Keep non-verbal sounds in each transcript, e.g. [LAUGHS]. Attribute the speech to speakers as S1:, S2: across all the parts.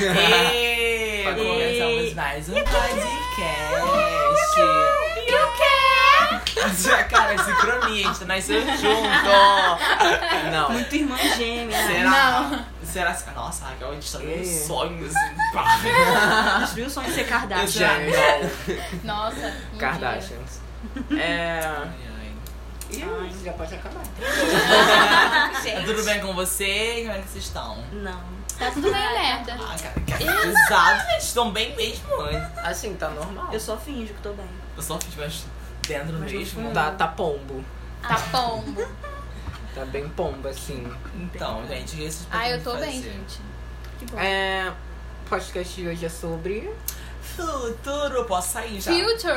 S1: E...
S2: Pra começarmos mais um podcast.
S1: E o quê?
S2: Sua cara de sincronia, a gente nasceu junto. Não.
S3: Muito irmã gêmea.
S2: Será?
S1: Não.
S2: Será que. Nossa, Raquel, a gente tá vendo
S3: É.
S2: sonhos. Pá.
S3: Destruiu o sonho de ser Kardashian.
S2: Já não.
S1: Nossa. um dia.
S2: Kardashians. É.
S3: Ai,
S2: Já pode acabar. Tá
S3: gente.
S2: tudo bem com você? Como é que vocês estão?
S3: Não.
S1: Tá tudo meio merda.
S2: Ah, cara, que pesado. Vocês estão bem mesmo, né?
S4: Assim, tá normal.
S3: Eu só finjo que tô bem.
S2: Eu só fiz mais dentro
S3: Mas não
S2: mesmo.
S3: foi.
S4: Tá, tá pombo.
S1: Tá pombo.
S4: Tá bem pombo, assim.
S2: Então, gente, esses
S1: Ah, eu tô
S2: podemos
S1: bem,
S2: fazer.
S1: gente.
S3: Que bom.
S4: É. O podcast de hoje é sobre
S2: Futuro, posso sair já.
S1: Future.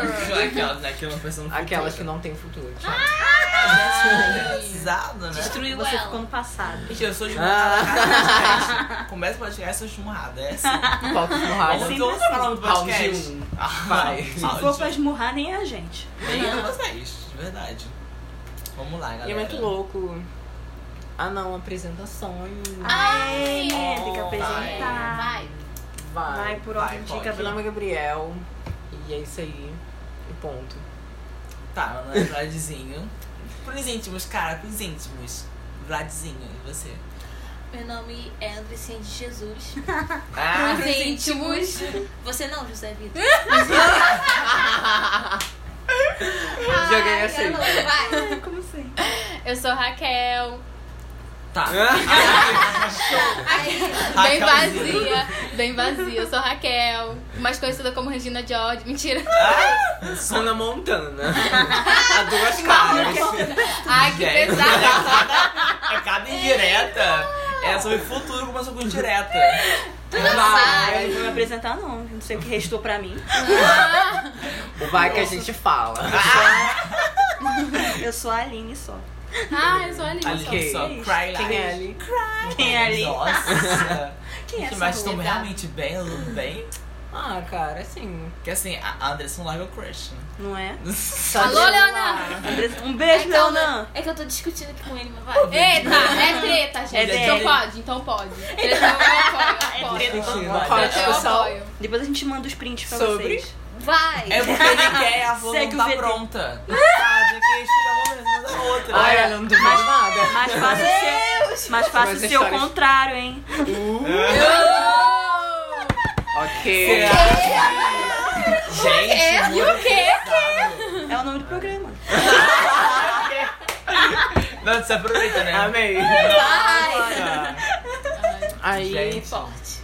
S2: Aquela, né, que eu não penso no
S4: aquelas que
S2: futuro.
S4: não tem futuro.
S3: Ah!
S2: Ai, Pesado, né?
S3: Destruiu
S1: Você
S3: Você
S1: ficou
S3: ficou no passado.
S2: Gente, eu sou
S4: [LAUGHS]
S2: esmurrada. Ah. Começa o podcast, eu sou esmurrada. É assim.
S4: Foco no
S3: Mas
S4: ralo.
S3: sim.
S2: Vamos outro falar do
S4: Round
S2: podcast.
S4: um.
S2: Ah, [LAUGHS]
S4: Vai.
S2: round
S4: Se
S3: Se for pra esmurrar, nem é a gente.
S2: Bem pra vocês, é de verdade. Vamos lá, galera.
S4: E é muito louco. Ah não, apresentações.
S3: Ai,
S2: Ai.
S3: né? tem que apresentar.
S1: Vai.
S3: Vai por
S2: Vai,
S3: onde
S2: pode.
S3: dica,
S4: Meu
S3: pelo
S2: [LAUGHS]
S4: nome
S3: amor
S4: é Gabriel. E é isso aí. E ponto.
S2: Tá, meu nome é Vladzinho. Pros íntimos, cara, pros íntimos. Vladzinho, e você?
S5: Meu nome é Andriciane de Jesus.
S2: Ah,
S1: Pros íntimos.
S5: Você não, José Vitor.
S4: Joguei essa aí.
S1: Vai.
S3: Como assim?
S1: Eu sou Raquel.
S4: [LAUGHS]
S2: tá.
S1: Bem
S2: Raquelzinha.
S1: vazia. Bem vazia. Eu sou Raquel. Mais conhecida como Regina George. Mentira.
S4: Sona Montana. A Tá duas caras.
S1: Ai, que
S2: Gente,
S1: pesado.
S2: É cada indireta. É sobre futuro, começou com indireta.
S3: Eu
S4: Vai.
S3: não vou me apresentar, não. Não sei o que restou pra mim.
S4: Vai que a gente fala.
S3: Eu sou a Aline só.
S1: Ah, eu sou a Aline.
S2: Ali
S1: só.
S2: só,
S4: Ok.
S3: Isso.
S2: cry
S4: Quem é ali?
S3: Quem é ali?
S2: Nossa.
S3: Quem é
S2: Gente,
S3: essa
S2: Mas estão
S1: roupa?
S2: realmente bem, Lu, bem.
S4: Ah, cara, assim.
S2: Porque assim, a Anderson larga o crush. né? [LAUGHS]
S3: Não é?
S4: só
S1: Alô,
S4: de-
S1: Leonardo.
S3: Andressa- Um beijo, Leonan.
S5: É que eu tô discutindo aqui com ele, mas vai.
S1: Eita, é treta, gente.
S3: É
S1: então
S3: treta.
S1: pode, então pode. Treta eu um
S3: É
S1: apoio, eu apoio.
S2: Ele não
S4: Mentira.
S2: vai.
S4: Fala, tipo,
S1: Treta eu
S4: discussão.
S1: apoio.
S3: Depois a gente manda os prints pra
S4: Sobre?
S3: vocês.
S5: Vai!
S2: É porque ele quer, a avó
S3: Segue
S2: não
S3: o
S2: tá
S3: VT.
S2: pronta. Sabe é que estudava uma da [LAUGHS] outra.
S4: Ai, ela não duvido nada.
S3: Mas fácil ser, mas fácil
S4: Mas
S3: ser o
S4: histórias-
S3: contrário, hein?
S4: Ok.
S2: É. Gente,
S1: É, e o quê?
S3: É o nome do programa.
S2: Não, se aproveita, né? Ah,
S4: Amei.
S2: Nossa.
S4: Aí,
S2: Gente,
S5: Forte.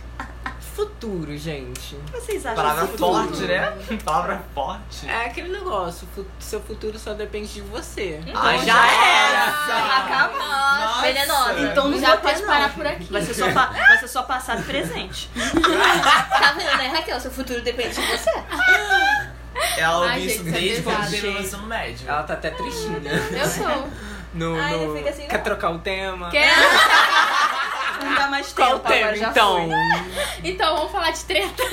S4: futuro, gente.
S3: O que vocês acham
S2: palavra
S3: desse futuro?
S2: forte, né? Palavra forte.
S4: É aquele negócio, fu- seu futuro só depende de você. Então
S2: Ai,
S3: já
S4: é?
S3: era.
S5: Tá
S2: Acabou. Nossa.
S5: Venenosa.
S3: Então não
S1: Já
S3: vou ter,
S1: pode
S3: não.
S1: parar por aqui.
S3: Vai ser só, pa- vai ser só passado e presente.
S5: Tá vendo, né, Raquel? Seu futuro depende de você.
S2: Ela
S1: Ai,
S2: ouviu isso
S1: gente, isso é
S2: desde quando
S1: pesado.
S2: teve no ensino médio.
S4: Ela tá até tristinha.
S1: Eu sou.
S4: No,
S5: Ai, não
S4: no-
S5: fica assim, não.
S4: Quer trocar o tema?
S1: Quer?
S3: Não dá mais tempo
S4: Qual o tema,
S3: agora, já
S4: então?
S3: foi.
S1: Então, vamos falar de treta.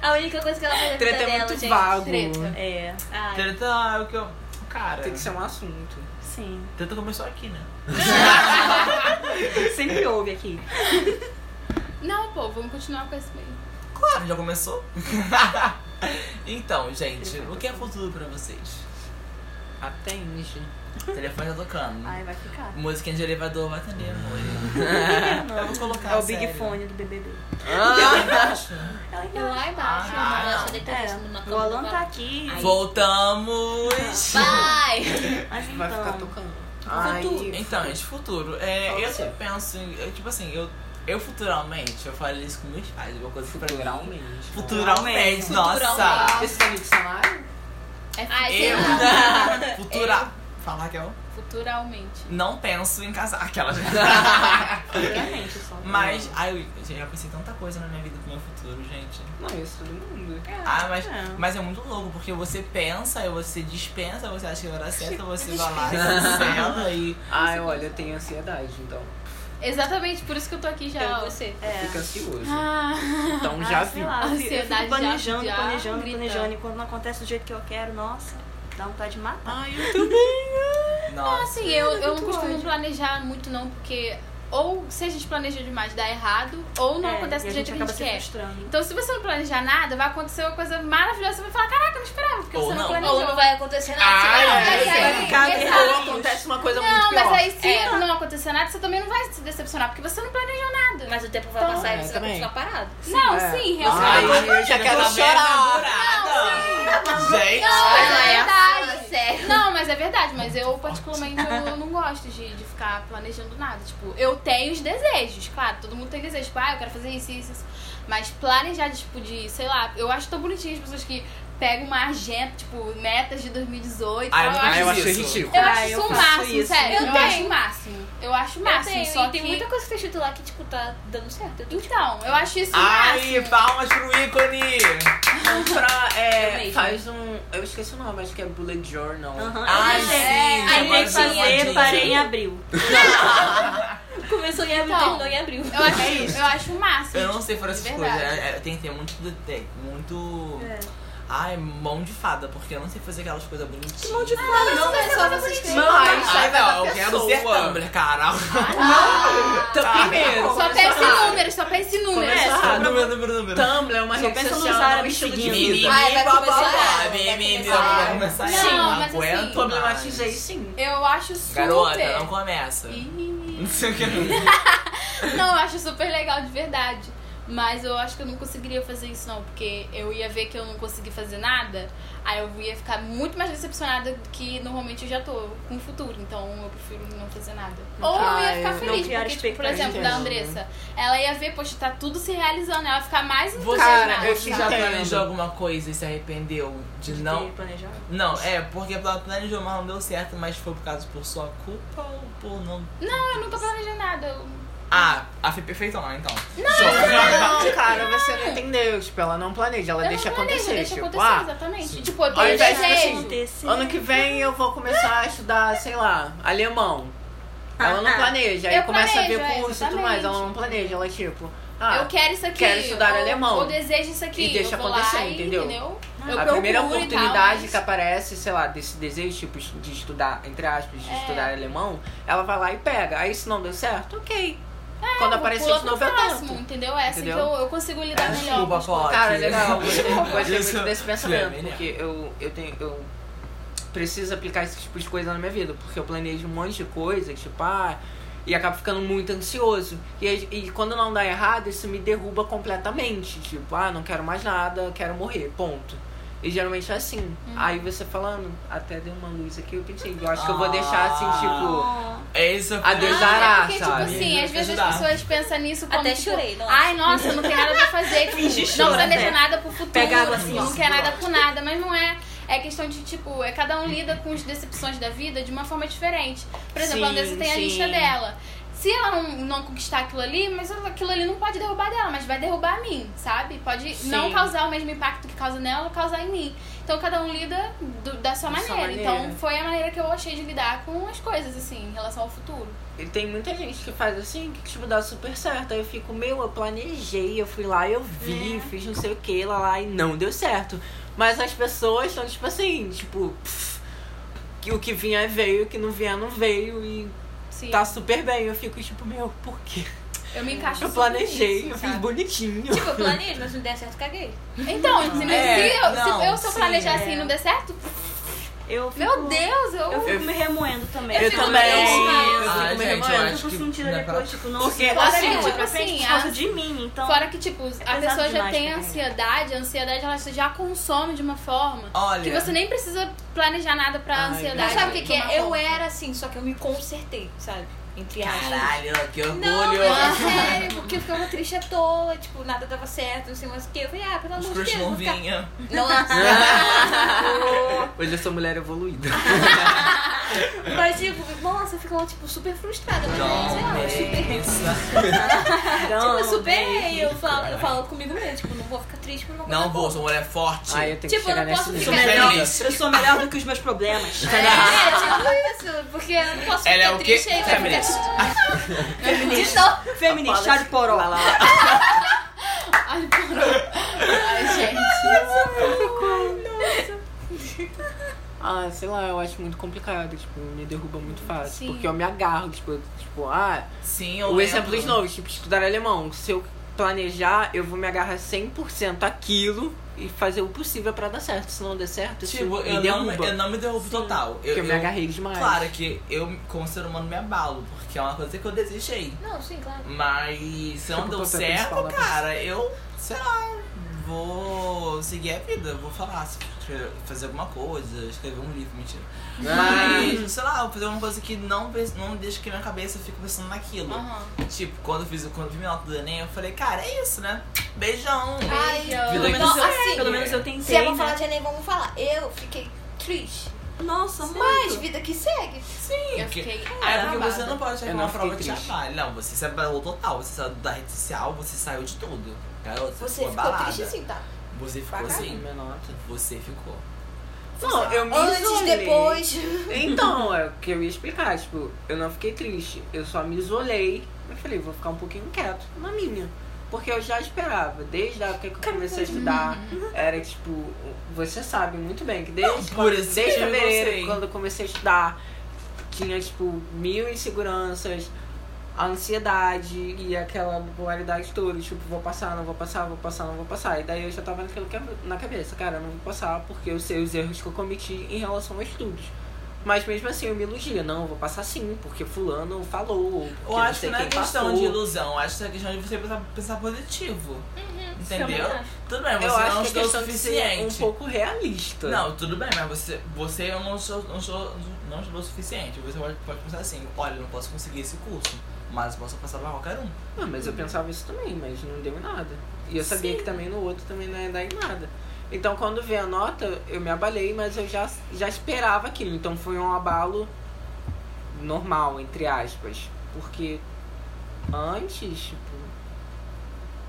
S5: A única coisa que ela faz é
S4: Treta é
S5: dela,
S4: muito
S5: gente.
S4: vago.
S1: Treta.
S3: É,
S5: Ai.
S2: Treta é o que eu... Cara,
S4: Tem que ser um assunto.
S3: sim.
S2: treta começou aqui, né?
S3: Sempre houve aqui.
S1: Não, pô, vamos continuar com esse meio.
S2: Claro, já começou. então, gente, o que é futuro pra vocês?
S4: Atende.
S2: O telefone tá tocando.
S3: Ai, vai ficar.
S4: Né?
S2: Musiquinha de elevador vai atender, amor. Eu
S3: Não.
S2: vou
S4: Tá
S2: colocar,
S3: É o
S2: sério.
S3: Big Fone do BBB.
S2: Ah.
S3: Ela
S1: E
S3: ainda-
S1: lá embaixo.
S2: Ah,
S5: Ela só
S2: não.
S5: deita
S3: É,
S5: todo mundo na cama.
S3: o Alan
S5: vai.
S3: tá aqui.
S2: [LAUGHS] Voltamos!
S5: Vai!
S3: Mas então,
S4: Vai ficar tocando. Ai,
S2: Então, gente, futuro. É,
S4: Fala
S2: eu
S4: você.
S2: sempre penso em. eu, tipo assim, eu, eu futuramente, eu falei isso com meus pais, uma coisa que pra mim-
S4: Futuralmente.
S2: Futuralmente,
S3: Futuralmente.
S2: nossa!
S4: Esse tá no dicionário?
S1: É
S5: Ai, sei
S2: Eu.
S5: lá.
S2: [LAUGHS] Futura. Falar que eu
S1: futuralmente.
S2: não penso em casar aquela [LAUGHS] gente.
S3: Obviamente, só.
S2: Mas, ai, eu gente, eu já pensei em tanta coisa na minha vida pro meu futuro, gente.
S4: Não, isso todo mundo.
S2: Ah, mas,
S3: É.
S2: mas é muito louco, porque você pensa, aí você dispensa, você acha que vai dar certo, você vai lá, cancela e.
S4: Ai, olha, eu tenho ansiedade, então.
S1: Exatamente, por isso que eu tô aqui já.
S5: Eu
S1: ó.
S5: e você.
S3: É.
S4: Fica ansioso.
S1: Ah,
S4: Então
S3: Ah,
S4: já
S3: sei
S4: vi.
S3: lá, eu fico- eu
S1: Ansiedade já-
S3: fico planejando,
S1: já
S3: planejando,
S1: grita.
S3: planejando. E quando não acontece do jeito que eu quero, nossa, dá vontade de matar.
S4: Ai, eu também.
S2: Nossa.
S1: assim, eu, eu não
S3: muito
S1: costumo
S3: ódio.
S1: planejar muito não, porque ou se a gente planeja demais dá errado, ou não
S3: É,
S1: acontece
S3: e
S1: do jeito que a
S3: acaba
S1: gente
S3: se
S1: quer.
S3: frustrando.
S1: Então, se você não planejar nada, vai acontecer uma coisa maravilhosa. Você vai falar, caraca, eu não esperava, porque
S2: Ou
S1: você não,
S2: não.
S1: planejou.
S5: Ou não vai acontecer nada.
S2: Ah,
S5: você vai
S2: é,
S5: ficar
S1: é,
S5: aí,
S1: é.
S5: ficar
S1: Exato.
S5: errado.
S4: Ou acontece uma coisa muito
S1: Não,
S4: pior.
S1: mas aí se
S5: É.
S1: não acontecer nada, você também não vai se decepcionar, porque você não planejou nada.
S5: Mas o tempo vai
S1: Então,
S5: passar
S4: é,
S5: e você vai
S4: também.
S5: continuar parado.
S1: não,
S4: É.
S1: sim,
S4: Ai,
S1: realmente.
S4: eu já quero
S2: Tô
S4: chorar.
S2: apavorada. Gente,
S1: Mas
S5: Mas
S1: é
S5: é
S1: verdade.
S5: sério.
S1: Não, mas é verdade, mas eu particularmente eu não gosto de, de ficar planejando nada. Tipo, eu tenho os desejos, claro, todo mundo tem desejo, tipo, ah, eu quero fazer isso, isso, isso. Mas planejar, tipo, de, sei lá, eu acho tão bonitinho as pessoas que pegam uma agenda, tipo, metas de 2018.
S2: Ah,
S1: eu,
S2: eu não
S1: acho,
S4: Ah, eu
S2: Isso.
S4: achei ridículo.
S1: eu
S3: Ah,
S1: acho
S3: eu
S1: isso o
S3: faço
S1: máximo,
S3: isso.
S1: sério.
S5: Eu
S1: Eu,
S5: tenho.
S1: acho o máximo. Eu acho o máximo.
S5: tenho,
S1: assim, só
S5: e
S1: que...
S5: assim, tem muita coisa que tá escrito lá que, tipo, tá dando certo. Eu tô, tipo,
S1: Então, eu acho isso o
S2: Ai,
S1: máximo.
S2: palmas pro ícone!
S4: Pra, é,
S5: Eu mesmo.
S4: faz um. Eu esqueci o nome, acho que é Bullet Journal.
S3: Aham.
S2: Ai,
S3: É.
S2: sim!
S5: Aí
S3: Aí tem
S5: tem
S3: que
S5: fazer,
S3: fazer, parei em abril.
S5: começou em abril,
S1: Então.
S5: terminou em abril.
S1: Eu acho, eu acho o máximo.
S2: é Eu não sei por
S1: de
S2: essas coisas. é. né?
S1: verdade.
S2: Eu tenho que ter muito. do- ter Muito. Ai, mão de fada, porque eu não sei fazer aquelas coisas bonitinhas. Mão de fada,
S1: Não, é só vocês que-
S4: Não, aí
S2: Ai,
S4: sai da
S2: não, eu quero
S4: pessoa.
S2: ser Tumblr, cara. [LAUGHS]
S4: Tá. Primeiro.
S1: Só pensa em números, só pensa em números.
S4: Começa errado.
S2: Número, número, número.
S4: Tumblr é uma
S3: Só
S4: rede
S3: pensa nos
S4: social, um
S3: árabes
S4: estilo de
S3: seguindo.
S4: vida.
S5: Ai,
S2: blá,
S5: vai
S2: blá,
S5: começar
S2: blá,
S5: ela,
S2: mimimi,
S5: vai
S2: blá, blá,
S5: começar
S2: Vai começar
S1: ela.
S2: ela.
S1: Não, mas assim,
S2: aguento
S4: Problematizei
S2: mais.
S4: sim.
S1: Eu acho super.
S2: Garota, não começa.
S1: Ih,
S2: Não sei o que.
S1: Não, eu acho super legal de verdade. Mas eu acho que eu não conseguiria fazer isso, não. Porque eu ia ver que eu não consegui fazer nada. Aí eu ia ficar muito mais decepcionada do que normalmente eu já tô com o futuro. Então eu prefiro não fazer nada. Ou eu ia
S4: Ah,
S1: ficar
S4: eu-
S3: não
S1: feliz.
S3: criar
S1: Porque, tipo, por
S3: expectativas,
S1: exemplo, da
S4: né?
S1: Andressa. Ela ia ver, poxa, tá tudo se realizando. Ela ia ficar mais
S2: Você,
S1: entusiasmada.
S4: Cara, eu
S2: você
S4: te
S2: já
S4: entendo.
S2: planejou alguma coisa e se arrependeu de
S3: De
S2: não
S3: ter planejado.
S2: Não, é, porque ela planejou, mas não deu certo, mas foi por causa por sua culpa ou por não.
S1: Eu não tô planejando nada. Eu...
S2: Ah, a foi perfeitona, então.
S4: Não, cara, você não entendeu. Tipo, ela não planeja, ela
S1: eu
S4: deixa
S1: não planejo,
S4: acontecer.
S1: Deixa
S4: tipo,
S1: acontecer,
S4: ah,
S1: exatamente.
S2: sim.
S1: Tipo, eu
S4: Ao
S1: tenho
S4: invés de assim,
S1: desejo.
S3: Acontecer.
S4: ano que vem eu vou começar a estudar, sei lá, alemão. Ela não planeja, aí
S1: Ah, Eu
S4: começa
S1: planejo,
S4: a ver
S1: é,
S4: curso e tudo mais. Ela não
S1: exatamente.
S4: planeja, ela tipo, ah,
S1: eu quero isso aqui.
S4: quero estudar
S1: ou,
S4: alemão.
S1: Ou desejo isso aqui.
S4: E deixa
S1: eu vou lá
S4: acontecer,
S1: e-
S4: entendeu? Ah,
S1: Eu
S4: a primeira
S1: procuro e tal,
S4: oportunidade
S1: mas- é,
S4: que aparece, sei lá, desse desejo tipo, de estudar, entre aspas, de
S1: É.
S4: estudar alemão, ela vai lá e pega. Aí se não deu certo, ok. Quando
S1: É, Pula
S4: aparecer de
S1: pro
S4: novo, eu
S1: próximo,
S4: canto.
S1: entendeu? Essa
S4: Entendeu?
S1: que eu, eu consigo lidar melhor.
S2: Desculpa, é pode.
S4: Cara, legal. Eu gostei
S2: né? Isso
S4: muito desse
S2: é
S4: pensamento,
S2: melhor.
S4: porque eu, eu tenho. Eu preciso aplicar esse tipo de coisa na minha vida, porque eu planejo um monte de coisa, tipo, ah. E acabo ficando muito ansioso. E, aí- e quando não dá errado, isso me derruba completamente. Tipo, ah, não quero mais nada, quero morrer, ponto. E geralmente é assim. Aí você falando, até deu uma luz aqui, eu pensei, eu acho que eu vou deixar assim, tipo.
S2: É isso
S4: A
S1: Ah,
S4: Deus
S1: é
S4: dará,
S1: porque, tipo
S4: sabe?
S1: assim,
S2: Ninguém
S1: às
S2: vai
S1: vezes
S2: ajudar.
S1: as pessoas pensam nisso como.
S5: Até
S1: tipo,
S5: chorei, nossa.
S1: Ai, nossa, não tem nada pra fazer. Tipo, não
S3: chora,
S1: planeja
S3: né?
S1: nada pro futuro.
S3: Pega água assim,
S1: não
S3: ó.
S1: quer nada com nada. Mas não é. É questão de, tipo, é cada um lida com as decepções da vida de uma forma diferente. Por exemplo, a
S4: Sim,
S1: Andressa tem a
S4: sim.
S1: lista dela. Se ela não, não conquistar aquilo ali, mas ela- aquilo ali não pode derrubar dela, mas vai derrubar a mim, sabe? Pode
S4: Sim.
S1: não causar o mesmo impacto que causa nela, causar em mim. Então cada um lida do- da sua
S4: Da sua
S1: maneira. Então
S4: maneira.
S1: foi a maneira que eu achei de lidar com as coisas, assim, em relação ao futuro.
S4: E tem muita gente que faz assim, que tipo, dá super certo. Aí eu fico, meu, eu planejei, eu fui lá, eu vi, fiz não sei o que, lá, lá, e não deu certo. Mas as pessoas estão tipo assim, tipo, pff, que o que vinha veio, o que não vinha não veio, e
S1: Sim.
S4: tá super bem. Eu fico tipo, meu, por quê?
S1: Eu me encaixo
S4: Eu
S1: super
S4: planejei,
S1: nisso,
S4: eu fiz
S1: sabe?
S4: bonitinho.
S5: Tipo, eu planejo, mas se não der certo, caguei.
S1: Então, se, não-
S2: É,
S1: se eu,
S2: não,
S1: se eu, se eu
S2: sim,
S1: planejar
S3: é.
S1: assim e não der certo,
S3: Eu fico,
S1: meu Deus, eu.
S3: Eu fico me remoendo também.
S4: Eu
S1: fico
S4: também.
S1: preocupada.
S4: Eu
S2: Ah,
S4: fico me
S2: gente, eu
S4: remoendo.
S3: Eu fico
S2: acho que
S3: sentida
S2: não é pra-
S3: depois, tipo, não
S4: Porque,
S3: se importa
S1: assim,
S3: de ir
S1: tipo
S3: pra frente
S1: assim,
S3: por causa
S1: a-
S3: de mim, então...
S1: Fora que, tipo, a
S3: pesado
S1: pessoa já
S3: demais
S1: tem
S3: pra
S1: ansiedade, a ansiedade ela já consome de uma forma
S2: Olha.
S1: que você nem precisa planejar nada pra
S4: Ai,
S1: ansiedade.
S5: Mas sabe o que, que
S1: tomar
S5: é? Eu
S1: conta.
S5: era assim, só que eu me consertei, sabe? Entre aspas.
S2: Caralho, que orgulho.
S5: Não, mas é sério, porque eu ficava triste à toa, tipo, nada dava certo, não sei mais o que. Eu falei, ah, pelo
S2: Os
S5: amor de
S2: crush
S5: Deus,
S2: não
S5: vou ficar...
S2: vinham.
S4: [LAUGHS]
S5: Nossa!
S4: [LAUGHS] Hoje eu sou mulher evoluída.
S5: mas tipo, nossa, eu ficava, tipo, super frustrada, mas sei lá, eu super...
S2: [LAUGHS] Não,
S5: Tipo, eu
S3: Não,
S5: superei, eu falo, eu falo comigo mesmo, tipo, não vou ficar triste por uma coisa
S2: não vou, sou mulher é forte.
S4: Aí eu tenho
S5: Tipo,
S4: que chegar
S5: eu não
S4: nesse
S5: posso
S4: nível.
S2: sou
S5: ficar-
S2: mulher
S5: não.
S2: feliz.
S3: Eu sou melhor do que os meus
S2: [LAUGHS]
S3: problemas.
S5: É, tipo isso, porque eu não posso
S2: Ela é
S5: ficar
S2: o quê?
S5: triste aí, vai ficar
S2: Feminista.
S5: De novo.
S2: assim,
S3: Feminista, chá de poró.
S4: Lá, lá, lá.
S1: Ai, porra. Ai, gente.
S4: Ai, Ah, sei lá, eu acho muito complicado, tipo, me derruba muito fácil.
S1: Sim.
S4: Porque eu me agarro, tipo, eu- tipo, ah,
S2: Sim, eu
S4: o
S2: lembro.
S4: exemplo de novo, tipo, estudar alemão. Se eu planejar, eu vou me agarrar 100% aquilo e fazer o possível pra dar certo. Se não der certo, isso
S2: Tipo,
S4: me
S2: eu não,
S4: derruba.
S2: eu não me derrubo total. Eu,
S4: Porque eu, me agarrei demais.
S2: Claro que eu, como ser humano, me abalo, porque é uma coisa que eu desejei.
S5: Não, sim, claro.
S2: Mas se não
S4: Tipo,
S2: deu
S4: o papel principal
S2: certo,
S4: da
S2: cara, eu, sei lá, vou seguir a vida, vou falar, se- fazer alguma coisa, escrever um livro, mentira.
S4: Ah.
S2: Mas, sei lá, vou fazer uma coisa que não, pens- não deixa que minha cabeça fique pensando naquilo.
S1: Aham.
S2: Tipo, quando eu fiz o- quando eu vi minha nota do Enem, eu falei, cara, é isso, né? Beijão.
S5: Ai,
S2: Vida
S3: Pelo
S2: que
S3: menos, eu,
S5: assim,
S3: pelo menos eu tentei.
S5: Se é pra
S3: né?
S5: falar de Enem, vamos falar. Eu fiquei triste.
S3: Nossa,
S5: Mas
S3: muito.
S5: vida que segue.
S1: Eu
S2: que-
S1: fiquei
S2: Aí é porque
S1: acabada.
S2: você não pode achar
S4: Eu
S2: que
S4: não
S2: uma prova te
S4: fiquei triste.
S2: abalha. Não, você se abalou total. Você saiu da rede social, você saiu de tudo. Garota,
S5: Você ficou
S2: abalada.
S5: triste assim, tá?
S2: Você ficou
S4: Pra
S2: assim.
S4: minha nota.
S2: Você ficou.
S4: Não, eu me
S5: Antes,
S4: isolei.
S5: depois.
S4: Então, é o que eu ia explicar, tipo, eu não fiquei triste, eu só me isolei. Eu falei, vou ficar um pouquinho quieto, na minha. Porque eu já esperava, desde a época que eu comecei a estudar,
S2: Uhum.
S4: era tipo, você sabe muito bem que desde,
S2: por
S4: quando-
S2: isso
S4: desde
S2: que eu
S4: fevereiro,
S2: sei.
S4: quando eu comecei a estudar, tinha tipo mil inseguranças, a ansiedade e aquela polaridade toda, tipo, vou passar, não vou passar, vou passar, não vou passar. E daí eu já tava naquilo que é na cabeça, cara, eu não vou passar porque eu sei os erros que eu cometi em relação aos estudos. Mas mesmo assim eu me iludia, não, eu vou passar sim, porque fulano falou. ou Porque
S2: Eu acho que não é
S4: sei quem
S2: questão
S4: passou.
S2: de ilusão, eu acho que é questão de você pensar, pensar positivo. entendeu?
S5: também acho.
S2: Tudo bem, você
S4: Eu Uhum. acho
S2: não
S4: que
S2: estudou
S4: é
S2: o
S4: questão de ser um
S2: suficiente.
S4: pouco realista.
S2: Não, tudo bem, mas você, você eu não sou, não sou não estudou o suficiente. Você pode, pode pensar assim, olha, eu não posso conseguir esse curso, mas posso passar pra qualquer um.
S3: [LAUGHS]
S4: Não, Ah, mas eu pensava isso também, mas não deu em nada. E eu sabia que também no outro também não ia dar em nada. Então quando veio a nota, eu me abalei, mas eu já, já esperava aquilo. Então foi um abalo normal, entre aspas. Porque antes, tipo,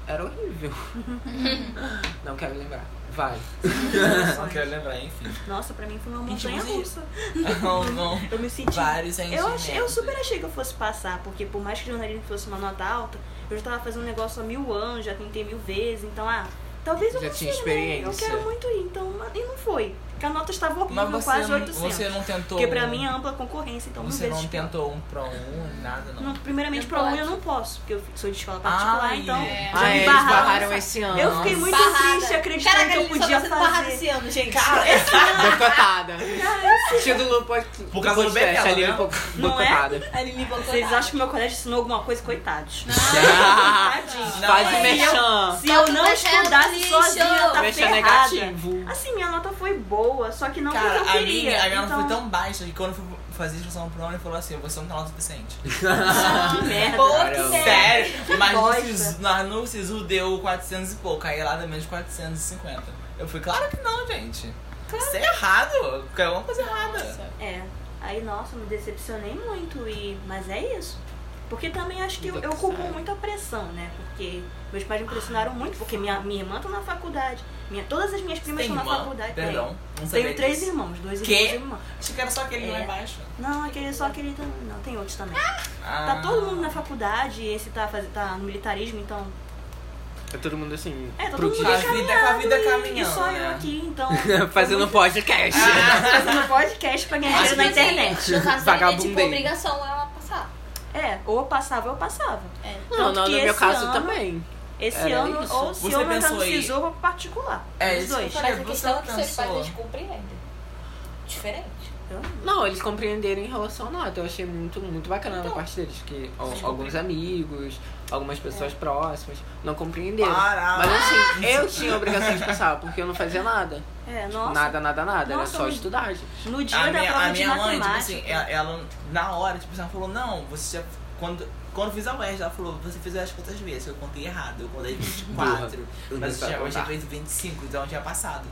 S4: era
S3: [LAUGHS]
S4: horrível. não quero lembrar. Vai.
S2: [LAUGHS] Não quero lembrar, enfim.
S3: [LAUGHS] Nossa, pra mim foi uma
S2: Gente,
S3: montanha
S2: você-
S3: russa.
S2: Não, não.
S3: Eu me senti.
S2: Vários
S3: Eu,
S2: sentimentos.
S3: achei, eu super achei que eu fosse passar, porque por mais que jornalismo fosse uma nota alta, eu já tava fazendo um negócio há mil anos, já tentei mil vezes, então, ah, talvez eu
S4: Já
S3: consiga,
S4: tinha
S3: né? Eu
S4: experiência.
S3: quero muito ir, então, mas- e não foi. Porque a nota estava
S2: Mas
S3: horrível,
S2: você,
S3: quase
S2: não-
S3: 800.
S2: você não tentou. um-
S3: Porque pra mim é ampla concorrência, então
S2: Você
S3: mil vezes
S2: não tentou um pra um, nada não.
S3: Não, primeiramente,
S1: Não
S3: pra um
S1: pode.
S3: eu não posso, porque eu sou de escola particular,
S2: Ai,
S3: então
S2: é.
S3: já
S4: Ah,
S3: me
S4: eles
S3: barraram.
S4: barraram esse ano.
S3: Eu
S4: [LAUGHS]
S3: fiquei muito
S5: Barrada.
S3: triste acreditando
S5: Caraca,
S3: que eu
S5: ele só
S3: podia
S5: tá sendo barrado
S3: fazer.
S5: esse ano, gente.
S4: Boicotada. Título do pod-
S2: Por causa do
S4: podcast,
S2: Bebela,
S4: ali,
S2: né?
S4: bo-
S3: Não é?
S4: boicotada.
S5: Ele me botou.
S3: Vocês acham que meu colégio ensinou alguma coisa? Coitados. Ah,
S4: Faz
S2: Não,
S4: Faz
S2: é.
S4: o merchan.
S3: Se eu
S5: Tá
S3: não
S5: tudo certo,
S3: estudasse
S5: lixo.
S3: sozinha, eu tava
S4: Merchan
S3: Tá ferrada.
S4: negativo.
S3: Assim, minha nota foi boa, só que não foi
S2: Cara,
S3: o que eu
S2: a
S3: queria.
S2: minha, a minha
S3: então...
S2: nota foi tão baixa que quando eu fui fazer a inscrição pro ano, ele falou assim, você não tem nota suficiente.
S3: Então,
S2: [LAUGHS]
S3: Que merda.
S5: Boa que
S4: Caramba.
S5: segue.
S2: Sério? Mas no
S3: bosta.
S2: SISU, na- no SISU deu 400 e pouco, aí lá deu menos 450. Eu fui, claro que não, gente. Isso é errado. Porque é uma coisa errada.
S1: Nossa.
S3: É. Aí, nossa, me decepcionei muito. E... Mas é isso. Porque também acho que eu, eu culpo muito a pressão, né? Porque meus pais me pressionaram muito, porque minha, minha irmã tá na faculdade. Minha, todas as minhas primas
S2: Tem
S3: estão na
S2: irmã?
S3: faculdade.
S2: Perdão. Não
S3: Tenho,
S2: sabia
S3: tenho três
S2: disso.
S3: irmãos, dois
S2: Quê?
S3: irmãos e uma irmã.
S2: Achei que era só aquele lá
S3: É.
S2: embaixo.
S3: Não, aquele só aquele também. Não, tem outros também.
S2: Ah.
S3: Tá todo mundo na faculdade, esse tá, faz- tá no militarismo, então
S4: É todo mundo assim.
S3: É, todo
S4: pro
S3: mundo
S2: Com a
S4: dia.
S2: vida, com a vida
S3: E
S2: caminhando.
S3: só eu
S2: né?
S3: aqui,
S2: [LAUGHS]
S3: então.
S4: [LAUGHS] Fazendo um podcast.
S3: Ah, fazendo um podcast pra ganhar dinheiro na
S2: assim.
S3: internet.
S5: Eu faço
S4: Vagabundei.
S5: tipo obrigação ela passar.
S3: É, ou eu passava, ou eu passava.
S4: não,
S3: Tanto
S4: não,
S3: que
S4: no meu
S3: esse
S4: caso
S3: ano-
S4: também.
S3: Esse
S4: Era
S3: ano,
S4: isso.
S3: ou se
S2: Você
S3: eu não entrar no
S2: pensou em-
S3: SISU, eu vou pro particular.
S2: É,
S3: Os
S2: isso
S3: dois.
S2: que eu
S5: Mas a
S2: Você
S5: questão é que seus pais
S2: alcançou.
S5: eles compreendem. Diferente.
S3: Eu-
S4: Não, eles compreenderam em relação a nota. Eu achei muito, muito bacana
S3: Então,
S4: da parte deles. Que al- alguns amigos, algumas
S3: É.
S4: pessoas próximas não compreenderam.
S2: Para.
S4: Mas assim, eu tinha a obrigação de passar, porque eu não fazia nada. Tipo,
S3: É, nossa.
S4: Nada, nada, nada.
S3: Nossa,
S4: Era só
S3: eu-
S4: estudar, gente.
S3: No dia
S2: A
S3: da
S2: minha,
S3: prova
S2: a
S3: de
S2: minha mãe, tipo
S3: matemática.
S2: assim, ela, ela, na hora, tipo, ela falou, não, você já. Quando, quando eu fiz a UERJ, ela falou, você fez as quantas vezes? Eu contei errado, eu
S3: [LAUGHS]
S2: contei 24.
S4: Burra.
S2: mas eu já, eu já
S4: Tá.
S2: fiz 25, então eu tinha passado.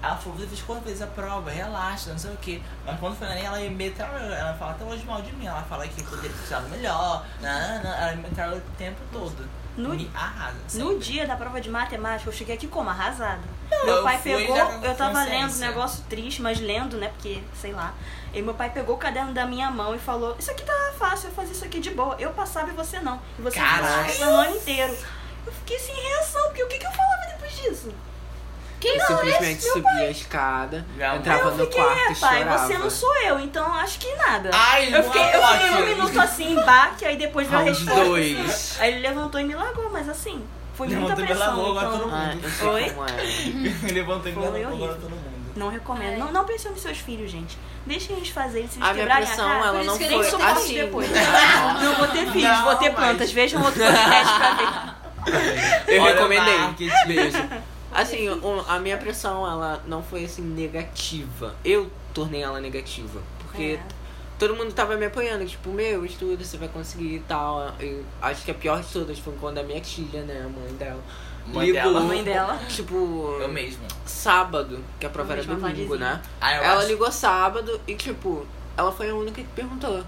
S2: Ela falou, você fez quantas vezes a prova? Relaxa, não sei o quê. Mas quando foi na Enem, ela me meteu, ela fala até hoje mal de mim, ela fala que eu poderia ter estudado melhor, não, não, ela me meteu o tempo todo.
S3: No-
S2: me arrasa. sempre.
S3: No dia da prova de matemática, eu cheguei aqui como? Arrasada.
S2: eu
S3: meu pai
S2: fui
S3: pegou,
S2: já com
S3: eu tava
S2: consciência.
S3: lendo um negócio triste, mas lendo, né? Porque, sei lá. E meu pai pegou o caderno da minha mão e falou: Isso aqui tá fácil, eu fazia isso aqui de boa. Eu passava e você não. E você
S2: Caralho!
S3: passava o ano inteiro. Eu fiquei sem reação, porque o que, que eu falava depois disso?
S1: Que
S4: Eu
S1: não,
S4: simplesmente subia a escada,
S2: Minha mãe.
S4: entrava
S3: é eu
S4: no
S3: fiquei,
S4: quarto e
S3: é, pai,
S4: chorava. Ah,
S3: você não sou eu, então acho que nada.
S2: Ai,
S3: eu fiquei, eu fiquei um
S2: Moana. [LAUGHS]
S3: minuto assim, baque, aí depois veio a
S4: Round
S3: resposta.
S4: dois.
S3: Aí ele levantou e me largou, mas assim, foi muita
S2: Levantou e me
S3: pressão.
S2: largou, agora
S3: então,
S2: todo mundo.
S4: Ah, eu sei
S3: Oi?
S4: como é.
S2: Levantando
S3: Foi
S2: e agora
S3: horrível.
S2: todo mundo.
S3: Não recomendo.
S5: Ai.
S3: Não, não pressione seus filhos, gente. Deixem eles fazerem, se eles
S4: A minha
S3: quebrarem
S4: pressão,
S3: a cara.
S4: ela
S5: isso
S4: não
S5: que
S4: foi
S5: eu
S3: nem sou mais
S4: assim.
S3: depois. Não vou ter filhos,
S2: Não,
S3: vou ter
S2: mas-
S3: plantas. Vejam outro podcast pra ver.
S4: Eu
S2: Olha o
S4: recomendei.
S2: marketing.
S4: Beijo. Assim, o- a minha pressão, ela não foi assim negativa. Eu tornei ela negativa. Porque
S3: É.
S4: todo mundo tava me apoiando, tipo, meu, estuda, você vai conseguir e tal. Eu acho que a pior de todas foi quando a minha tia, né, a mãe dela.
S2: Mãe
S4: ligou,
S2: dela.
S3: Mãe dela.
S4: Tipo,
S2: Eu mesmo.
S4: sábado, que a prova
S3: Eu
S4: era
S3: mesma,
S4: domingo,
S3: vadezinha.
S4: né?
S2: Ah, eu
S4: Ela
S2: acho.
S4: ligou sábado e, tipo, ela foi a única que perguntou.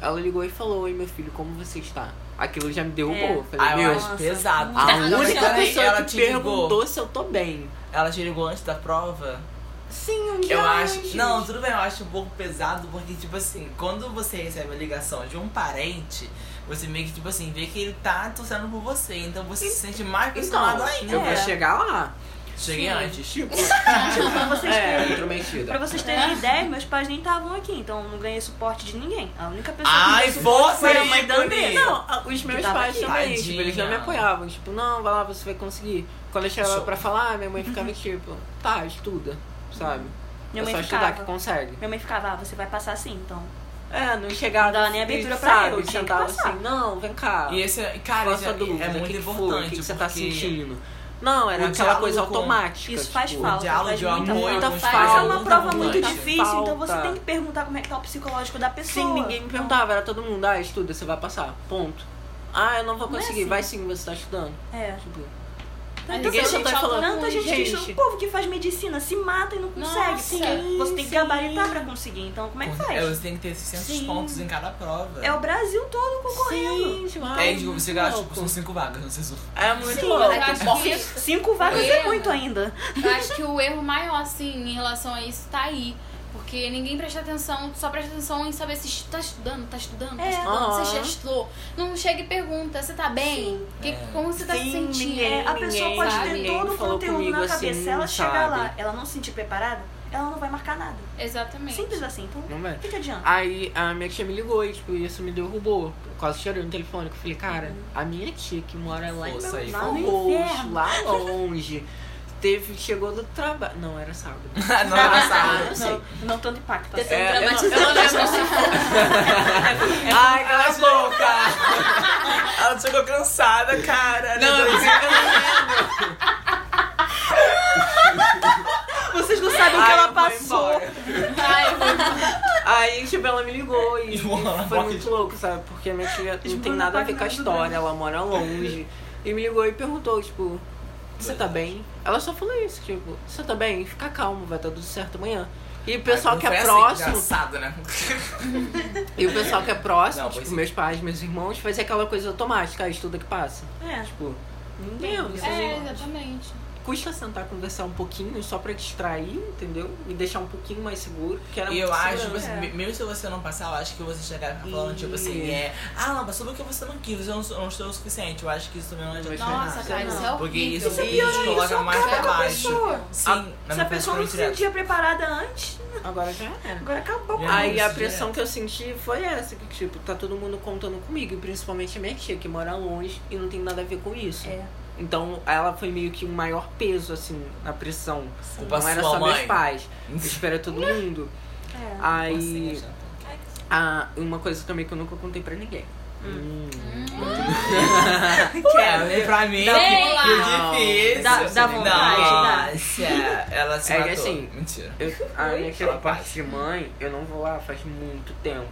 S4: Ela ligou e falou, oi meu filho, como você está? Aquilo já me derrubou. Eu Falei,
S2: Ah, eu
S4: meu,
S2: acho
S3: Nossa.
S2: pesado.
S4: a
S2: Não,
S4: única
S2: peraí,
S4: pessoa
S2: ela
S4: que
S2: te ligou.
S4: perguntou se eu tô bem.
S2: Ela te ligou antes da prova?
S4: Sim, um
S2: Eu acho. Não, tudo bem, eu acho um pouco pesado, porque, tipo assim, quando você recebe a ligação de um parente, você meio que, tipo assim, vê que ele tá torcendo por você. Então você se sente mais pressionado
S4: Então,
S2: ainda.
S4: eu vou chegar lá.
S2: Cheguei
S3: Sim.
S2: antes. Tipo,
S3: Tipo, pra vocês
S4: É,
S3: terem. Pra
S4: intrometida.
S3: vocês terem ideia, meus pais nem estavam aqui, então não ganhei suporte de ninguém. A única pessoa
S2: Ai,
S3: que me deu suporte
S2: você é
S3: foi a mãe da
S2: ícone.
S3: Andressa.
S4: Não, a- os meus
S3: tava
S4: pais
S3: aqui.
S4: também, tipo, eles não me
S2: Tadinha.
S4: apoiavam. Tipo, não, vai lá, você vai conseguir. Quando eu chegava
S2: Show.
S4: pra falar, minha mãe ficava tipo, tá, estuda, sabe?
S3: Minha
S4: é
S3: mãe
S4: só estudar que
S3: ficava.
S4: consegue.
S3: Minha mãe ficava, ah, você vai passar assim, então.
S4: É, não chegava.
S3: Não dava nem abertura pra
S4: sabe,
S3: eu, tinha que
S4: sentava
S3: passar.
S4: assim, não, vem cá.
S2: e esse, cara,
S4: Qual a
S2: isso
S4: sua
S2: é,
S4: dúvida?
S2: é
S4: O
S2: muito
S4: que que foi?
S2: importante.
S4: O que, que você tá
S2: porque né?
S4: sentindo? Não, era
S2: o
S4: aquela coisa
S2: diálogo com-
S4: automática.
S3: Isso faz
S4: tipo,
S2: O
S3: falta.
S2: diálogo
S3: faz
S2: de
S3: muita
S2: amor
S4: falta.
S2: com os
S4: Faz
S3: Mas
S2: pais
S3: é
S4: Falta,
S3: uma prova muito
S2: importante.
S3: difícil, então
S4: falta.
S3: você tem que perguntar como é que tá o psicológico da pessoa.
S4: Sim, ninguém me perguntava, era todo mundo, ah, estuda, você vai passar. Ponto. Ah, eu não vou
S3: Não é
S4: conseguir.
S3: assim.
S4: Vai sim, você tá estudando.
S3: É.
S4: Tipo,
S1: Mas
S4: ninguém
S1: isso
S4: só
S1: a
S4: tá
S1: gente
S4: falando,
S1: autoconsciente.
S3: Tanta assim, gente,
S4: gente.
S3: o povo que faz medicina se mata e não consegue,
S1: Nossa,
S3: porque você tem
S1: sim.
S3: que gabaritar pra conseguir, então como é que
S2: É,
S3: faz?
S2: Você tem que ter 600
S3: Sim.
S2: pontos em cada prova.
S3: É o Brasil todo concorrendo.
S4: sim, demais.
S2: É, tipo, você gasta, tipo,
S4: louco.
S2: são 5 vagas, não sei [LAUGHS] se
S4: É muito
S1: Sim,
S4: louco.
S1: eu acho que
S3: Cinco vagas é
S1: Sim.
S3: muito ainda.
S1: Eu acho que o erro maior, assim, em relação a isso tá aí. Porque ninguém presta atenção, só presta atenção em saber se est- tá estudando, tá estudando, tá
S3: É.
S1: estudando,
S4: Aham.
S1: você já estudou. Não chega e pergunta, você tá bem? Que-
S2: É.
S1: Como você tá se
S4: Sim,
S1: sentindo?
S4: ninguém-
S3: É, a pessoa
S4: Ninguém
S3: pode
S1: sabe,
S3: ter
S1: ninguém
S3: todo o
S4: falou
S3: conteúdo
S4: comigo
S3: na
S4: assim,
S3: cabeça. se ela chegar
S4: sabe?
S3: lá, ela não se sentir preparada, ela não vai marcar nada.
S1: Exatamente.
S3: Simples assim, então
S4: [LAUGHS] Não é?
S3: o que que adianta?
S4: Aí a minha tia me ligou e, tipo, isso me derrubou. Quase chorei no telefone. que Eu falei, cara,
S3: Uhum.
S4: a minha tia que mora lá em
S2: Força aí,
S4: Belo
S3: força.
S4: Horizonte, lá longe, teve, chegou do trabalho. Não, era [LAUGHS] sábado.
S2: Ah, Não era
S4: eu [LAUGHS]
S2: sábado.
S4: sei.
S3: Não, não tanto impacto. assim.
S4: É, eu, não- eu não lembro se [LAUGHS] foi. Ai, cala a boca!
S2: [LAUGHS] Ela chegou cansada, cara.
S4: Não, eu não lembro.
S3: Vocês não sabem o que
S4: Ai,
S3: ela
S4: eu vou
S3: passou.
S4: embora.
S1: Ai, eu vou-
S4: Aí, tipo, ela me ligou e, e
S2: Esmola
S4: foi
S2: na
S4: muito louco, sabe? Porque a minha tia não tem
S3: Esmola
S4: nada a
S3: na
S4: ver com a
S3: página do
S4: história,
S3: Brasil.
S4: ela mora longe. E me ligou e perguntou, tipo, você tá bem? Ela só falou isso, tipo, você tá bem? Fica calmo, vai dar tudo certo amanhã. E o pessoal que é
S2: assim,
S4: próximo,
S2: Engraçado, né?
S4: e o pessoal que é próximo,
S2: Não, foi assim.
S4: tipo,
S2: sim.
S4: meus pais, meus irmãos, fazia aquela coisa automática, ah, estuda que passa.
S3: É,
S4: Tipo,
S3: ninguém.
S4: meu, isso
S1: É,
S4: gente,
S1: exatamente.
S4: custa sentar conversar um pouquinho só pra distrair, entendeu? E deixar um pouquinho mais seguro, que era
S2: E eu
S4: muito
S2: acho,
S4: seguro.
S2: tipo assim,
S3: é.
S2: me- mesmo se você não passar, eu acho que você chegar falando, tipo assim, é. Ah, não, mas sobre o que você não quis, eu não, sou- eu não estou o suficiente. Eu acho que isso também não adianta.
S1: Nossa, cara, isso é
S2: nada. Porque
S1: horrível.
S2: isso,
S1: Isso é
S2: isso te coloca mais pra baixo.
S3: pessoa.
S2: Sim,
S4: A-
S2: na
S3: Se
S2: minha
S3: a pessoa não se
S2: direto.
S3: sentia preparada antes,
S4: É. Agora já era.
S3: agora acabou.
S2: É.
S4: Aí a
S2: isso,
S4: pressão
S2: direto.
S4: que eu senti foi essa, que tipo, tá todo mundo contando comigo, e principalmente a minha tia, que mora longe e não tem nada a ver com isso.
S3: É.
S4: Então ela foi meio que o maior peso, assim, na pressão.
S2: Culpa
S4: não era
S2: sua
S4: só meus
S2: mãe. [LAUGHS]
S4: pais. Espera todo mundo.
S3: É.
S4: Aí. ah, uma coisa também que eu nunca contei pra ninguém. Hum.
S2: Kelly, pra mim,
S1: Dá-
S2: que difícil.
S3: Dá- dá vontade,
S2: Nossa, ela se
S4: É que
S2: matou.
S4: assim-
S2: Mentira.
S4: Eu, a minha tia da parte de mãe, eu não vou lá faz muito tempo.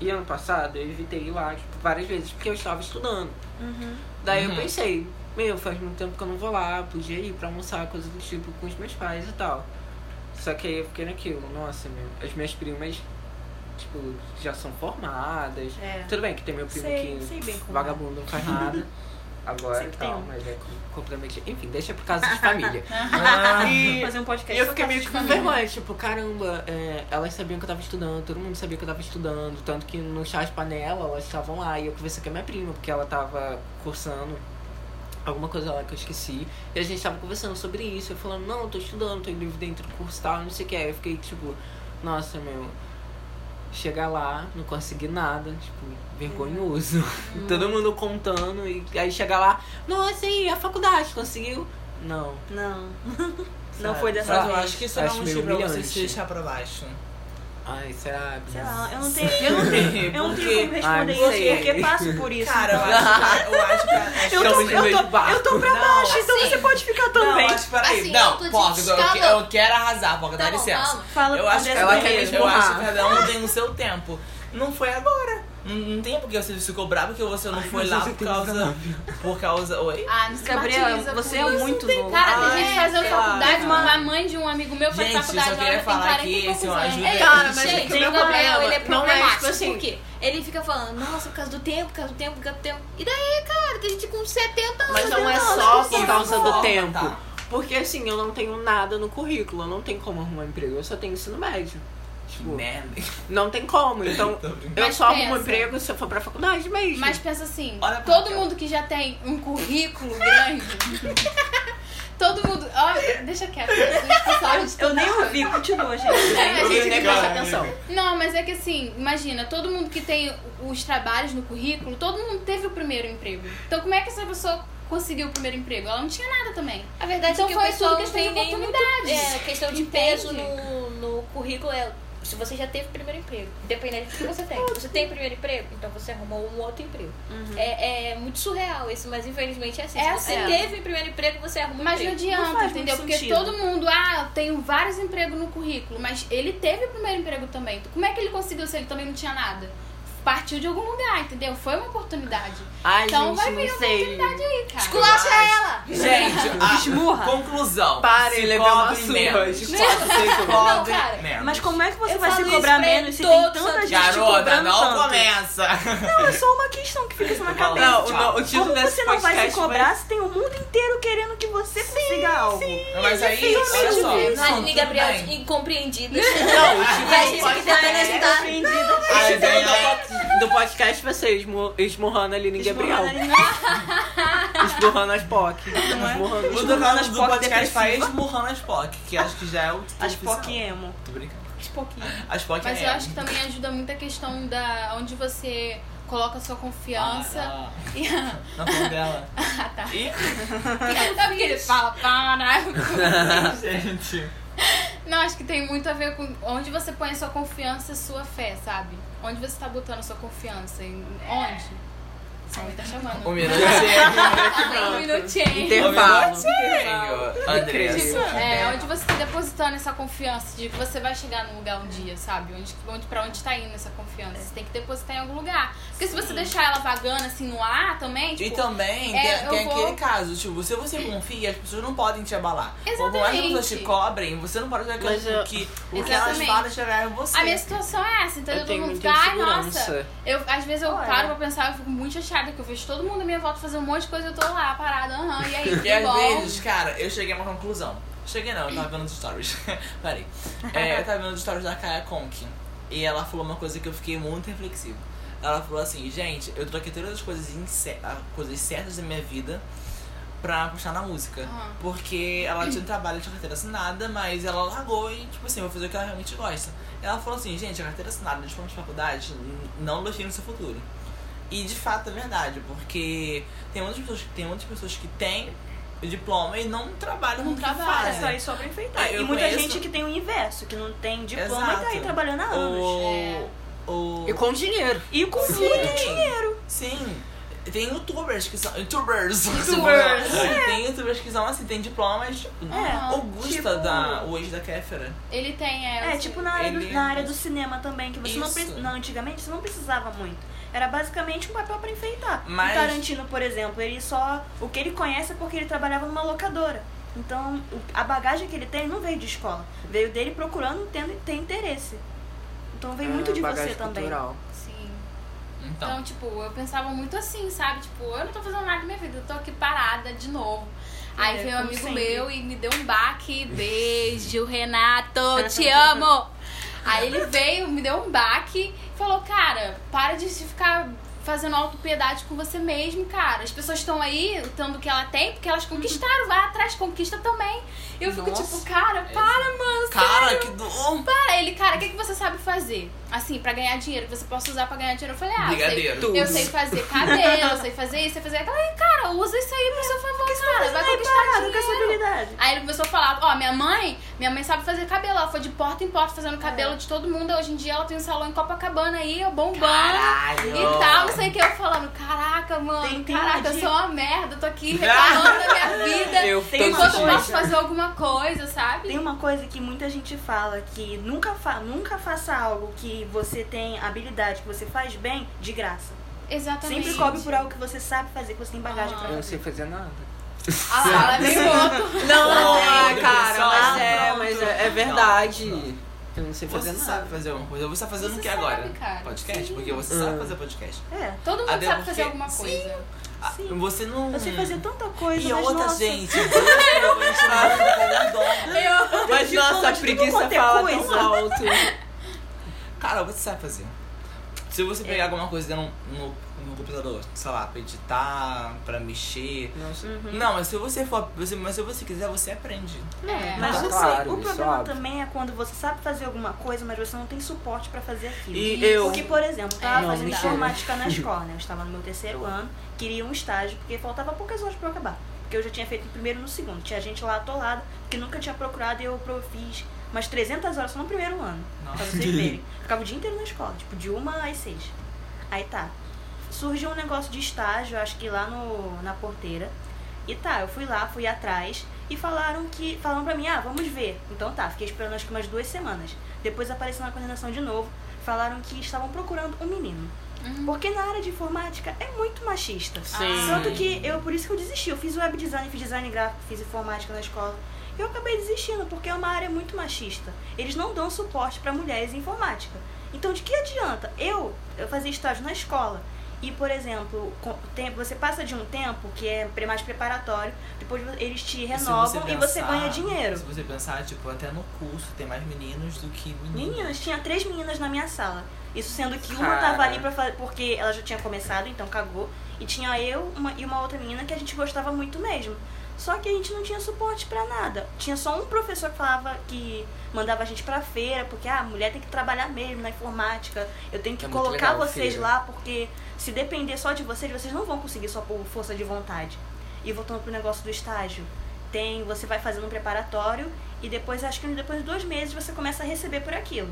S4: E ano passado eu evitei ir lá, tipo, várias vezes, porque eu estava estudando.
S3: Uhum.
S4: Daí
S2: Uhum.
S4: eu pensei, meu, faz muito tempo que eu não vou lá, podia ir pra almoçar, coisa do tipo, com os meus pais e tal. Só que aí eu fiquei naquilo, nossa, meu, as minhas primas, tipo, já são formadas.
S3: É.
S4: Tudo bem que tem meu primo
S3: Sei,
S4: que
S3: sei bem como. é.
S4: vagabundo não faz nada.
S3: [LAUGHS]
S4: Agora e
S3: Sempre tem
S4: tal,
S3: um.
S4: mas é com- completamente. Enfim, deixa por causa de
S3: [LAUGHS]
S4: família.
S2: Ah,
S4: e,
S3: Fazer um podcast.
S4: e eu
S3: só
S4: fiquei
S3: pra
S4: meio que com
S3: assistir.
S4: vergonha, tipo, caramba, é, elas sabiam que eu tava estudando, todo mundo sabia que eu tava estudando, tanto que no chá de panela elas estavam lá e eu conversei com a minha prima, porque ela tava cursando alguma coisa lá que eu esqueci. E a gente tava conversando sobre isso. Eu falando, não, eu tô estudando, tô em livro dentro do curso e tal, não sei o que. Aí eu fiquei tipo, nossa, meu. Chegar lá, não consegui nada, tipo, vergonhoso. [LAUGHS]
S3: Uhum.
S4: Todo mundo contando, e aí chegar lá, nossa, e a faculdade conseguiu? Não.
S3: Não. [LAUGHS] Não
S4: Sabe? Ah,
S3: foi dessa
S2: Mas eu
S3: vez.
S2: acho que isso não é um
S4: Acho
S2: motivo pra
S4: meio
S2: você
S4: humilhante.
S2: se deixar pra baixo.
S4: Ai, será?
S3: Sei lá, eu não tenho.
S2: Eu não tenho,
S3: Eu não tenho como
S2: porque...
S4: Ah, não
S3: responder isso,
S4: sei.
S3: porque passo por isso.
S2: Cara, eu
S3: [LAUGHS] então.
S2: acho, eu acho que... é um acho que
S3: eu, tô,
S4: Estamos
S2: talvez-
S4: no
S3: eu,
S4: mesmo
S3: tô, eu tô pra
S2: Não,
S3: baixo, então
S5: assim,
S3: você pode ficar
S2: Não,
S3: também.
S2: acho que peraí.
S5: Assim,
S2: não,
S5: eu tô de
S2: posso, eu, que-
S5: escala.
S2: eu quero arrasar, Poca, dá
S5: Tá bom,
S2: licença.
S5: calma.
S3: Fala
S2: Eu acho que
S3: Andressa
S4: ela
S2: ela
S4: quer
S2: quer
S4: me
S3: primeiro.
S2: Eu acho que
S4: esmurrar.
S2: cada um tem o seu tempo. Não foi agora. Não, não tem porque você ficou brava que você não foi
S4: mas
S2: lá
S4: você
S2: por
S4: tem
S2: causa. Por causa. Oi?
S1: Ah, não se
S3: Gabriel,
S1: martiriza
S3: você
S1: por
S3: é
S1: isso.
S3: muito louco.
S1: Cara, tem
S2: Ai,
S1: gente fazendo
S2: sei lá,
S1: faculdade,
S2: cara.
S1: uma mãe de um amigo meu faz
S2: Ah, é. Gente, eu só
S1: faculdade
S2: queria
S1: agora,
S2: falar
S1: tem 40
S2: que
S1: e poucos
S2: esse é um
S1: anos.
S2: ajuda-
S1: Ei,
S5: Cara, mas
S1: gente,
S5: é que
S1: o
S5: o Gabriel, ele é
S1: Não
S5: problemático,
S1: mas,
S5: assim.
S1: Por quê?
S5: Ele fica falando, nossa, por causa do tempo, por causa do tempo, por causa do tempo. E daí, cara, tem gente com 70 anos.
S4: Mas não é
S5: tentando,
S4: só
S5: consegue.
S4: por causa do
S2: Tá.
S4: tempo. Porque assim, eu não tenho nada no currículo, eu não tenho como arrumar um emprego, eu só tenho ensino médio.
S2: Que
S4: Tipo,
S2: merda.
S4: não tem
S2: [LAUGHS]
S4: como. Então,
S2: Tô brincando.
S4: eu
S1: Mas
S4: só arrumo
S1: pensa.
S4: emprego se eu for pra faculdade mesmo.
S1: Mas pensa assim,
S2: Olha pra
S1: todo
S2: Raquel.
S1: mundo que já tem um
S3: [LAUGHS]
S1: currículo grande. todo mundo. Olha, deixa quieto, gente, pessoal,
S3: [LAUGHS]
S1: de
S3: Eu nem
S1: estudar.
S3: ouvi, continua, gente.
S1: É,
S4: eu
S1: gente,
S4: nem
S1: cara.
S4: presta atenção.
S1: Não, mas é que assim, imagina, todo mundo que tem os trabalhos no currículo, todo mundo teve o primeiro emprego. Então como é que essa pessoa conseguiu o primeiro emprego? Ela não tinha nada também.
S5: A verdade
S1: Então
S5: é que
S1: foi
S5: o pessoal
S1: tudo
S5: não tem
S1: questão de
S5: nem muito-
S1: oportunidades.
S5: É, questão de
S1: Entende?
S5: peso no, no currículo é se você já teve primeiro emprego, independente do que você tem. Você tem primeiro emprego, então você arrumou um outro emprego. É, é muito surreal isso, mas infelizmente é assim.
S1: É
S5: se você
S1: assim.
S5: teve primeiro emprego, você arruma um
S1: Mas não
S5: emprego.
S1: adianta,
S3: Não faz muito
S1: entendeu? Porque
S3: sentido.
S1: todo mundo, ah, eu tenho vários empregos no currículo, mas ele teve o primeiro emprego também. Como é que ele conseguiu se ele também não tinha nada? Partiu de algum lugar, entendeu? Foi uma oportunidade.
S4: Ai,
S1: então
S4: gente,
S1: vai vir
S4: não sei.
S1: oportunidade aí, cara.
S5: Esculacha ela!
S2: Gente, a
S3: Esmurra.
S2: conclusão.
S4: Parem,
S2: Se
S4: levei uma
S2: cobrem
S4: surra.
S2: menos.
S4: de quatro, seis
S2: Se
S4: horas.
S2: cobrem
S5: cara.
S2: menos.
S3: Mas como é que você
S5: Eu
S3: vai
S5: falo
S3: se
S5: isso
S3: cobrar
S5: pra ele
S3: menos se tem
S5: todo
S3: tanta
S5: santo
S3: gente
S5: dia.
S3: te
S2: Garota,
S3: cobrando
S2: não
S3: tanto?
S2: começa.
S3: Não, é só uma questão que fica isso na
S2: falando.
S3: cabeça.
S4: Não, o- não, o título
S3: Como
S4: desse
S3: você não vai
S4: podcast
S3: se cobrar
S4: vai-
S3: se tem o mundo inteiro querendo que você consiga algo?
S2: Mas aí, olha só. Não,
S5: Aline
S2: tudo
S5: Gabriel,
S2: bem. [LAUGHS]
S5: incompreendida.
S4: Não, o
S5: E a gente
S4: título
S5: aqui tentando ajudar.
S4: Ai,
S2: Ai,
S4: então,
S2: Gabriel.
S4: do, pod- do podcast vai ser esmu- esmurrando a Aline Gabriel.
S3: né,
S4: Esmurrando as POC. Esmurrando
S2: O
S3: Esmurrando as
S2: dono do
S3: POC
S2: podcast faz
S3: depressivas.
S2: esmurrando as POC, que acho que já é o título
S3: As
S2: oficial.
S3: POC emo.
S2: Tô brincando. [LAUGHS]
S3: As pouquinho.
S2: As POC
S1: Mas
S2: é
S1: eu acho que tá também ajuda muito a questão da onde você coloca a sua confiança.
S2: Para.
S1: E a...
S2: Não falou dela.
S1: [LAUGHS] Ah,
S2: [LAUGHS]
S1: tá.
S2: Ih,
S1: Sabe que ele fala, para.
S2: gente.
S1: Não, acho que tem muito a ver com onde você põe a sua confiança e sua fé, sabe? Onde você tá botando a sua confiança? Em... Onde? Sua mãe tá chamando.
S2: Um minutinho.
S1: Um minutinho.
S2: Um
S4: Intervalo.
S2: minutinho. Andressa.
S1: Isso, é, onde você tá depositando essa confiança de que você vai chegar num lugar um dia, sabe? Onde, onde, pra onde tá indo essa confiança? Você tem que depositar em algum lugar. Porque se você deixar ela vagando assim no ar também,
S2: E
S1: tipo,
S4: Então,
S2: também
S1: é,
S2: tem,
S1: eu
S2: tem
S1: vou-
S2: aquele caso, tipo, se você confia, as pessoas não podem te abalar. Ou por mais que as pessoas te
S1: Exatamente.
S2: cobrem, você não pode ver
S4: Mas
S2: que,
S4: eu-
S2: que o que elas
S1: Exatamente.
S2: falam chegar em você.
S1: a minha situação é essa, entendeu?
S4: Eu
S1: Todo
S4: tenho
S1: mundo
S4: muita
S1: fica, ai, nossa.
S4: insegurança.
S1: Eu, às vezes eu
S3: Olha.
S1: paro pra pensar, eu fico muito chateada, que eu vejo todo mundo à minha volta fazer um monte de coisa, eu tô lá parada, aham,
S4: [LAUGHS]
S1: e aí,
S2: E
S1: que
S2: às
S1: bom.
S2: vezes, cara, eu cheguei a uma conclusão. Cheguei não, eu tava vendo os stories. [LAUGHS] Peraí. É, eu tava vendo os stories da Kaya Conk. E ela falou uma coisa que eu fiquei muito reflexivo. Ela falou assim, gente, eu troquei todas as coisas, ince- ah, coisas certas da minha vida pra postar na música.
S1: Aham.
S2: Porque ela tinha um trabalho, tinha carteira assinada, mas ela largou e, tipo assim, vou fazer o que ela realmente gosta. Ela falou assim, gente, a carteira assinada de forma de faculdade n- não define o seu futuro. E de fato é verdade, porque tem muitas pessoas, tem muitas pessoas que têm o diploma e não trabalham
S1: Não
S2: com o que
S1: trabalham.
S2: fazem.
S3: Isso aí só pra enfeitar.
S2: É, Ah, eu
S3: E muita
S2: conheço-
S3: gente que tem o inverso, que não tem diploma e tá aí
S2: Exato.
S3: trabalhando há anos. É.
S2: O, o...
S4: E com dinheiro.
S3: E com
S2: Sim.
S3: muito dinheiro.
S2: Sim. Tem youtubers que são. Youtubers!
S3: Youtubers.
S2: tem youtubers que são assim, tem diplomas.
S3: É.
S2: O Gusta
S3: Tipo-
S2: da. Hoje da Kéfera.
S1: Ele tem é,
S3: É,
S1: assim,
S3: tipo na área, do,
S2: ele-
S3: na área do cinema também, que você não
S2: Isso.
S3: precisa. Antigamente você não precisava muito. Era basicamente um papel pra enfeitar.
S2: Mas-
S3: O Tarantino, por exemplo, ele só. O que ele conhece é porque ele trabalhava numa locadora. Então, o- a bagagem que ele tem não veio de escola. Veio dele procurando tendo, ter interesse. Então veio muito
S4: Ah,
S3: de você
S4: bagagem
S3: também.
S4: cultural.
S1: Sim. Então,
S2: Então.
S1: tipo, eu pensava muito assim, sabe? Tipo, eu não tô fazendo nada na minha vida, eu tô aqui parada de novo. Aí
S3: É,
S1: veio um
S3: como
S1: amigo
S3: sempre.
S1: meu e me deu um baque. Beijo, Renato, te amo! Aí ele veio, me deu um baque e falou, cara, para de se ficar fazendo autopiedade com você mesmo, cara. As pessoas estão aí tendo o que ela tem porque elas conquistaram. Vai atrás, conquista também. Eu fico
S2: Nossa.
S1: tipo, cara,
S3: É.
S1: para, mano.
S2: Cara, que Oh, dor!
S1: Para ele, cara, o que, que você sabe fazer? Assim, pra ganhar dinheiro, que você possa usar pra ganhar dinheiro. Eu falei, ah, eu sei,
S2: Brigadeiro.
S1: eu sei fazer cabelo, eu sei fazer isso, sei fazer aquilo. Aí, cara, usa isso aí pro seu favor, cara. Vai conquistar
S3: Tá com essa
S1: dinheiro.
S3: habilidade.
S1: Aí ele começou a falar, ó, minha mãe, minha mãe sabe fazer cabelo, ela foi de porta em porta fazendo cabelo
S3: É.
S1: de todo mundo. Hoje em dia ela tem um salão em Copacabana aí, eu bombando
S4: Caralho!
S1: e tal, não sei o que. Eu falando, caraca, mano,
S3: Tem- tem
S1: caraca,
S3: uma
S1: eu
S3: dica.
S1: sou uma merda, eu
S3: [LAUGHS]
S1: tô aqui reclamando da minha vida.
S4: Eu
S3: Tem
S4: tô
S3: uma
S1: enquanto eu
S4: sentindo-
S1: posso fazer alguma coisa, sabe?
S3: Tem uma coisa que muita gente fala, que nunca, fa nunca faça algo que você tem habilidade, que você faz bem, de graça.
S1: Exatamente.
S3: Sempre cobre por algo que você sabe fazer, que você tem bagagem
S1: Ah.
S3: pra
S4: Eu não
S3: fazer.
S4: sei fazer nada.
S1: Ah lá, ela é meio outro.
S4: Não,
S2: Ah,
S4: é, cara,
S2: depressão,
S4: mas é,
S2: pronto.
S4: mas é, é
S2: Não,
S4: verdade.
S2: não.
S4: Eu não sei fazer
S2: Você
S4: nada.
S2: sabe fazer alguma coisa. Você tá fazendo
S1: Você
S2: o que
S1: sabe,
S2: agora?
S1: cara.
S2: Podcast?
S1: Sim.
S2: Porque você
S4: Hum.
S3: Ah.
S2: sabe fazer podcast.
S3: É.
S1: Todo mundo
S2: Até
S1: sabe
S2: porque-
S1: fazer alguma
S2: Sim.
S1: coisa.
S2: Ah,
S3: Sim.
S2: você não.
S3: Eu sei fazer tanta coisa,
S2: E
S3: mas
S2: outra,
S3: nossa,
S2: gente, Deus, eu não dom.
S1: Eu...
S4: Mas
S3: Entendi, não,
S4: nossa, a
S3: mas tudo
S4: preguiça
S3: quanto é
S4: fala tão
S3: coisa.
S4: alto.
S2: Cara, você sabe fazer. Se você
S1: É.
S2: pegar alguma coisa no, no, no computador, sei lá, pra editar, pra mexer.
S4: Nossa.
S2: Não, mas se você for. você- mas se você quiser, você aprende.
S1: É.
S3: Mas
S4: Tá
S3: você-
S4: claro,
S3: o
S4: isso
S3: problema
S4: óbvio.
S3: também é quando você sabe fazer alguma coisa, mas você não tem suporte pra fazer aquilo.
S4: E eu.
S3: Porque, por exemplo, eu tava
S4: Não,
S3: fazendo
S4: mentira. [LAUGHS]
S3: informática na escola, né? Eu estava no meu terceiro ano, queria um estágio, porque faltava poucas horas pra eu acabar. Porque eu já tinha feito o primeiro e no segundo. Tinha gente lá atolada, que nunca tinha procurado, e eu pro- fiz umas 300 horas só no primeiro ano. Pra vocês verem. Ficava o dia inteiro na escola, tipo, de uma às seis. Aí tá. Surgiu um negócio de estágio, acho que lá no, na porteira. E tá, eu fui lá, fui atrás e falaram que. Falaram pra mim, ah, vamos ver. Então tá, fiquei esperando acho que umas duas semanas. Depois apareceu na coordenação de novo. Falaram que estavam procurando um menino. Porque na área de informática é muito machista.
S4: Sim.
S3: Tanto que eu, por isso que eu desisti. Eu fiz web design, fiz design gráfico, fiz informática na escola. E eu acabei desistindo, porque é uma área muito machista. Eles não dão suporte pra mulheres em informática. Então, de que adianta? Eu, eu fazia estágio na escola. E, por exemplo, com- tem- você passa de um tempo que é pre- mais preparatório, depois vo- eles te
S2: E se
S3: renovam e você
S2: pensar-
S3: ganha dinheiro.
S2: Se você pensar, tipo, até no curso tem mais meninos do que meninas.
S3: Meninas, tinha três meninas na minha sala. Isso sendo que uma
S4: Cara.
S3: tava ali pra fazer. Porque ela já tinha começado, então cagou. E tinha eu uma, e uma outra menina que a gente gostava muito mesmo. Só que a gente não tinha suporte pra nada. Tinha só um professor que falava que mandava a gente pra feira, porque ah, a mulher tem que trabalhar mesmo na informática. Eu tenho que
S4: É muito
S3: colocar
S4: legal,
S3: vocês
S4: feira.
S3: lá, porque se depender só de vocês, vocês não vão conseguir só por força de vontade. E voltando pro negócio do estágio. Tem, você vai fazendo um preparatório e depois, acho que depois de dois meses, você começa a receber por aquilo.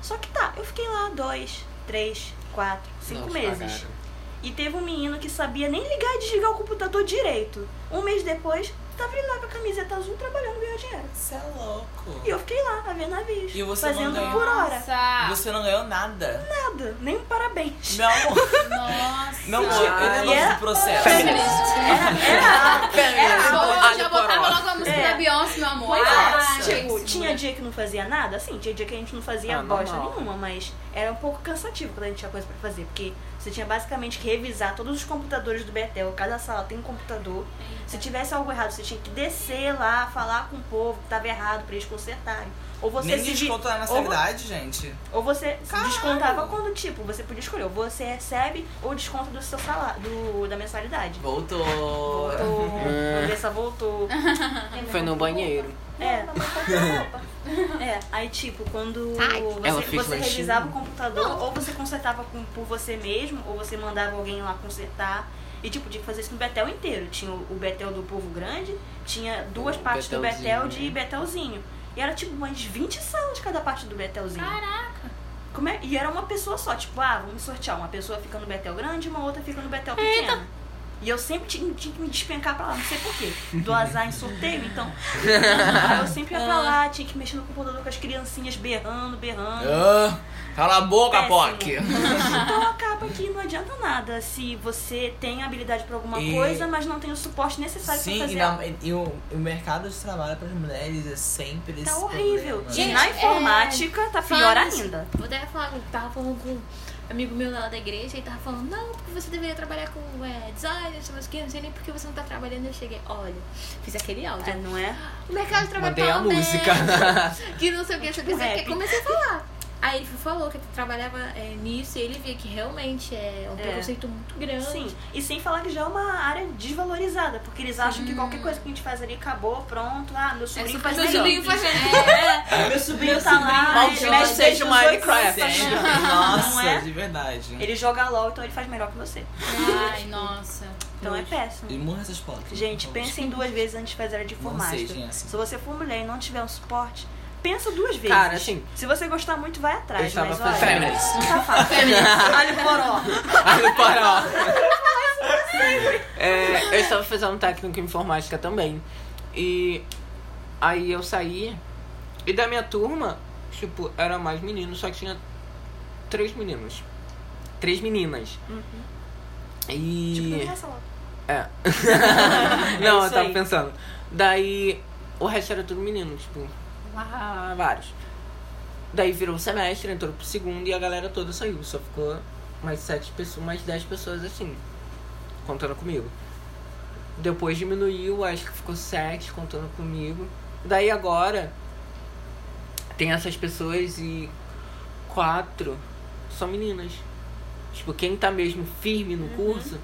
S3: Só que tá, eu fiquei lá dois, três, quatro, cinco
S4: Não,
S3: meses.
S4: pagaram.
S3: E teve um menino que sabia nem ligar e desligar o computador direito. Um mês depois, tava ele lá com a camiseta azul trabalhando, ganhando dinheiro.
S2: Você é louco.
S3: E eu fiquei lá, a ver navios.
S2: E você não
S3: fazendo
S2: ganhou?
S3: por hora.
S1: Nossa.
S2: Você não ganhou nada.
S3: Nada, nem um parabéns.
S2: Meu amor,
S1: Nossa.
S2: meu amor,
S4: Ah,
S2: ele é
S3: yeah.
S2: nosso processo.
S1: Era boa, já
S4: Olha,
S1: botava
S4: coroa.
S1: logo a música
S3: É.
S1: da Beyoncé, meu amor.
S3: Pois é,
S1: Ah,
S3: tipo,
S1: gente,
S3: tinha dia que não fazia nada, assim, tinha dia que a gente não fazia
S4: Ah,
S3: bosta
S4: normal.
S3: nenhuma, mas era um pouco cansativo quando a gente tinha coisa pra fazer, porque você tinha basicamente que revisar todos os computadores do Betel, cada sala tem um computador. Se tivesse algo errado, você tinha que descer lá, falar com o povo que tava errado pra eles consertarem. Ou você
S2: Nem
S3: se de-
S2: desconto na nossa
S3: ou vo-
S2: idade, gente.
S3: ou você se
S2: Caralho.
S3: descontava quando, tipo, você podia escolher, ou você recebe ou desconta do seu salário, do, da mensalidade.
S2: Voltou.
S4: [LAUGHS]
S3: Voltou,
S4: É.
S3: a cabeça voltou.
S4: Foi no banheiro.
S3: É. [LAUGHS] É, aí tipo, quando
S4: Ela
S3: você,
S4: fez
S3: você
S4: lanchinho.
S3: revisava o computador, ou você consertava com- por você mesmo, ou você mandava alguém lá consertar. E tipo, tinha que fazer isso no Betel inteiro. Tinha o o Betel do Povo Grande, tinha duas
S4: O
S3: partes do
S4: Betelzinho,
S3: Betel de
S4: né?
S3: Betelzinho. E era tipo umas 20 salas cada parte do Betelzinho. Caraca! Como é? E era uma pessoa só, tipo, ah, vamos sortear. Uma pessoa fica no Betel grande e uma outra fica no Betel pequeno. E eu sempre tinha, tinha que me despencar pra lá, não sei porquê. Do azar em sorteio,
S2: [LAUGHS]
S3: então. Aí eu sempre ia
S2: Ah.
S3: pra lá, tinha que mexer no computador com as criancinhas berrando, berrando.
S2: Ah, cala a boca,
S3: Péssimo.
S2: Poc.
S3: Então acaba que não adianta nada se você tem habilidade pra alguma
S2: E-
S3: coisa, mas não tem o suporte necessário
S2: Sim,
S3: pra
S2: e,
S3: fazer.
S2: na-
S3: algo.
S2: e o, e o mercado de trabalho para as mulheres é sempre esse
S3: Tá horrível.
S2: problema.
S3: E
S5: Gente,
S3: na
S5: é-
S3: informática tá pior
S5: Fãs.
S3: ainda.
S5: Vou até falar, eu tava falando com um amigo meu lá da igreja e tava falando, não, porque você deveria trabalhar com é, design, não sei mais o que, não sei nem porque você não tá trabalhando. Eu cheguei, olha, fiz aquele áudio.
S3: É, não é?
S5: O mercado de trabalho
S4: Mandei
S5: tá
S4: a
S5: uma
S4: música.
S5: É.
S2: é
S3: É
S5: merda, Que não sei o que, não sei o que, não sei o que.
S3: rap.
S5: Comecei a falar. Aí ele falou que trabalhava é, nisso e ele via que realmente é um
S3: É.
S5: preconceito muito grande.
S3: Sim, e sem falar que já é uma área desvalorizada, porque eles acham que qualquer coisa que a gente faz ali acabou, pronto, ah, meu
S1: É
S3: sobrinho
S1: super
S3: faz
S1: meu
S3: melhor.
S1: sobrinho faz
S5: É. [LAUGHS]
S2: né? [LAUGHS]
S3: Meu sobrinho tá lá,
S4: Maldito
S3: ele mexe
S4: seja
S3: nos
S4: o
S3: outros,
S4: Minecraft.
S3: sabe?
S2: [LAUGHS]
S3: Não
S2: Nossa,
S3: é?
S2: de verdade.
S3: Ele joga LOL, então ele faz melhor que você.
S1: Ai, nossa.
S3: Então é péssimo.
S2: E morra essas portas.
S3: Gente,
S2: por favor. [LAUGHS]
S3: pensem duas vezes antes de fazer a de
S2: Não
S3: informática.
S2: sejam assim.
S3: Se você for mulher e não tiver um suporte, pensa duas vezes.
S4: Cara, assim-
S3: Se você gostar muito, vai
S4: Eu
S3: atrás.
S4: estava
S3: Mas olha,
S4: fazendo-
S3: não tá fácil. Olha o poró.
S4: Aí no Pará. É, eu estava fazendo um técnico em informática também. E aí eu saí. E da minha turma, tipo, era mais menino, só que tinha três meninos. Três meninas. E.
S3: Uhum. Tipo, não pensa logo.
S4: É. [LAUGHS]
S3: É
S4: não,
S3: isso
S4: eu tava
S3: aí.
S4: pensando. Daí, o resto era tudo menino, tipo, ah, vários. Daí virou o semestre, entrou pro segundo e a galera toda saiu. Só ficou mais sete pessoas, mais dez pessoas assim, contando comigo. Depois diminuiu, acho que ficou sete contando comigo. Daí agora tem essas pessoas e quatro são meninas. Tipo, quem tá mesmo firme no curso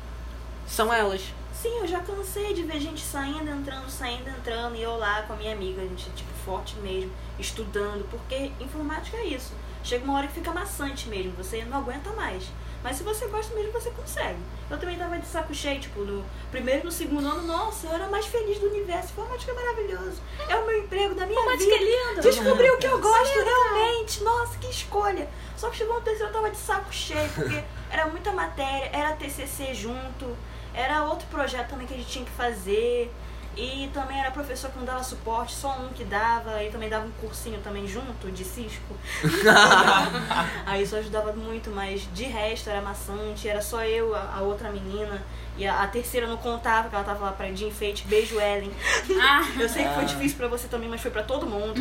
S4: são elas.
S3: Sim, eu já cansei de ver gente saindo, entrando, saindo, entrando. E eu lá com a minha amiga, a gente, tipo, forte mesmo, estudando. Porque informática é isso. Chega uma hora que fica maçante mesmo, você não aguenta mais. Mas se você gosta mesmo, você consegue. Eu também tava de saco cheio, tipo, no primeiro e no segundo ano, nossa, eu era a mais feliz do universo. Informática é maravilhoso. É o meu emprego da minha vida. Descobri o que eu gosto realmente. Nossa, que escolha. Só que chegou um terceiro, eu tava de saco cheio, porque era muita matéria, era TCC junto, era outro projeto também que a gente tinha que fazer. E também era professor que não dava suporte, só um que dava, e também dava um cursinho também junto, de Cisco. Aí isso ajudava muito, mas de resto era maçante, era só eu, a, a outra menina, e a, a terceira não contava, que ela tava lá pra de enfeite. Beijo, Ellen.
S5: Ah.
S3: [LAUGHS] Eu sei
S2: Ah.
S3: que foi difícil pra você também, mas foi pra todo mundo.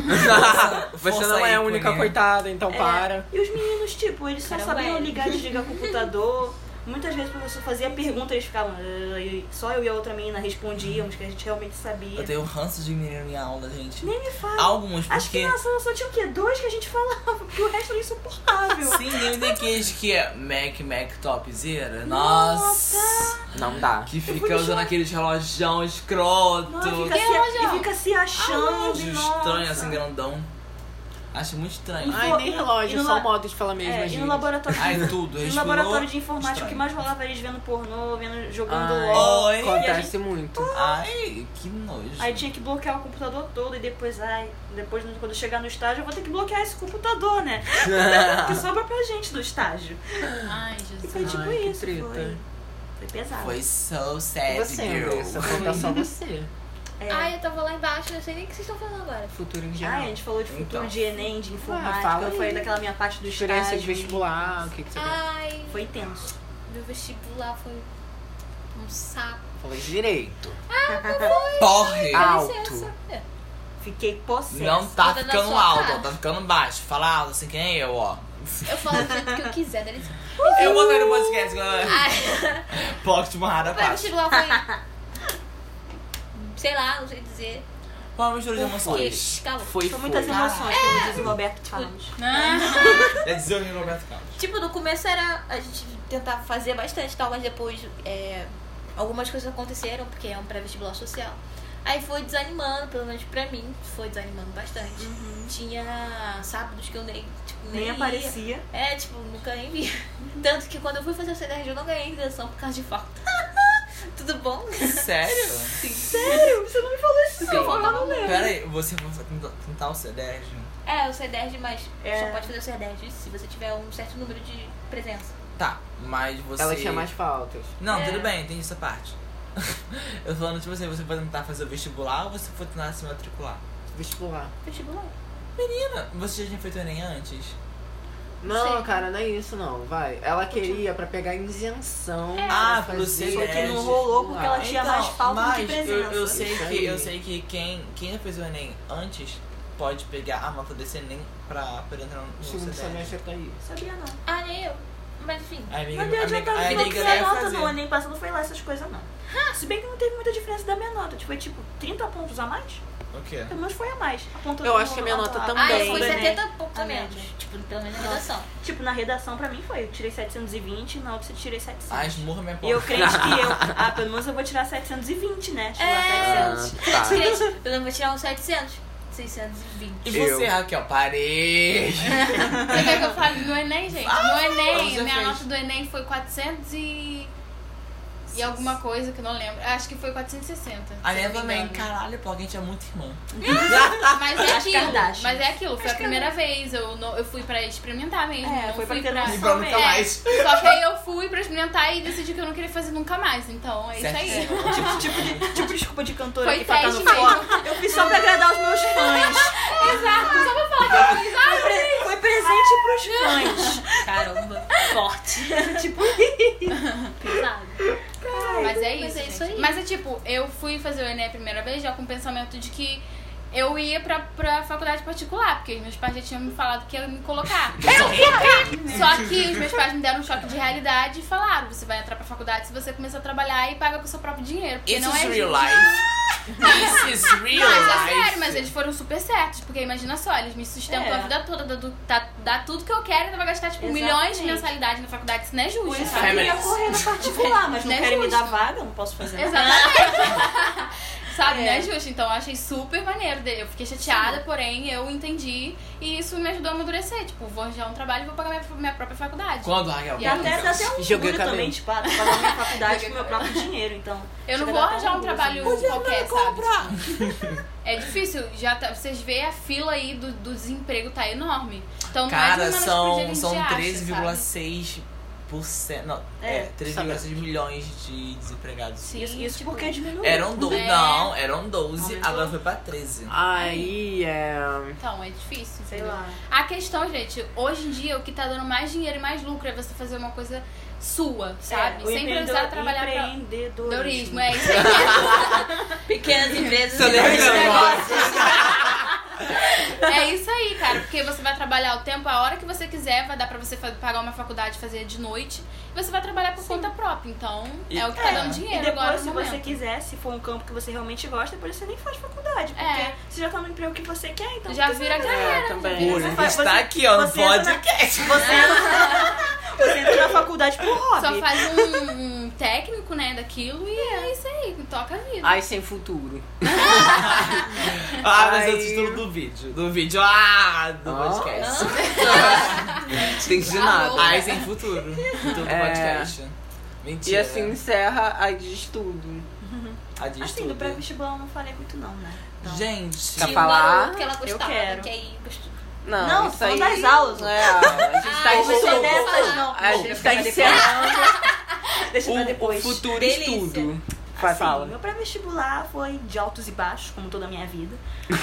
S4: Você
S2: Força
S4: não
S2: aí,
S4: é a única
S2: Cunha.
S4: coitada, então
S3: É,
S4: para.
S3: E os meninos, tipo, eles só
S5: Caramba,
S3: sabiam
S5: Ellen.
S3: ligar e desligar
S5: [LAUGHS]
S3: o computador. Muitas vezes o professor fazia pergunta, eles ficavam. "Ah", e Só eu e a outra menina respondíamos, que a gente realmente sabia.
S2: Eu tenho ranço de menino em aula, gente.
S3: Nem me fala.
S2: Alguns,
S3: As
S2: Ah, porque.
S3: crianças eu só tinha o quê? Dois que a gente falava, [LAUGHS] porque o resto era insuportável.
S2: Sim,
S3: [LAUGHS]
S2: nem daqueles que é Mac, Mac Topzera. Nossa!
S4: Não dá.
S2: Que fica usando aqueles relógios escroto.
S3: Nossa, fica
S5: é
S3: se,
S1: relógio?
S3: e fica se achando.
S2: Relógio
S3: nossa.
S2: estranho, assim, grandão. Acho muito estranho.
S4: Ai,
S3: no-
S4: nem
S3: e no- e
S4: relógio,
S3: no
S4: só
S3: la-
S4: modo de falar mesmo.
S3: É, e
S4: gente.
S3: no laboratório.
S2: Ai,
S3: [LAUGHS]
S2: tudo.
S3: No
S2: respirou,
S3: laboratório de informática, o que
S2: estranho.
S3: mais rolava é eles vendo pornô, vendo, jogando
S4: Ai,
S3: LOL.
S2: Oi.
S4: Acontece muito.
S2: Ai, que nojo.
S3: Aí tinha que bloquear o computador todo e depois, ai, depois quando eu chegar no estágio, eu vou ter que bloquear esse computador, né?
S4: [LAUGHS]
S3: que sobra pra gente do estágio.
S1: Ai,
S3: E foi
S1: Jesus.
S3: tipo
S4: Ai, que
S3: isso,
S4: treta.
S3: foi. Foi pesado.
S2: Foi so
S4: E
S2: sad,
S4: você,
S3: um
S2: girl.
S4: Andressa? Conta só você.
S3: É.
S5: Ai, eu tava lá embaixo, não sei nem o que vocês estão falando agora.
S4: Futuro em
S3: Ai, a
S4: geral.
S3: gente falou de futuro
S2: Então.
S3: de Enem, de informática,
S4: Ah, fala
S3: foi
S4: aí.
S3: daquela minha parte do
S4: Experiência de
S3: estágio.
S4: vestibular, o que, que você quer?
S5: Ai,
S3: Foi tenso.
S5: meu vestibular foi um saco.
S4: Falou direito.
S2: Torre!
S4: Ah,
S5: Dá
S4: Alto.
S5: licença. É.
S3: [LAUGHS] Fiquei possessa. [LAUGHS]
S2: Não tá
S5: Toda na
S2: ficando
S5: sua
S2: alto, ó,
S5: cara.
S2: tá ficando baixo. Fala alto, assim, que nem eu, ó.
S5: Eu falo do jeito que eu quiser, né? dá licença.
S2: Eu botei no podcast, galera.
S5: Ai,
S2: [LAUGHS] Pocket Mahara
S5: meu
S2: Paz.
S5: vestibular foi. Sei lá, não sei dizer.
S2: Qual a mistura de emoções?
S5: Porque, calma.
S4: Foi,
S3: São muitas
S4: foi.
S3: emoções, como diz o Roberto Carlos.
S2: É dizer o Roberto
S3: [LAUGHS]
S2: Carlos.
S5: Tipo, no começo era a gente tentar fazer bastante e tal, mas depois é, algumas coisas aconteceram, porque é um pré-vestibular social. Aí foi desanimando, pelo menos pra mim, foi desanimando bastante. Tinha sábados que eu nem, tipo, nem,
S3: Nem
S5: ia.
S3: aparecia.
S5: É, tipo, nunca nem vi. Tanto que quando eu fui fazer o CDRG eu não ganhei inserção por causa de falta. [LAUGHS] Tudo bom?
S2: Sério?
S3: Sério? Você não me falou isso,
S5: Sim.
S3: não. Eu falava mesmo.
S2: Pera aí, você vai tentar- tentar o C10?
S5: É, o C10, mas
S3: É.
S5: só pode fazer o C10 se você tiver um certo número de presença.
S2: Tá, mas você...
S4: Ela tinha mais faltas.
S2: Não,
S5: É.
S2: tudo bem, entendi essa parte. [LAUGHS] Eu falando, tipo assim, você vai tentar fazer o vestibular ou você foi tentar se matricular?
S4: Vestibular.
S5: Vestibular.
S2: Menina, você já tinha feito o Enem antes?
S4: Não,
S5: Sim.
S4: cara, não é isso não, vai. Ela queria pra pegar isenção.
S2: Ah,
S4: pra
S2: pelo
S4: fazer
S2: CDRG. Só que não
S3: rolou porque ela tinha mais falta do que
S2: Então, mas eu- Eu,
S3: presença.
S2: sei
S4: Isso
S2: que,
S4: aí.
S2: eu sei que quem, quem já fez o Enem antes pode pegar a nota desse Enem pra poder entrar no
S4: O segundo
S2: CDF.
S4: semestre tá aí.
S3: Sabia não.
S5: Ah, nem eu. Mas enfim.
S2: A amiga,
S3: Não deu
S2: a amiga,
S3: adiantado
S2: a
S3: não
S2: amiga
S3: porque
S4: é
S2: deve
S3: a nota
S2: fazer.
S3: do Enem passado não foi lá essas coisas, não. Se bem que não teve muita diferença da minha nota. Tipo, foi tipo 30 pontos a mais?
S2: O quê?
S3: Pelo menos foi a mais. A ponta
S4: Eu
S3: do-
S4: acho que a minha
S3: do-
S4: nota
S3: a-
S4: também.
S5: Ah, eu fui
S4: Também.
S5: 70 e poucos
S1: Ah,
S5: a
S3: A média.
S5: menos. Tipo, pelo menos na
S3: Nossa.
S5: redação.
S3: Tipo, na redação pra mim foi, eu tirei 720, na outra eu tirei 700.
S2: Ah, esmurra minha
S3: e
S2: porta.
S3: eu creio que eu,
S4: [LAUGHS]
S3: ah, pelo menos eu vou tirar 720, né? Acho que
S5: É.
S3: lá
S4: Ah,
S3: 700.
S4: tá.
S5: Gente, eu não vou tirar uns 700. 620.
S2: E você,
S4: Eu.
S2: Raquel? Parei!
S3: É,
S1: Você quer que eu fale do Enem, gente?
S3: Ah,
S1: No Enem,
S2: você
S1: minha
S2: fez.
S1: nota do Enem foi 400 e... E alguma coisa que eu não lembro. Acho que foi 460. se
S2: A
S1: eu
S2: minha
S1: não me
S2: também,
S1: engano.
S2: caralho, pô, a gente é muito irmã.
S3: As
S1: Mas é aquilo.
S3: Kardashians.
S1: Mas é aquilo. Foi a primeira vez. Eu, não- eu fui pra experimentar mesmo.
S3: É,
S1: não
S3: foi pra
S1: fui
S3: ter
S2: E
S3: noção.
S2: pra nunca
S1: É.
S2: mais.
S1: Só que aí eu fui pra experimentar e decidi que eu não queria fazer nunca mais. Então é
S2: Certo.
S1: isso aí.
S3: Tipo, [LAUGHS] tipo, de, tipo desculpa de cantora
S1: Foi
S3: que fica
S1: teste
S3: no
S1: mesmo. É,
S3: fora. Eu fiz só pra agradar os meus fãs.
S1: Exato. Só pra falar que eu fiz.
S3: Foi, pre- foi tipo, presente pros fãs.
S5: Caramba.
S3: Forte. tipo,
S5: Pesado.
S1: Ah, Mas é isso.
S5: Mas é
S1: gente.
S5: isso aí.
S1: Mas é tipo, eu fui fazer o Enem a primeira vez já com o pensamento de que eu ia pra, pra faculdade particular, porque os meus pais já tinham me falado que iam me colocar. [LAUGHS] Eu ia! Só que os meus pais me deram um choque de realidade e falaram: você vai entrar pra faculdade se você começar a trabalhar e paga com o seu próprio dinheiro. Porque
S2: This
S1: não
S2: is
S1: é
S2: real
S1: justo.
S2: life. This is real
S1: Mas é
S2: life.
S1: sério, mas eles foram super certos, porque imagina só, eles me sustentam
S3: É.
S1: a vida toda, dá, do- tá- dá tudo que eu quero e ainda vai gastar, tipo, milhões de
S3: Exatamente.
S1: mensalidades na faculdade, isso não é
S3: por
S1: justo,
S3: isso que eu
S1: sabe?
S3: ia correr na particular, mas não
S1: Não é
S3: querem me dar
S1: justo.
S3: vaga, não posso fazer nada.
S1: Exatamente. [LAUGHS] sabe,
S3: É.
S1: não é justo. Então eu achei super maneiro. de- Eu fiquei chateada, porém eu entendi e isso me ajudou a amadurecer. Tipo, vou arranjar um trabalho e vou pagar minha, minha própria faculdade.
S2: Quando, Raquel?
S1: E
S3: E até dá até um
S4: Joguei
S3: orgulho
S4: cabelo.
S3: também, tipo, ah, tô pagando minha faculdade
S1: Joguei
S3: com meu
S1: cabelo.
S3: próprio dinheiro, então.
S1: Eu não
S3: chega
S1: vou
S3: a dar até
S1: arranjar um
S3: orgulho,
S1: trabalho
S3: assim.
S1: qualquer, sabe? [LAUGHS] É difícil, já tá- vocês veem a fila aí do, do desemprego tá enorme. Então não é
S2: Cara,
S1: de menos pro dia que a
S2: são,
S1: gente
S2: são
S1: acha,
S2: 13,6%. Não, é,
S3: É,
S2: 13,6 milhões de desempregados.
S1: sabe?
S3: Isso, isso
S1: tipo,
S3: porque diminuiu.
S2: Eram 12.
S1: É.
S2: Não, eram 12,
S3: Aumentou. Ah,
S2: agora foi pra 13.
S4: Aí é.
S1: Então, é difícil.
S3: Sei
S1: entendeu?
S3: lá.
S1: A questão, gente, hoje em dia o que tá dando mais dinheiro e mais lucro é você fazer uma coisa sua, sabe?
S3: É, o
S1: Sem precisar
S3: empreendedor-
S1: trabalhar pra.
S3: empreendedorismo.
S1: Empreendedorismo, é isso aí.
S5: Pequenas empresas.
S2: Tô
S5: grandes
S2: lembrando.
S5: negócios.
S1: É isso aí, cara. Porque você vai trabalhar o tempo, a hora que você quiser, vai dar pra você fa- pagar uma faculdade, fazer de noite. E você vai trabalhar por conta própria. Então,
S4: E-
S1: é o que tá
S3: É,
S1: dando
S3: E
S1: dinheiro agora
S3: depois,
S1: no
S3: se
S1: momento.
S3: você quiser, se for um campo que você realmente gosta, depois você nem faz faculdade. Porque
S1: É.
S3: você já tá no emprego que você quer, então.
S1: Já
S3: por que
S1: vira
S3: você-
S1: carreira.
S4: É, também.
S2: Por
S3: Você faz-
S2: está
S3: você-
S2: tá aqui, ó, no
S3: você entra na-
S2: podcast.
S3: Você, entra- [LAUGHS] você entra na faculdade por
S1: Só
S3: hobby.
S1: faz um, um técnico, né, daquilo e é isso aí, toca a vida.
S4: Ai, sem futuro.
S2: Ah, mas é o
S4: Ai.
S2: título do vídeo. Do vídeo, ah, do
S4: Ah.
S2: podcast.
S4: Sem de nada.
S2: Ai, sem futuro. Título do
S4: É.
S2: podcast.
S4: E
S2: Mentira.
S4: assim encerra a de estudo.
S2: a de
S3: Assim, do
S2: estudo.
S3: pré-vestibular eu não falei muito, não, né? Então-
S2: Gente,
S4: Tá
S5: Tinha um
S4: falar?
S5: garoto que ela gostava.
S3: quero.
S5: Que é aí gostou.
S4: Não,
S3: Não,
S4: isso
S3: são
S4: aí.
S3: das aulas.
S4: É, a gente tá
S5: Ah,
S3: Não
S5: mas
S3: sou
S5: eu
S4: encerrando.
S5: vou
S3: dessas,
S5: falar.
S3: não.
S4: A
S3: Bom,
S4: gente
S3: pra
S4: tá
S3: depois.
S4: encerrando
S3: Deixa pra
S4: o, o
S3: depois.
S4: futuro
S5: Delícia.
S4: estudo. Vai,
S3: Assim,
S4: fala.
S3: Meu pré-vestibular foi de altos e baixos, como toda a minha vida.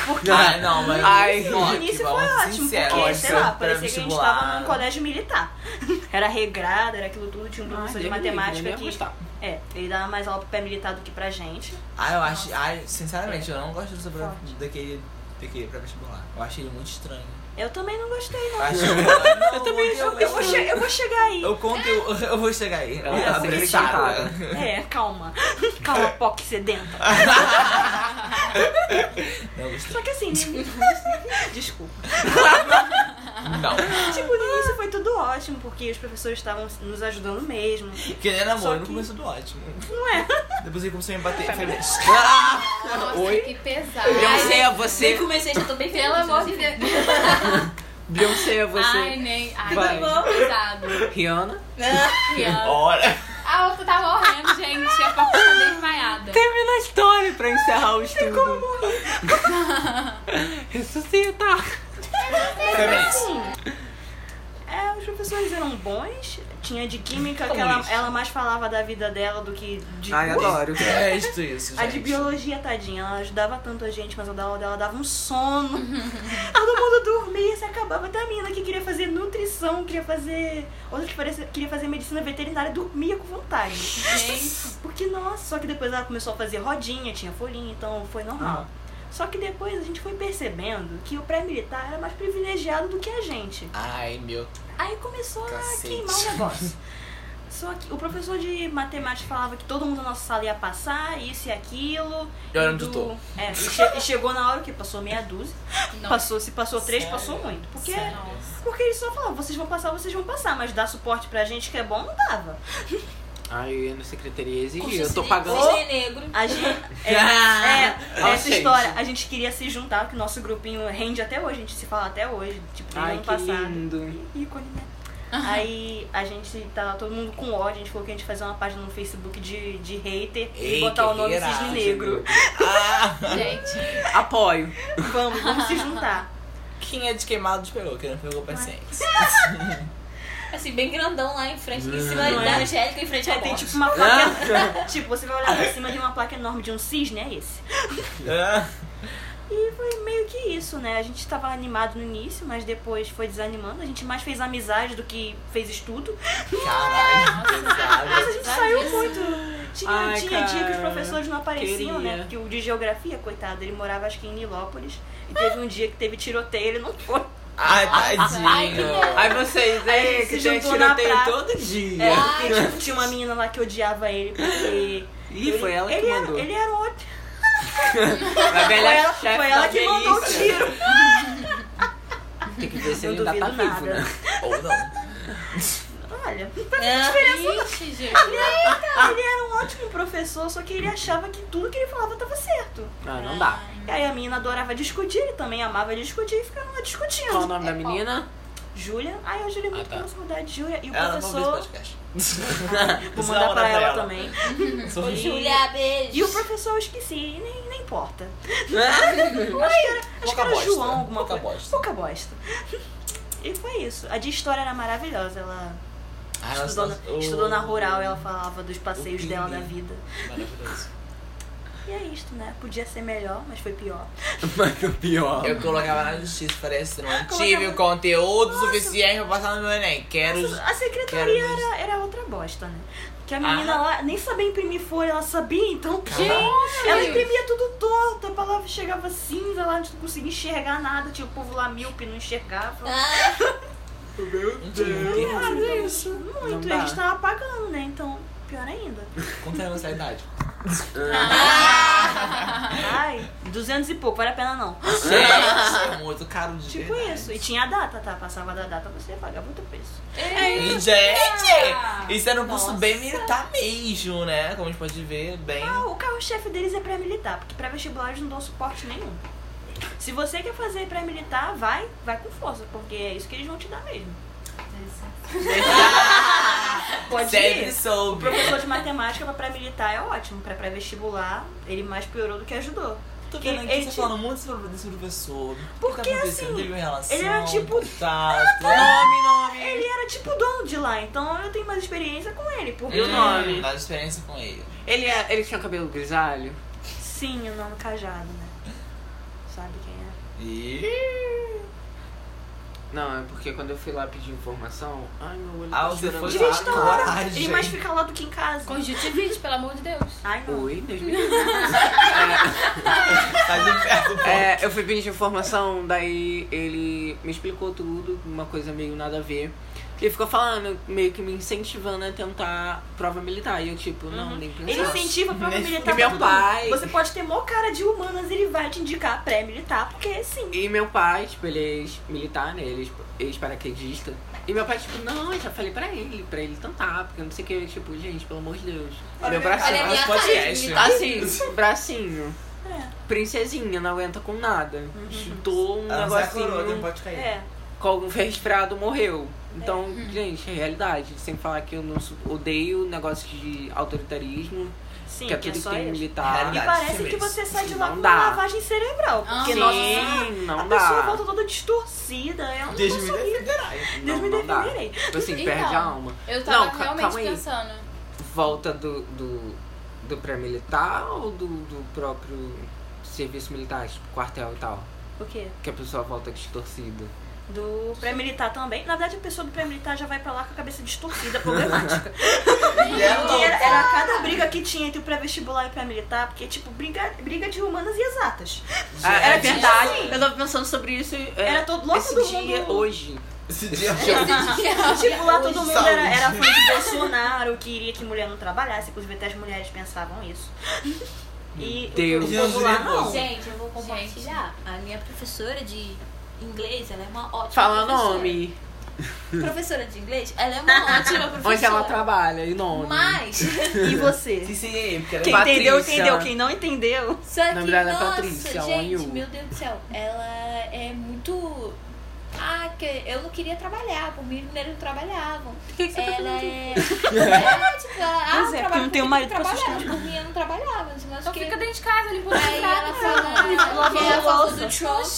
S3: Porque
S2: Ah, não, mas
S4: Ai,
S2: ó,
S3: no início
S2: que
S3: foi
S2: vamos ser
S3: ótimo,
S2: sinceros,
S3: porque,
S2: ó,
S3: sei lá,
S2: pra
S3: parecia que a gente
S2: vestibular.
S3: tava num colégio militar. [LAUGHS] Era regrado, era aquilo tudo, tinha um professor
S2: Ah,
S3: de matemática que. É, ele dava mais aula pro pé militar do que pra gente.
S2: Ah, eu acho. Ai, sinceramente, eu não gosto do sobre daquele, daquele pré-vestibular. Eu achei ele muito estranho.
S3: Eu também não gostei, não.
S2: Eu, achei... não,
S4: Eu também
S2: eu,
S3: Eu vou, che- eu vou chegar aí. assim,
S2: eu conto, eu, eu vou chegar aí.
S4: Ela tá sendo
S2: Apressada.
S4: irritada.
S3: É,
S2: [LAUGHS]
S3: calma. Calma, POC sedenta.
S2: Não gostei.
S3: Só que assim. Desculpa.
S2: Não.
S3: [LAUGHS] Tipo, no início foi tudo ótimo, porque os professores estavam nos ajudando mesmo.
S2: Que nem é namoro,
S3: Só
S2: no
S3: que-
S2: começo do ótimo.
S3: Não é?
S2: Depois ele começou a me bater. Foi bem.
S1: Nossa,
S4: Ah, Oi?
S1: que pesado.
S4: Beyoncé é
S5: Nem
S4: você.
S5: comecei, já tô bem feliz.
S1: Pelo amor de
S5: inclusive.
S1: Deus.
S4: Beyoncé é você.
S1: Ai, nem. Ai,
S4: Vai.
S1: que pesado.
S4: Rihanna.
S1: Rihanna.
S2: Ora.
S1: A outra tá morrendo, gente. A papai tá desmaiada.
S4: Termina a história pra encerrar o estudo. Como morrer. [LAUGHS]
S3: [LAUGHS]
S4: Ressuscita.
S2: Foi
S3: Assim, é, os professores eram bons. Tinha de química
S2: Como
S3: que ela,
S2: isso? Ah,
S3: ela mais falava da vida dela do que de.
S4: Ai, adoro.
S2: Detesto isso, gente.
S3: A de biologia, tadinha, ela ajudava tanto a gente, mas a da aula dela dava
S2: [LAUGHS]
S3: um sono. Todo mundo dormia, se acabava. Até a menina que queria fazer nutrição, queria fazer. Outra que parecia- queria fazer medicina veterinária, dormia com
S2: [LAUGHS]
S3: vontade.
S1: Gente.
S3: Porque, nossa, só que depois ela começou a fazer rodinha, tinha folhinha, então foi
S2: Ah.
S3: normal. Só que depois a gente foi percebendo que o pré-militar era mais privilegiado do que a gente.
S2: Ai, meu.
S3: Aí começou
S2: Cacete.
S3: a queimar o negócio. Só que o professor de matemática falava que todo mundo na nossa sala ia passar, isso e aquilo.
S2: E olha onde
S3: do-
S2: eu um
S3: É, e, che- e chegou na hora que passou meia dúzia.
S1: Não.
S3: Passou, se passou três,
S2: Sério?
S3: passou muito. Porque,
S1: Sério.
S3: porque eles só falavam, vocês vão passar, vocês vão passar, mas dar suporte pra gente que é bom não dava.
S4: Aí eu ia na secretaria exigir.
S5: Curso
S4: Eu tô
S5: cine-
S4: pagando.
S5: Cisne negro.
S3: A gente.
S2: [LAUGHS]
S3: É, é,
S4: Ah,
S3: essa
S4: gente.
S3: história. A gente queria se juntar, que o nosso grupinho rende até hoje, a gente se fala até hoje, tipo, desde o
S4: Ai,
S3: ano
S4: que
S3: passado.
S4: lindo.
S3: ícone, né? Aí a gente tava todo mundo com ódio, a gente falou que a gente fazia uma página no Facebook de, de hater e
S2: Ei,
S3: botar o nome
S2: guerreira.
S3: Cisne Negro.
S2: Ah,
S1: Gente,
S4: Apoio.
S3: Vamos, vamos se juntar.
S2: quem é de queimado esperou, que não pegou
S3: é.
S2: paciência.
S5: Assim, bem grandão lá em frente, em cima
S3: Não
S5: da
S3: é?
S5: Angélica, em
S4: Tá
S5: frente
S3: Já
S5: ao
S3: tem
S5: bote.
S3: tipo uma
S4: Ah.
S3: placa. [LAUGHS] tipo, você vai olhar pra cima de uma placa enorme de um cisne, é esse.
S2: Ah.
S3: E foi meio que isso, né? A gente tava animado no início, mas depois foi desanimando. A gente mais fez amizade do que fez estudo.
S2: Caralho, pesado.
S3: [LAUGHS] Mas a gente saiu muito. Tinha,
S4: Ai,
S3: tinha dia que os
S4: cara,
S3: professores não apareciam,
S4: queria.
S3: né? Porque o de geografia, coitado, ele morava acho que em Nilópolis. E teve um dia que teve tiroteio, ele não
S4: [LAUGHS]
S3: foi.
S2: [LAUGHS] Ai,
S1: Ai, que
S2: tadinho.
S1: merda.
S4: Aí vocês,
S3: Aí
S4: é,
S3: ele
S4: que
S3: se
S4: tem
S3: juntou na
S4: tiroteio
S3: praça.
S4: todo dia.
S3: É, porque tipo, tinha uma menina lá que odiava ele, porque.
S4: Ih, foi ela que
S3: ele
S4: mandou.
S3: Era, ele era ótimo.
S4: A
S3: Foi
S4: velha
S3: ela,
S4: é chefe
S3: foi ela
S4: da
S3: que mandou o
S4: milícia.
S3: tiro.
S4: Tem que ver se
S3: Não
S4: ele ainda tá
S3: duvido
S4: vivo,
S3: nada.
S4: né?
S2: Ou não.
S3: Olha,
S5: É.
S1: Ixi, gente.
S3: ele era um ótimo professor, só que ele achava que tudo que ele falava tava certo.
S4: Ah, não dá.
S3: E aí a menina adorava discutir, ele também amava discutir e ficaram lá discutindo.
S4: Qual o nome da menina?
S3: Júlia, ai, a Júlia é muito
S2: Ah, tá.
S3: com saudade de Júlia. E o
S2: Ela não ouviu esse
S3: professor.
S2: podcast.
S3: Vou
S2: Isso
S3: mandar
S2: dá
S3: pra
S2: hora
S3: ela, também.
S2: Sou
S5: Ô,
S2: [LAUGHS] rico.
S5: Julia, beijo.
S3: E o professor eu esqueci, nem, nem importa. Acho que
S2: Pouca
S3: era
S2: Uhum. bosta.
S3: João, alguma
S2: Pouca
S3: coisa.
S2: bosta.
S3: Pouca bosta. [LAUGHS] E foi isso. A de história era maravilhosa. Ela
S2: Ah, ela
S3: estudou, na,
S2: só-
S3: estudou na rural, ela falava dos passeios
S2: o
S3: dela da
S2: Pinguim.
S3: vida.
S2: Maravilhoso.
S3: E é isto, né? Podia ser melhor, mas foi pior.
S4: Mas o pior.
S2: Eu colocava na justiça, parece não tive
S3: Colocava-
S2: o conteúdo suficiente pra passar no meu Enem. Quero.
S3: A secretaria
S2: quero-
S3: era, era outra bosta, né? Que a menina
S2: Ah.
S3: lá nem sabia imprimir folha, ela sabia, então.
S1: Gente!
S3: Ela imprimia tudo torto, a palavra chegava cinza, ela não conseguia enxergar nada, tinha o povo lá míope, não enxergava.
S5: Ah,
S2: Não tinha ninguém.
S3: Errado isso. Muito,
S4: Não
S3: e a
S4: dá.
S3: gente tava pagando, né? Então, pior ainda.
S2: Quanto era a nossa
S3: [LAUGHS]
S2: idade? Ah.
S3: Ai, 200 e pouco, vale a pena não.
S2: Gente, é muito caro de
S3: Tipo
S2: verdade.
S3: isso. E tinha a data, tá? Passava da data, você pagava outro preço.
S2: E, Gente, é- isso era um curso bem militar mesmo, né? Como a gente pode ver, bem.
S3: Ah, o carro-chefe deles é pré-militar, porque pré-vestibular eles não dão suporte nenhum. Se você quer fazer pré-militar, vai, vai com força, porque é isso que eles vão te dar mesmo.
S2: [LAUGHS]
S3: Pode
S2: Sempre
S3: ir. O
S2: soube.
S3: professor de matemática pra pré-militar é ótimo. Pra pré-vestibular, ele mais piorou do que ajudou.
S2: Tô
S3: que
S2: vendo aqui
S3: ele
S2: você
S3: te-
S2: falando muito sobre desse professor.
S3: Porque,
S2: o que tá acontecendo?
S3: assim,
S2: Teve uma relação.
S3: ele era tipo-
S2: Tato. Nome, nome.
S3: Ele era tipo o dono de lá, então eu tenho mais experiência com ele. Porque...
S4: E o nome?
S2: Nada de experiência É, com ele.
S4: Ele, é- ele tinha cabelo grisalho?
S3: Sim, o nome Cajado, né? Sabe quem é?
S2: E.
S4: Não, é porque quando eu fui lá pedir informação. Ai, meu olho.
S2: Ah,
S4: tá
S2: você
S4: chorando.
S2: foi
S3: De
S2: lá?
S3: vez em hora.
S2: coragem.
S3: Ele mais fica lá do que em casa.
S1: Conjuntivite, pelo amor de Deus.
S3: Ai, não.
S4: Oi, Deus me livre.
S2: Tá de perto do
S4: É, eu fui pedir informação, daí ele me explicou tudo, uma coisa meio nada a ver. E ficou falando, meio que me incentivando a tentar prova militar. E eu, tipo, não, nem pensar.
S3: Uhum. Ele incentiva a prova
S2: Nesse-
S3: militar.
S4: Meu
S3: pra todo
S4: pai.
S3: mundo. Você pode ter mó cara de humanas, ele vai te indicar pré-militar, porque sim.
S4: E meu pai, tipo, ele é ex-militar, né? Ele é ex-paraquedista. E meu pai, tipo, não, eu já falei pra ele, pra ele tentar, porque eu não sei o que, tipo, gente, pelo amor de Deus.
S2: Olha
S4: meu
S2: minha cara,
S4: bracinho.
S5: olha a minha
S2: podcast. Ah,
S5: cara
S3: [LAUGHS]
S4: Assim, bracinho.
S3: É. Uhum.
S4: Princesinha, não aguenta com nada. Chutou um
S2: Ela não sai Ah, coroa, não
S4: negocinho,
S2: pode cair.
S3: É.
S4: com algum resfriado, morreu. Então,
S3: Uhum.
S4: gente, é realidade. Sem falar que eu não su- odeio negócio de autoritarismo,
S3: Sim,
S4: que é tudo
S3: que é
S4: que
S3: só
S4: tem
S3: isso.
S4: militar.
S3: E
S2: Realidade.
S3: parece
S2: Sim,
S3: que você sai de lá
S4: assim, não
S3: com
S4: dá.
S3: uma lavagem cerebral. Porque,
S1: Ah,
S3: nossa,
S4: Sim, não
S3: a
S4: dá.
S3: pessoa volta toda distorcida. É um
S2: Desde me
S3: Deus
S2: defenderá.
S4: Não,
S3: me
S4: não dá.
S3: defenderei.
S4: Assim,
S1: Então,
S4: perde a alma.
S1: Eu tava
S4: Não, ca-
S1: realmente
S4: calma aí.
S1: [LAUGHS] pensando.
S4: volta do, do, do pré-militar ou do, do próprio serviço militar, tipo, quartel e tal?
S3: O quê?
S4: Que a pessoa volta distorcida.
S3: Do pré-militar também. Na verdade, a pessoa do pré-militar já vai pra lá com a cabeça
S4: [LAUGHS]
S3: distorcida, problemática.
S2: E ela
S3: Porque era, era cada briga que tinha entre o pré-vestibular e o pré-militar, porque, tipo, briga, briga de humanas e exatas.
S4: Ah, é
S3: tipo
S4: verdade.
S3: assim.
S4: Eu tava pensando sobre isso. é,
S3: Era todo- logo
S4: esse
S3: todo
S4: dia,
S3: mundo-
S4: hoje.
S2: Esse dia
S3: Tipo, lá todo mundo era,
S2: Saúde.
S3: era fã de Bolsonaro, queria que mulher não trabalhasse, inclusive até as mulheres pensavam isso. E
S4: Deus.
S3: o povo lá não.
S5: Gente, eu vou compartilhar. A minha professora de inglês, ela é uma ótima
S4: Fala
S5: professora.
S4: nome,
S5: Professora de inglês, ela é uma ótima professora.
S4: [LAUGHS] onde ela tá? trabalha e nome.
S5: Mas,
S3: E você?
S2: CCM, porque era
S3: Quem
S2: É Patrícia.
S3: entendeu, entendeu. Quem não entendeu...
S5: só que,
S4: Na verdade, ela é
S5: nossa,
S4: Patrícia,
S5: gente,
S4: Wanyu.
S5: meu Deus do céu. Ela é muito... Ah, que eu não queria trabalhar, por mim mineiros não trabalhavam. Ela é... é, tipo, ela,
S3: tá
S5: ah,
S3: Pois é,
S5: eu
S3: porque
S5: trabalho
S3: não
S5: por
S3: tem um
S5: mim,
S3: marido
S5: eu
S3: pra
S5: trabalhava,
S3: sustentar.
S5: Por mim, eu não trabalhava. não sei mais o
S1: Então
S5: quê.
S1: fica dentro de casa, limpando o
S5: Aí ela
S1: prato.
S5: fala...
S3: [LAUGHS] Lavando
S5: ela falou
S3: louça.
S5: do Trump.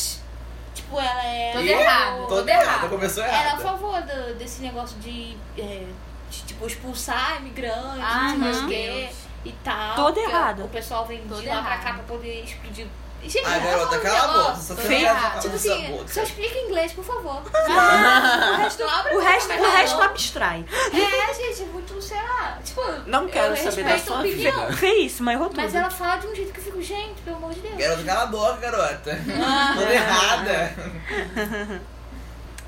S5: Tipo, ela é...
S1: Toda
S2: Ih,
S1: errada,
S2: Toda
S1: toda
S2: errada,
S1: errada.
S2: começou
S5: Ela é a
S2: errada.
S5: favor do- desse negócio de, é, de, tipo, expulsar imigrantes,
S1: Ah,
S5: não sei
S1: meu
S5: o quê e tal.
S3: Toda
S5: porque
S3: errada.
S5: O pessoal vem
S1: Toda
S5: de lá pra
S1: errada.
S5: cá pra poder explodir. Gente,
S2: Ai,
S5: ela
S2: Ah, garota,
S5: fala um
S2: cala a boca,
S5: negócio,
S2: só
S5: tá
S2: cala
S5: ligado?
S2: a
S5: Tipo
S2: sua
S5: assim,
S2: boca.
S5: só explica em inglês, por favor.
S1: Ah,
S5: o resto, abre
S3: O
S5: a boca,
S3: resto,
S5: mas
S3: o
S5: não.
S3: resto abstrai.
S5: É, gente, muito, sei lá. Tipo,
S4: Não quero
S5: eu
S4: saber da
S5: respeito a
S4: sua
S5: opinião,
S4: vida.
S3: Feíssima, errou tudo.
S5: um Mas ela fala de um jeito que eu fico, gente, pelo amor de Deus.
S2: Garota, cala a boca, garota. Toda errada.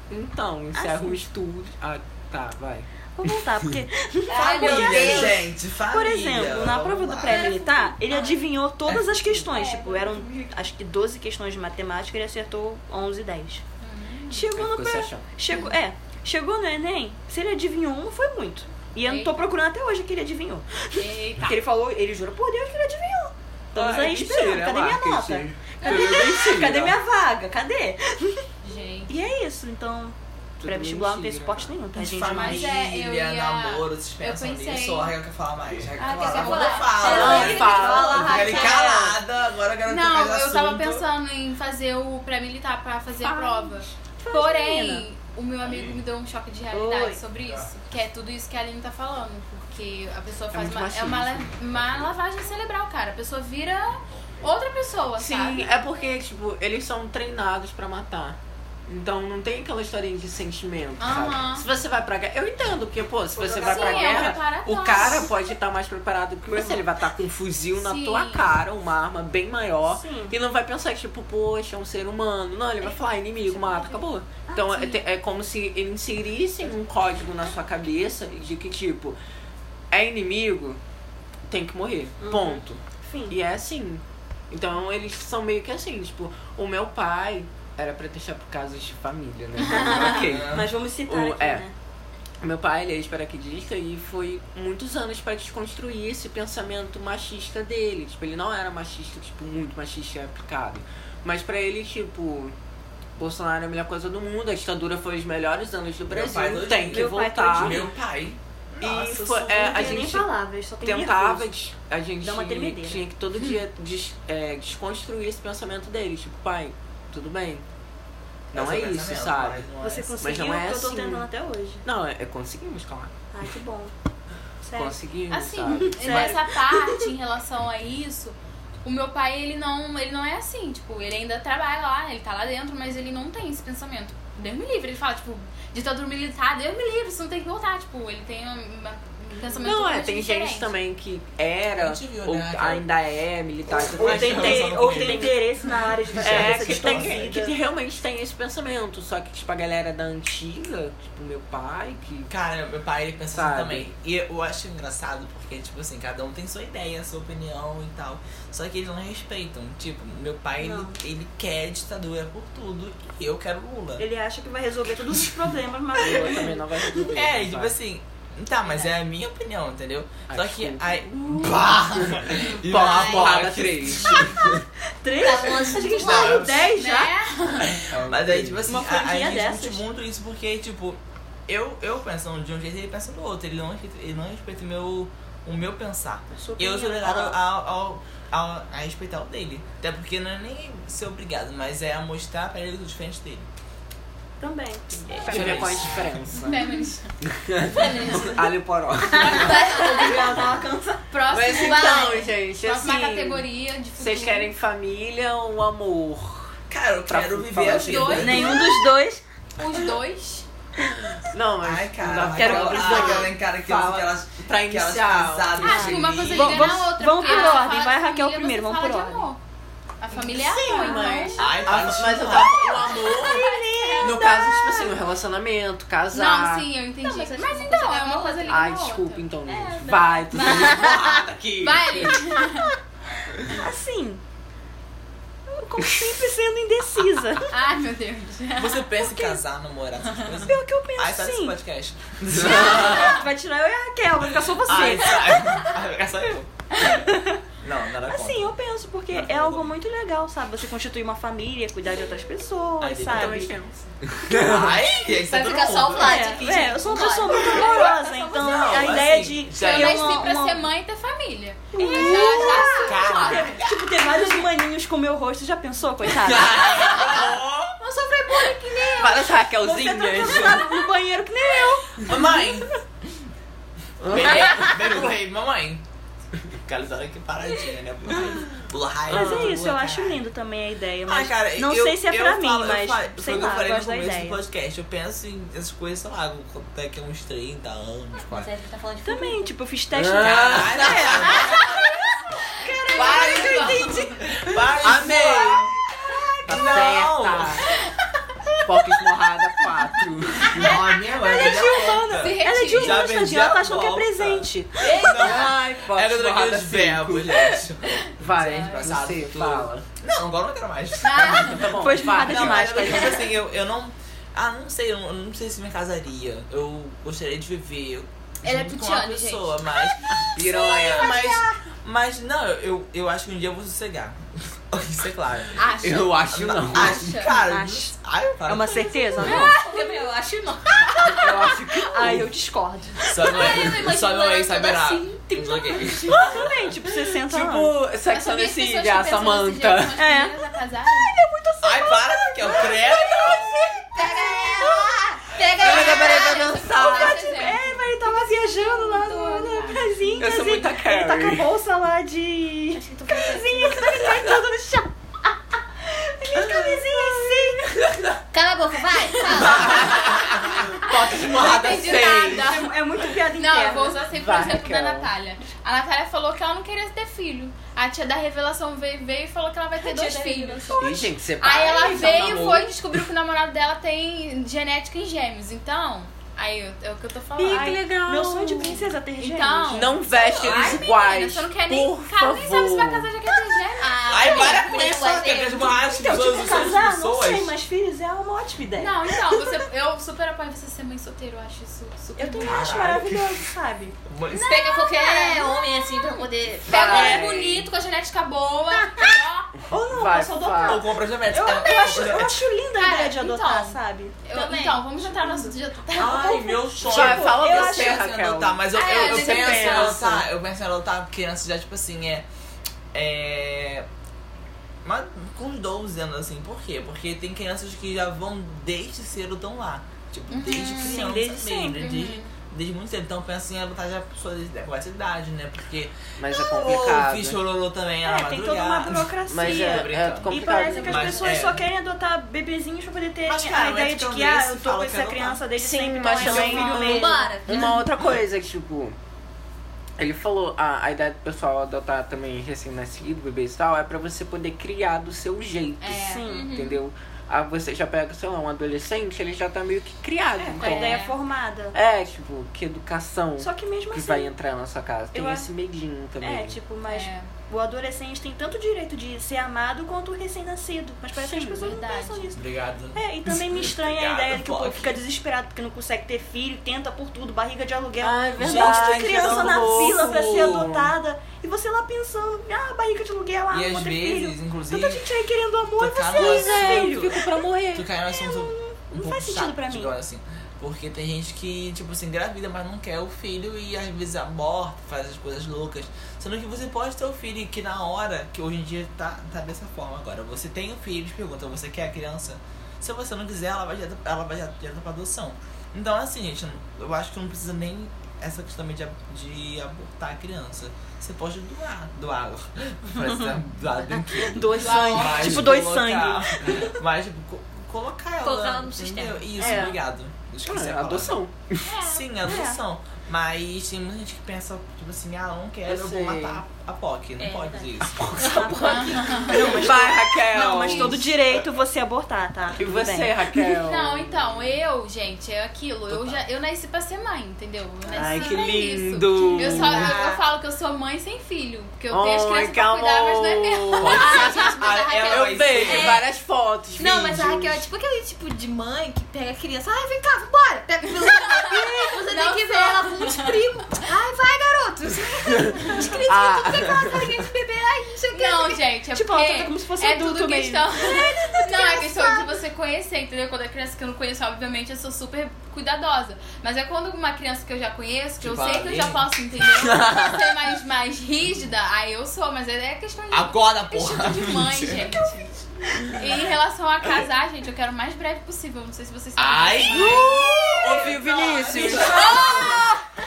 S4: Então, encerra
S3: Assim.
S4: o estudo. Ah, tá, vai.
S3: Vou voltar, porque...
S5: [LAUGHS] Ai, meu
S2: E aí,
S5: Deus.
S2: gente, família.
S3: Por exemplo, na
S2: vamos
S3: prova do
S2: lá.
S3: pré-militar, ele adivinhou todas as questões.
S5: É.
S3: Tipo, eram acho que 12 questões de matemática, ele acertou 11 e 10.
S5: Uhum.
S3: Chegou no
S4: Ficou se
S3: pré
S4: achando.
S3: chegou, é, chegou no Enem, se ele adivinhou um, foi muito. E eu não tô
S1: Eita.
S3: procurando até hoje que ele adivinhou.
S4: Tá.
S1: Eita.
S3: Porque ele falou, ele jura por Deus que ele adivinhou. Estamos
S4: Ah,
S3: aí
S4: é
S3: esperando.
S4: mentira,
S3: Cadê
S4: é
S3: minha nota?
S4: marketing.
S3: Cadê
S4: Tudo
S3: minha,
S4: mentira.
S3: cadê minha vaga? Cadê?
S1: Gente.
S3: E é isso, então.
S4: Tudo
S3: Pré-vestibular não tem
S4: mentira.
S3: suporte nenhum, tá, gente? Mas
S2: Família,
S1: Mas é, eu ia-
S2: namoro, vocês
S1: eu
S2: pensam
S1: pensei-
S2: nisso. Ou a Raquel quer falar mais? Raquel
S1: Ah,
S2: fala,
S1: quer
S2: Raquel
S1: falar?
S2: fala.
S4: Ela fala,
S2: Eu quero ir
S1: Raquel.
S2: calada, agora eu quero trocar de
S1: Não, eu tava
S2: assunto.
S1: pensando em fazer o pré-militar pra fazer a
S4: Faz. né?
S1: prova.
S3: Faz, menina.
S1: Porém, o meu amigo me deu um choque de realidade
S3: Oi.
S1: sobre
S2: Tá.
S1: isso. Que é tudo isso que a Aline tá falando. Porque a pessoa faz
S4: muito
S1: uma. É uma,
S4: machismo.
S1: le- uma lavagem cerebral, cara. A pessoa vira outra pessoa,
S4: Sim,
S1: sabe?
S4: é porque, tipo, eles são treinados pra matar. Então não tem aquela historinha de sentimento,
S1: Aham.
S4: sabe? Se você vai pra guerra. Eu entendo, porque, pô, se você
S2: Sim,
S4: vai pra
S1: é um
S4: guerra,
S1: preparatório.
S4: o cara pode estar mais preparado que você. Ele vai estar com um fuzil na
S1: Sim.
S4: tua cara, uma arma bem maior.
S3: Sim.
S4: E não vai pensar, tipo, poxa, é um ser humano. Não, ele vai falar, "Ah, inimigo, mata, acabou. Então é, te- é como se ele inserisse um código na sua cabeça de que, tipo, é inimigo, tem que morrer. Ponto.
S3: Enfim.
S4: E é assim. Então eles são meio que assim, tipo, o meu pai era pra deixar por casos de família, né? [LAUGHS] ok.
S3: Mas vamos citar
S4: O-
S3: aqui,
S4: é.
S3: né?
S4: O Meu pai, ele é esperaquidista e foi muitos anos pra desconstruir esse pensamento machista dele. Tipo, ele não era machista, tipo, muito machista aplicado. Mas pra ele, tipo, Bolsonaro é a melhor coisa do mundo, a ditadura foi os melhores anos do Brasil,
S2: pai doidinho.
S4: tem que
S3: Meu pai
S4: voltar.
S2: Meu pai. um
S4: E
S2: Nossa,
S4: foi-
S2: eu sou
S4: é,
S3: Não
S4: a
S3: tenho nem
S4: gente
S3: palavras, só tenho
S4: tentava,
S3: nervoso.
S4: des- a gente
S3: é um Dá uma tremedeira.
S4: tinha que todo dia des- é, desconstruir esse pensamento dele. Tipo, pai, tudo bem. Não é
S2: Essa
S4: isso,
S2: pensamento,
S4: sabe?
S2: mas não é
S3: Você
S2: assim.
S3: conseguiu
S4: não é
S3: o que eu
S4: assim.
S3: tô tentando até hoje.
S4: Não, é, é- conseguimos, calma.
S3: Ai, que bom. Sério.
S4: Conseguimos,
S1: Assim, [LAUGHS]
S4: sabe?
S1: nessa parte em relação a isso, o meu pai, ele não, ele não é assim, tipo, ele ainda trabalha lá, ele tá lá dentro, mas ele não tem esse pensamento. Deus me livre, ele fala, tipo, ditadura militar, Deus me livre, você não tem que voltar, tipo, ele tem uma- uma- um pensamento
S4: Não, é,
S1: totalmente
S4: tem
S1: diferente.
S4: gente também que era,
S2: A gente viu,
S4: ou
S2: né, aquela-
S4: ainda é militar. e tudo
S3: Ou
S4: mais.
S3: tem,
S2: Mas
S3: inte-
S2: não,
S3: ou
S2: não.
S3: tem interesse na área de
S4: É,
S3: cabeça
S4: que, tem,
S3: distorcida.
S4: que realmente tem esse pensamento. Só que, tipo, a galera da antiga, tipo, meu pai, que.
S2: Cara, meu pai ele pensa
S4: Sabe?
S2: assim também. E eu acho engraçado porque, tipo assim, cada um tem sua ideia, sua opinião e tal. Só que eles não respeitam. Tipo, meu pai, ele,
S3: Não.
S2: ele quer ditadura por tudo e eu quero Lula.
S3: Ele acha que vai resolver todos os problemas, mas
S4: Eu
S3: [LAUGHS]
S4: também não vai resolver.
S2: É, e
S4: sabe?
S2: tipo assim, tá, mas é a minha opinião, entendeu?
S4: Ai,
S2: Só que
S4: desculpa. Hum.
S2: aí.
S4: [LAUGHS]
S2: Pá! E
S4: Pau na
S2: vai,
S4: porrada
S2: vai, que-
S4: três.
S3: Três?
S5: Tá longe
S3: Acho que a gente
S5: demais,
S3: tá no 10
S1: Né?
S3: já.
S2: Mas aí, tipo assim,
S3: Uma
S2: a, a
S3: franquia
S2: gente
S3: dessas.
S2: discute muito isso porque, tipo, eu, eu penso de um jeito e ele pensa do outro. Ele não, respeita- ele não respeita o meu, o meu pensar.
S3: Sua
S2: Eu sou
S3: opinião.
S2: obrigado ao, ao, ao- a respeitar o dele. Até porque não é nem ser obrigado, mas é a mostrar pra ele o diferente dele.
S3: [LAUGHS] Também.
S4: Você vê qual é a [LAUGHS] diferença.
S1: Feminist.
S4: Alho poró.
S3: Obrigado a alcançar.
S1: Próximo,
S4: Mas
S1: vai.
S4: então, gente,
S1: Próxima
S4: assim.
S1: categoria de futuro.
S4: Vocês querem família ou um amor?
S2: Cara, eu
S4: Pra
S2: quero viver assim.
S4: falar
S2: a
S4: de
S2: vida.
S1: dois.
S3: Nenhum dos dois.
S1: Os dois.
S4: Não, mas.
S2: Ai,
S4: não dá
S2: cara,
S4: pra
S3: Quero
S2: aquela,
S4: falar
S3: pros
S4: dos
S2: ah,
S4: dois.
S2: aquela encara que
S4: Fala.
S2: aquelas,
S4: Pra
S2: aquelas
S4: inicial.
S2: casadas.
S1: Ah, acho que uma coisa
S2: de-
S1: liga
S3: Vamos-
S1: na outra.
S3: vamos
S1: porque
S3: por
S1: ela
S3: ordem,
S1: fala
S3: vai
S1: de
S3: Raquel
S1: família,
S3: primeiro,
S1: você
S3: vamos
S1: fala
S3: por
S1: de amor. A família é
S3: Sim,
S1: amor,
S3: mas-
S1: então...
S2: Ai, assim,
S4: Ah,
S2: para de
S4: mas eu
S2: falar.
S4: tava. O amor. No caso, tipo assim, o relacionamento, casar.
S1: é. Não, sim, eu entendi.
S5: Não, mas
S1: mas,
S5: acho que
S1: então,
S5: você
S1: é uma
S5: vai-
S1: coisa ali
S4: Ai,
S1: com a
S4: desculpa,
S1: outra.
S4: então,
S5: É,
S4: gente.
S5: não.
S4: Vai, tu
S2: aqui.
S1: Vai, Lili.
S3: Assim. eu, [LAUGHS] Como sempre sendo indecisa.
S1: [LAUGHS] Ai, meu Deus.
S2: Você pensa em casar, namorar, essas coisas?
S3: Pior que eu penso
S2: Ai, sai desse
S3: sim.
S2: [LAUGHS]
S3: Ah,
S2: podcast.
S3: Vai tirar eu e a Raquel, vai ficar só você.
S2: Ai, sai. Ai, vai ficar só eu. Não, nada contra.
S3: Assim, eu penso, porque
S2: Nada
S3: é
S2: contra.
S3: algo muito legal, sabe? Você constituir uma família, cuidar de outras pessoas,
S2: Ai, Lili,
S3: sabe?
S2: Ai, aí
S5: Vai
S2: todo
S5: ficar só o
S2: mundo.
S5: Vlad.
S3: É,
S5: aqui,
S3: é,
S5: gente,
S3: eu sou uma
S5: bora.
S3: pessoa muito amorosa, então
S2: Não,
S3: a ideia
S2: assim,
S3: de
S2: já é
S1: Eu
S3: ter
S1: nasci
S3: uma,
S1: pra
S3: uma-
S1: ser mãe e ter família.
S3: Uh!
S1: Já, já,
S2: Cara.
S3: ter- tipo, ter vários
S1: um.
S3: maninhos com meu rosto, já pensou, [LAUGHS] coitada?
S1: Não
S5: É
S1: sofri bullying que nem
S4: Para as
S3: Você tá
S4: Raquelzinhas.
S3: trancada no banheiro que nem eu.
S2: Mamãe! Bebe- Bebe o rei, mamãe. Cara, olha que paradinha, né? Pula raio. Pula raio.
S3: Mas é isso,
S2: pula,
S3: eu acho
S2: caralho.
S3: lindo também a ideia,
S2: Ai,
S3: mas
S2: Ah, cara,
S3: não
S2: eu-
S3: sei se é
S2: eu
S3: pra mim,
S2: falo- eu
S3: mas
S2: falo-
S3: sei
S2: foi o que eu
S3: lá,
S2: falei
S3: eu gosto
S2: no
S3: da
S2: começo do
S3: ideia.
S2: podcast. Eu penso em essas coisas, sei lá, daqui a uns 30 anos,
S5: Mas
S2: quase.
S5: a gente tá falando de
S3: Também, tipo, eu fiz teste.
S4: Ah.
S2: Para, eu entendi. Para,
S4: Amei. Tá
S2: Não.
S4: certa. Foca esmorrada 4.
S2: Não, a minha mãe. Ela é
S1: Se
S2: Giovana.
S3: Ela é de
S1: retira.
S3: um
S2: Já vendi a
S3: ela tá achando que é
S2: volta.
S3: presente.
S4: Ai, foca
S2: Era
S4: esmorrada
S2: daqueles
S4: 5.
S2: verbos, gente.
S4: Vai,
S2: Engraçado,
S4: você
S2: tudo.
S4: fala.
S2: Não, agora eu não quero mais.
S1: Ah,
S4: Tá bom,
S3: Foi
S4: vai.
S3: esmorrada
S2: Não,
S3: demais,
S2: mas,
S3: tá
S2: tipo assim, eu, eu não. Ah, não sei, eu não, eu não sei se me casaria. Eu gostaria de viver.
S1: Ela é
S2: junto com uma
S1: pitiana,
S2: pessoa,
S3: [LAUGHS]
S2: mas.
S4: Piranha.
S2: Sim,
S3: é.
S2: mas, mas não, eu, eu acho que um dia eu vou sossegar. [LAUGHS] Isso é claro.
S1: acha.
S4: Eu acho não.
S2: Acho, cara.
S3: Acho.
S2: Ai, eu
S3: É
S2: falo.
S3: uma certeza?
S2: [LAUGHS]
S3: Não.
S5: Gabriel, eu acho não.
S4: Eu acho que.
S3: Ai, eu discordo.
S2: Só não
S1: Eu
S2: é.
S1: imagino
S2: Só não é
S1: ela
S2: saberá.
S1: assim,
S3: Também, tipo, 60 anos.
S4: Tipo,
S1: Eu
S4: sexo and
S1: sabia
S4: the
S1: que pessoas
S4: City,
S1: que
S4: a
S1: pensam desse jeito,
S4: Samantha.
S1: mas
S5: É.
S1: primeiras a casarem.
S3: É assim,
S2: Ai, para, que é o credo.
S1: Pega ela! Pega ela!
S4: Pega, pega, pega, dançar.
S3: É, mas ele tava viajando lá no, no Brasil.
S4: Eu sou
S3: assim,
S4: muita Carrie.
S3: Ele tá com a bolsa lá de. Camisinha, que tá me
S2: assim.
S3: [LAUGHS] caindo no chão.
S2: [LAUGHS]
S3: Minhas camisinhas, sim.
S5: Cala a boca,
S1: [LAUGHS]
S5: vai. Fala.
S4: Foca esmorrada
S1: entendi
S4: 6.
S1: nada.
S3: É, é muito piada
S1: Não,
S3: interna. né?
S1: eu vou usar sempre o
S4: Vai,
S1: exemplo da
S4: Raquel.
S1: Natália. A Natália falou que ela não queria ter filho. A tia da revelação veio, veio e falou que ela vai ter dois filhos.
S4: Ih, gente, você
S1: Aí ela
S4: então,
S1: veio,
S4: um namoro.
S1: foi e descobriu que o namorado dela tem genética em gêmeos. Então, aí eu- é o que eu tô falando.
S4: Ih, que
S1: Ai,
S4: legal.
S3: Meu sonho de princesa é ter gêmeos.
S1: Então-
S4: Não veste
S1: Ai,
S4: eles
S1: menina,
S4: iguais.
S1: Você não quer nem.
S4: Por
S1: Cara, nem sabe se vai
S4: favor.
S1: casar já quer ter gêmeos.
S2: Ai, para com
S5: Não,
S2: isso.
S5: mas
S2: Que é
S5: eu-
S2: que as borrachas
S3: Então,
S2: dos
S3: tipo,
S2: outros
S3: casar, não
S2: pessoas.
S3: sei, mas filhos é uma ótima ideia.
S1: Não, então, você, eu super apoio você ser mãe solteira, eu acho isso super.
S3: Eu também acho
S2: Caralho.
S3: maravilhoso, sabe?
S2: Mas-
S5: Pega qualquer homem assim pra poder.
S1: Pega um
S4: Vai.
S1: homem bonito, com a genética boa. ó.
S3: Ou não,
S4: Vai,
S3: eu sou
S4: vai.
S2: Ou
S3: adotar.
S2: compra genética.
S3: Eu, eu, acho, eu acho linda a
S1: Cara,
S3: ideia de adotar,
S1: então,
S3: sabe?
S1: Eu,
S5: Também.
S1: então, vamos entrar no assunto de
S2: Ai, meu sonho.
S4: Vai, fala
S3: eu
S4: você,
S2: penso em
S4: Raquel.
S2: adotar, mas eu,
S1: Ah,
S2: eu,
S1: é,
S2: eu
S1: você
S2: penso assim. em
S4: pensa.
S2: adotar, eu penso em adotar criança já, tipo assim, é. É. Mas com uns 12 anos, assim, por quê? Porque tem crianças que já vão desde cedo tão lá. Tipo, desde
S1: Uhum.
S2: criança
S3: Sim, desde
S2: mesmo,
S3: sempre. né?
S2: Desde, desde muito cedo. Então eu penso em adotar já pessoas com essa idade, né? Porque.
S4: Mas é
S2: Ou
S4: complicado.
S2: fiz chororô também, era
S3: É, tem toda uma
S2: madrugada.
S3: burocracia.
S4: Mas é, é
S2: brincando.
S3: E
S4: complicado.
S3: parece que as
S2: Mas
S3: pessoas
S2: é.
S3: só querem adotar bebezinhos pra poder ter
S2: Mas, cara, mas
S3: a ideia de
S2: também
S3: que, ah,
S2: se
S3: eu tô
S2: fala
S3: com
S2: que
S3: essa
S2: adotar.
S3: criança desde
S4: Sim,
S3: sempre,
S4: mas
S3: então é
S4: também
S3: meu filho
S4: não-
S3: mesmo.
S5: Bora.
S4: Uma outra coisa que, tipo, ele falou, a, a ideia do pessoal adotar também recém-nascido, bebês e tal, é pra você poder criar do seu jeito.
S1: É.
S3: Sim.
S4: Entendeu? Aí você já pega, sei lá, um adolescente, ele já tá meio que criado.
S3: É, com a
S4: então,
S3: ideia formada.
S4: é, tipo, que educação
S3: Só que mesmo
S4: que
S3: assim.
S4: vai entrar na sua casa. Tem
S3: eu
S4: esse medinho também.
S3: É, tipo, mas
S1: É.
S3: o adolescente tem tanto direito de ser amado quanto o recém-nascido. Mas parece que
S1: Sim,
S3: as pessoas
S1: verdade.
S3: não pensam nisso.
S2: Obrigado.
S3: É, e também me estranha a
S2: Obrigado,
S3: ideia de que o povo
S2: Bob.
S3: fica desesperado porque não consegue ter filho, tenta por tudo, barriga de aluguel.
S4: Ah, é
S3: Um
S4: verdade, é
S3: monte de criança
S4: que
S3: na
S4: louco.
S3: fila pra ser adotada. E você lá pensando, ah, barriga de aluguel, ah,
S2: E
S3: vou
S2: às
S3: ter filho.
S2: vezes, inclusive,
S3: Tanta gente aí querendo amor e
S2: tocar
S3: você
S2: no
S3: aí,
S2: assunto.
S3: filho.
S4: pra morrer.
S2: Tu caiu no assunto. um
S3: não
S2: pouco
S3: faz sentido
S2: chato,
S3: pra mim.
S2: digamos assim. Porque tem gente que, tipo assim, engravida, mas não quer o filho e às vezes aborta, faz as coisas loucas. Sendo que você pode ter o filho e que na hora, que hoje em dia tá, tá dessa forma agora. Você tem o filho, te pergunta, você quer a criança? Se você não quiser, ela vai direto, ela vai direto pra adoção. Então, assim, gente, eu acho que não precisa nem essa questão de, ab- de abortar a criança. Você pode doar, doar, [LAUGHS] precisa doar
S3: [LAUGHS]
S2: brinquedo.
S4: Dois sangue.
S2: Mas
S3: Tipo, dois
S2: colocar- [LAUGHS] Mas tipo, co- colocar ela.
S5: Colocar ela no
S2: entendeu?
S5: sistema.
S2: Isso,
S4: É.
S2: obrigado. Esqueci a
S4: Ah,
S2: palavra.
S4: adoção.
S2: Sim, adoção. Mas tem muita gente que pensa, tipo assim, ah, eu não quero,
S4: Eu
S2: eu, vou
S4: sei.
S2: matar a POC, não
S5: É,
S2: pode dizer isso.
S4: Vai, Raquel.
S3: Não, mas todo direito você abortar, tá?
S4: É E
S3: Tudo
S4: você,
S3: bem.
S4: Raquel?
S1: Não, então, eu, gente, é aquilo. Eu, já, eu nasci pra ser mãe, entendeu? Eu nasci
S4: Ai, que
S1: pra
S4: lindo.
S1: Isso. Eu, só, eu, eu falo que eu sou mãe sem filho. Porque eu tenho as
S4: Ai,
S1: crianças
S4: que
S1: pra cuidar, mas não
S4: [LAUGHS]
S1: é meu.
S4: amor.
S1: Ah, gente, mas a
S2: Ah,
S1: Raquel-
S2: ela vai
S4: Eu vejo
S5: É.
S2: ser-
S4: várias fotos.
S5: Não, mas a
S4: vídeos.
S5: Raquel é tipo aquele tipo de mãe que pega a criança. Ai, vem cá, vambora. Pega pelo cabelo. Você tem
S1: Não
S5: que ver
S1: sou.
S5: ela com os primos. Ai, vai, garoto. [LAUGHS] Os crianças
S4: Ah.
S5: tudo tem aquela carinha de bebê. Ai, não sei o que.
S1: Não, gente, é
S3: Tipo, ela
S1: porque
S3: trata como se fosse
S1: é
S3: adulto
S1: tudo
S3: mesmo.
S1: questão. não, é questão de você conhecer, entendeu? Quando é criança que eu não conheço, obviamente eu sou super cuidadosa. Mas é quando uma criança que eu já conheço, que eu
S2: Tipo
S1: sei
S2: a
S1: que eu já
S2: Aline.
S1: posso entender, ser mais, mais rígida, aí eu sou, mas é questão de.
S2: Agora, porra!
S1: Estilo
S2: [LAUGHS]
S1: tipo de mãe, gente. E em relação a casar, gente, eu quero o mais breve possível. Não sei se vocês sabem.
S2: Ai!
S4: Ouviu, Vinícius?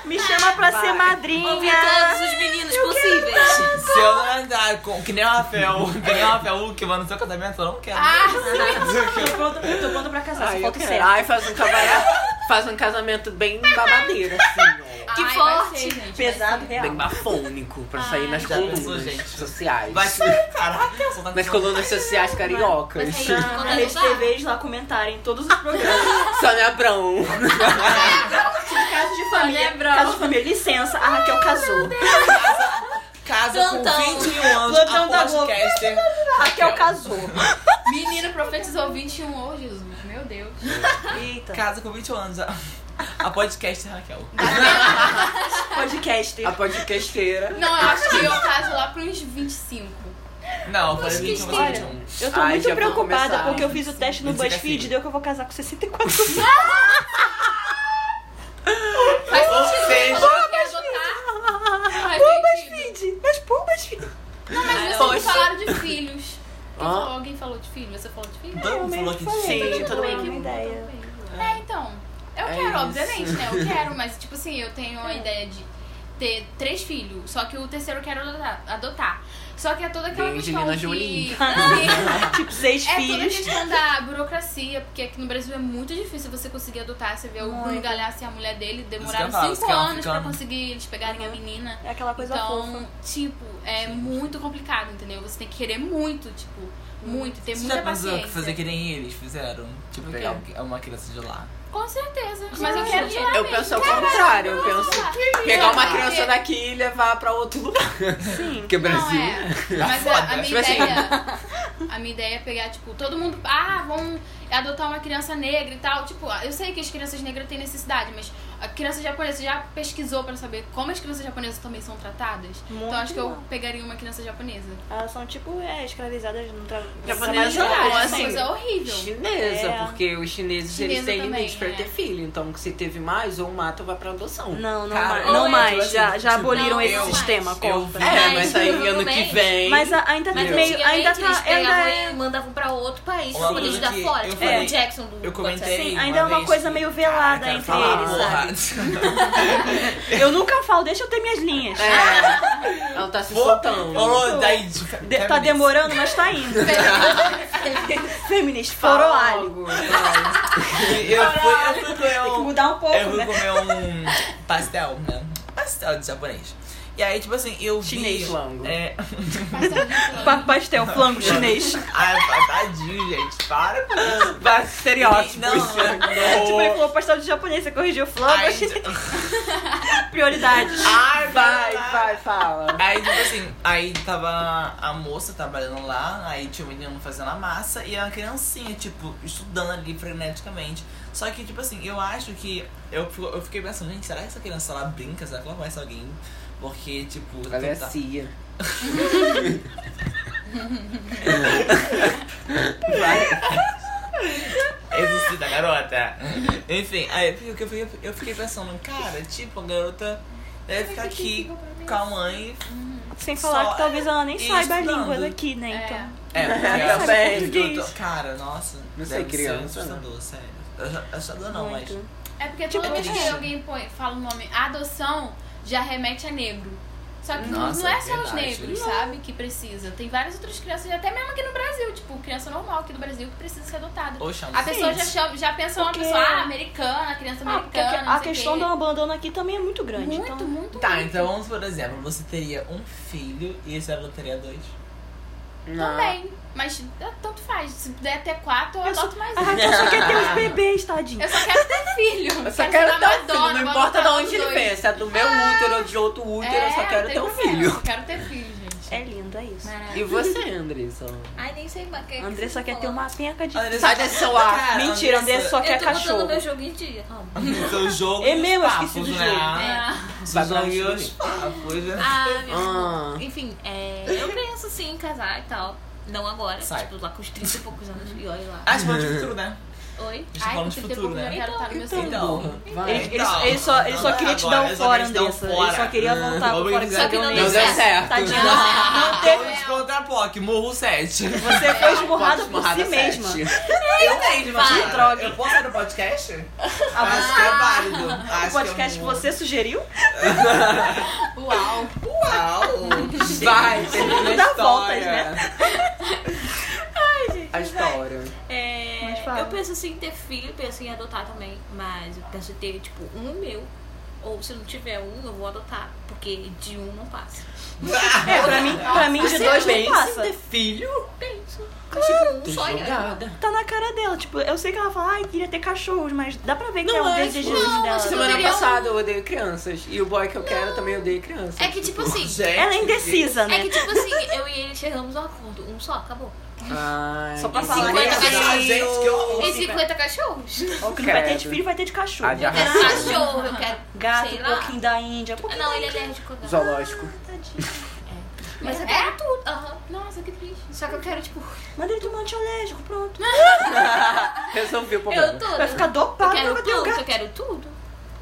S3: Me chama pra ser
S5: Ouvir
S3: madrinha.
S5: todos os meninos possíveis.
S2: Se eu não andar com, que nem o Rafael, [LAUGHS] que nem o Rafael Luke, mano, no seu casamento, eu não quero.
S1: Ah,
S3: Tô pronta, eu tô pronta pra casar,
S4: Ai,
S3: só
S4: eu
S3: falta o
S4: quero.
S3: certo.
S4: Ai, faz um casamento, faz um casamento bem babadeiro, assim, ó.
S5: Que
S1: ai,
S5: forte.
S1: vai ser, gente.
S3: Pesado, real.
S4: Bem bafônico, pra
S1: Ai.
S4: sair nas
S2: Já
S4: colunas
S2: pensou, gente?
S4: sociais.
S2: Vai se. Caraca, só tá
S4: Nas colunas sociais cariocas.
S5: Mas
S4: [LAUGHS]
S5: aí-
S3: Na Rede TVs lá comentarem todos os
S1: [LAUGHS]
S3: programas.
S4: Sônia Abrão.
S3: Caso de família.
S1: Lembra?
S3: Caso de família, licença, a Raquel casou.
S2: Casa com
S5: Plantão.
S2: 21 anos,
S3: Plantão da
S2: a
S3: Globo.
S2: podcaster.
S3: Raquel casou.
S1: Menino profetizou 21 hoje, Jesus. Meu Deus.
S3: Eita.
S2: Casa com 21 anos, a, [LAUGHS] a podcaster Raquel.
S3: Podcast.
S4: A podcasteira.
S1: Não, eu acho que eu caso lá para uns 25.
S2: Não, eu falei 21, mas
S3: olha,
S2: 21.
S3: Eu tô
S4: Ai,
S3: muito
S4: já vou
S3: preocupada
S4: começar.
S3: porque eu fiz o teste no
S2: Não diga
S3: BuzzFeed
S2: assim.
S3: deu que é eu vou casar com 64 [LAUGHS]
S2: seja-
S1: Faz sentido. eu não quero adotar. Faz sentido.
S3: BuzzFeed. Mas pô, BuzzFeed.
S1: Mas vocês não falaram de filhos. Quem
S4: Ah.
S1: falou? Alguém falou de filho? Você falou de filho?
S2: Todo mundo falou que
S3: falei,
S2: sim.
S3: eu
S1: Tudo
S3: tô
S1: bem
S3: dando
S1: que
S3: uma
S1: um-
S3: ideia.
S1: tudo bem. É, então. Eu
S4: É
S1: quero,
S4: isso.
S1: obviamente, né?
S2: [LAUGHS]
S1: Eu quero, mas tipo assim, eu tenho
S3: É.
S1: a ideia de ter três filhos, só que o terceiro eu quero adotar. adotar. Só que é toda aquela
S4: Bem,
S1: questão
S4: Angelina
S1: de... [LAUGHS]
S4: Jolie.
S1: Não,
S3: Tipo, seis
S1: É toda a
S3: filhos.
S1: questão da burocracia, porque aqui no Brasil é muito difícil você conseguir adotar. Você vê o Bruno
S3: Muito.
S1: Galhaço e a mulher dele demoraram
S2: Isso que eu falo,
S1: cinco
S2: isso que é um
S1: anos pra
S2: africano.
S1: conseguir eles pegarem a menina.
S3: É aquela coisa
S1: Então,
S3: fofa.
S1: tipo, é muito complicado, entendeu? Você tem que querer muito, tipo, muito, ter
S2: Você
S1: muita
S2: já pensou
S1: paciência.
S2: que fazer que nem eles fizeram? Tipo,
S4: É.
S2: que alguém- uma criança de lá.
S1: Com certeza. Mas eu quero de lá
S4: Eu
S1: mesmo.
S4: penso ao
S1: Caraca,
S4: contrário, eu
S1: eu é quero
S4: penso
S1: de lá.
S4: pegar uma
S1: Não,
S4: criança
S1: porque-
S4: daqui e levar pra outro lugar.
S3: Sim.
S4: Porque
S1: Não,
S4: Brasil.
S1: é. [LAUGHS] Mas a, a minha
S4: Tipo assim.
S1: ideia. A minha ideia é pegar, tipo, todo mundo. Ah, vamos adotar uma criança negra e tal. Tipo, eu sei que as crianças negras têm necessidade, mas a criança japonesa já pesquisou pra saber como as crianças japonesas também são tratadas.
S3: Muito
S1: então acho que eu
S3: bom.
S1: pegaria uma criança japonesa.
S3: Elas são tipo é, escravizadas no trabalho.
S4: Japonesas
S1: Sei lá,
S4: Ou
S1: essa
S4: assim,
S1: coisa é horrível.
S4: Chinesa,
S3: É.
S4: porque os chineses eles
S1: Chinesa
S4: têm
S1: também,
S4: limite pra
S1: é.
S4: ter filho. Então, se teve mais, ou mata ou vai pra adoção.
S3: Não, não
S2: Cara,
S3: mais.
S2: eu
S3: Não
S1: acho
S3: mais.
S2: assim,
S3: Já, já
S2: tipo,
S3: aboliram
S1: não,
S3: esse
S1: eu-
S3: sistema.
S2: eu-
S3: Compra.
S4: É,
S5: Mas,
S4: mas aí ano que
S5: provavelmente-
S4: vem.
S3: Mas a- ainda tá
S5: Mas
S3: meio. Ainda
S5: antigamente eles
S3: tá. Ainda
S5: pegavam
S3: é.
S5: e mandavam pra outro país,
S2: Uma
S5: filhos
S2: coisa
S5: da
S2: que
S5: fora,
S2: eu
S5: tipo
S2: falei-
S5: o Jackson do
S2: Eu comentei.
S5: WhatsApp.
S3: Sim, ainda é uma
S2: vez
S3: coisa
S2: que- Ah,
S3: meio velada
S2: Cara, eu
S3: entre
S2: quero falar
S3: eles,
S2: uma porra.
S3: Eu nunca falo, deixa eu ter minhas linhas.
S4: É, ela tá se soltando.
S2: Falou daí de-
S3: De- tá demorando, mas tá indo. Feminista, fora o alho.
S2: Eu fui, eu fui comer
S3: Tem que
S2: um.
S3: mudar um pouco,
S2: Eu fui
S3: né?
S2: comer um pastel, né? Pastel de japonês. E aí, tipo assim, eu vi.
S4: Chinês longo.
S2: É.
S3: Pa- Pastel, flango chinês.
S2: Ai, tadinho, gente. Para com isso.
S4: Vai, estereótipo.
S2: Não,
S3: [LAUGHS] Tipo, ele
S2: não.
S3: falou pastel de japonês, você corrigiu flango
S2: Ai,
S3: chinês. Prioridades.
S2: Ai,
S4: Vai,
S2: para.
S4: vai, fala.
S2: Aí, tipo assim, aí tava a moça trabalhando lá, aí tinha o menino fazendo a massa e a criancinha, tipo, estudando ali freneticamente. Só que, tipo assim, eu acho que. Eu, fico- eu fiquei pensando, gente, será que essa criança lá brinca? Será que ela conhece alguém? Porque, tipo.
S4: Ela é
S2: tu tá-
S4: cia. [LAUGHS] Vai.
S2: Exercício da garota. Enfim, aí eu fiquei, eu fiquei- eu fiquei pensando, cara, tipo, a garota deve é ficar aqui com a mãe.
S3: Sem falar
S2: Só
S3: que talvez ela nem
S2: e
S3: saiba a
S2: estudando.
S3: língua daqui, né?
S1: É.
S3: Então.
S2: É, porque
S4: Ela
S2: ela-
S4: sabe
S2: eu tô-
S3: português.
S2: Cara, nossa.
S4: Não sei,
S2: deve ser
S4: criança, né?
S2: Assustador, sério. Eu- Assustador não, mas.
S3: Muito.
S1: É porque
S3: Tipo,
S1: toda vez que
S3: triste.
S1: alguém põe, fala o nome adoção, já remete a negro. Só que
S2: Nossa,
S1: não é só os
S2: verdade.
S1: negros, sabe, que precisa. Tem várias outras crianças, até mesmo aqui no Brasil, tipo, criança normal aqui do Brasil que precisa ser adotada.
S2: Ou chama
S1: A pessoa já, chama- já pensa numa
S3: Porque-
S1: pessoa ah, americana, criança
S3: Ah, porque
S1: americana. não
S3: a
S1: sei o
S3: questão
S1: quê.
S3: do abandono aqui também é muito grande.
S1: Muito,
S3: então,
S1: muito.
S2: Tá, então vamos, por exemplo, você teria um filho e você teria
S3: [LAUGHS]
S2: dois.
S4: Não.
S1: Também. Mas ah, tanto faz. Se puder ter quatro, eu
S3: Eu Ah. só-
S1: adoto mais
S3: A
S1: um.
S3: Raquel então só quer ter os bebês, tadinho.
S1: Eu só quero ter um filho.
S4: Eu só quero
S1: ser
S4: ter
S1: da
S4: um filho,
S1: Madonna,
S4: não
S1: vou
S4: importa de
S1: adotar os
S4: onde ele
S1: dois.
S4: vem. Se é do meu útero ou de outro útero, eu só
S1: É,
S4: quero
S1: não
S4: ter um
S1: tem problema,
S4: filho.
S1: Eu quero ter filho, gente.
S3: É lindo, é isso.
S4: E você, Andressa?
S5: Ai, nem sei mais o que é que
S3: André só
S5: você
S3: quer ter
S5: falou.
S3: uma penca de.
S2: Andressa-
S4: Sai desse celular.
S2: Cara,
S3: Mentira, André só
S5: Eu
S3: quer
S5: tô
S3: cachorro.
S5: botando meu jogo em dia. Amo.
S2: Ah. Seu jogo
S3: É
S2: e os
S3: meu, eu esqueci
S2: papos,
S3: do
S2: né?
S3: jogo.
S1: Ah,
S2: Seu jogo e os
S4: É.
S2: papos, né?
S5: Ah, meu
S4: Ah.
S5: Deus. Enfim, é, eu penso sim em casar e tal. Não agora,
S2: Sai.
S5: tipo, lá com os 30 e poucos anos. E olha lá.
S2: Ah, tipo, de futuro, né?
S5: Oi?
S2: A gente tá
S1: ai, um com
S2: falando de
S1: 30 e
S2: futuro,
S1: pouco eu
S2: né?
S1: quero estar tá no meu
S3: Então,
S1: segundo.
S2: Então, vai.
S3: Ele, ele-
S2: Então,
S3: ele só, ele só
S2: não,
S3: queria te
S2: agora,
S3: dar um
S2: eles
S3: fora,
S2: apenas dão
S3: Andressa.
S2: fora.
S3: Ele só queria voltar
S2: Vamos
S3: pro fora que [LAUGHS]
S2: dizer
S5: que
S3: deu
S5: não
S3: nem
S5: deu
S4: certo.
S3: Tadinha.
S2: Não teve descontrapoque, morro 7.
S3: Você foi
S4: Pode
S3: esmurrada por
S4: esmurrar
S3: si
S4: da
S3: mesma.
S4: sete.
S2: Eu mesmo,
S5: Vai.
S3: Droga.
S2: Eu posso sair do podcast?
S3: Ah,
S2: Acho que é válido. Acho
S3: [LAUGHS] O podcast que
S2: é um-
S3: você sugeriu?
S1: Uau.
S3: [LAUGHS]
S2: Uau!
S4: Vai, termina a
S3: Dá
S4: história.
S3: voltas, né?
S4: A história.
S5: É,
S3: Mas fala.
S5: eu penso assim em ter filho, penso em adotar também, mas eu penso em ter, tipo, um meu. Ou se não tiver um, eu vou adotar, porque de um não passa.
S3: É, pra mim, pra mim de
S4: Você
S3: dois não
S4: pensa
S3: passa.
S4: em ter filho?
S5: Penso. Mas, tipo, um só e
S4: Jogada.
S3: Tá na cara dela, tipo, eu sei que ela fala, ai, queria ter cachorros, mas dá pra ver que é um
S4: é,
S3: desejo
S4: tipo,
S1: não,
S3: dela.
S1: mas eu
S4: Semana
S1: teria um-
S4: passada eu odeio crianças. E o boy que eu quero também odeia crianças.
S1: É que tipo assim.
S2: Gente,
S3: Ela é indecisa,
S5: É
S3: né?
S5: que, tipo assim, eu e ele chegamos a um acordo. Um só, acabou.
S4: Ai,
S3: Só pra
S4: e
S3: falar.
S4: 50
S1: Ai,
S4: pessoas.
S2: gente, que horror.
S1: E 50 cachorros? Eu
S3: O que não vai ter de
S4: credo.
S3: filho, vai ter de cachorro.
S4: Ah, de
S5: É
S1: quero
S4: Nossa.
S1: cachorro, eu quero.
S3: Gato,
S5: sei lá.
S3: pouquinho da Índia.
S5: Ah,
S3: pouquinho
S5: Não,
S3: da
S5: ele é
S3: Índia.
S5: alérgico. a gato.
S4: Zoológico.
S5: Mas
S1: É?
S5: eu quero tudo. Aham.
S1: Nossa, que triste.
S5: Só que eu quero, tipo,
S3: Manda ele tomar antialérgico, pronto.
S4: Resolvi o problema.
S5: eu toda.
S3: Vai ficar
S5: Eu
S3: dopado,
S5: quero
S3: vai ter um
S5: planta, eu
S3: gato.
S5: quero tudo.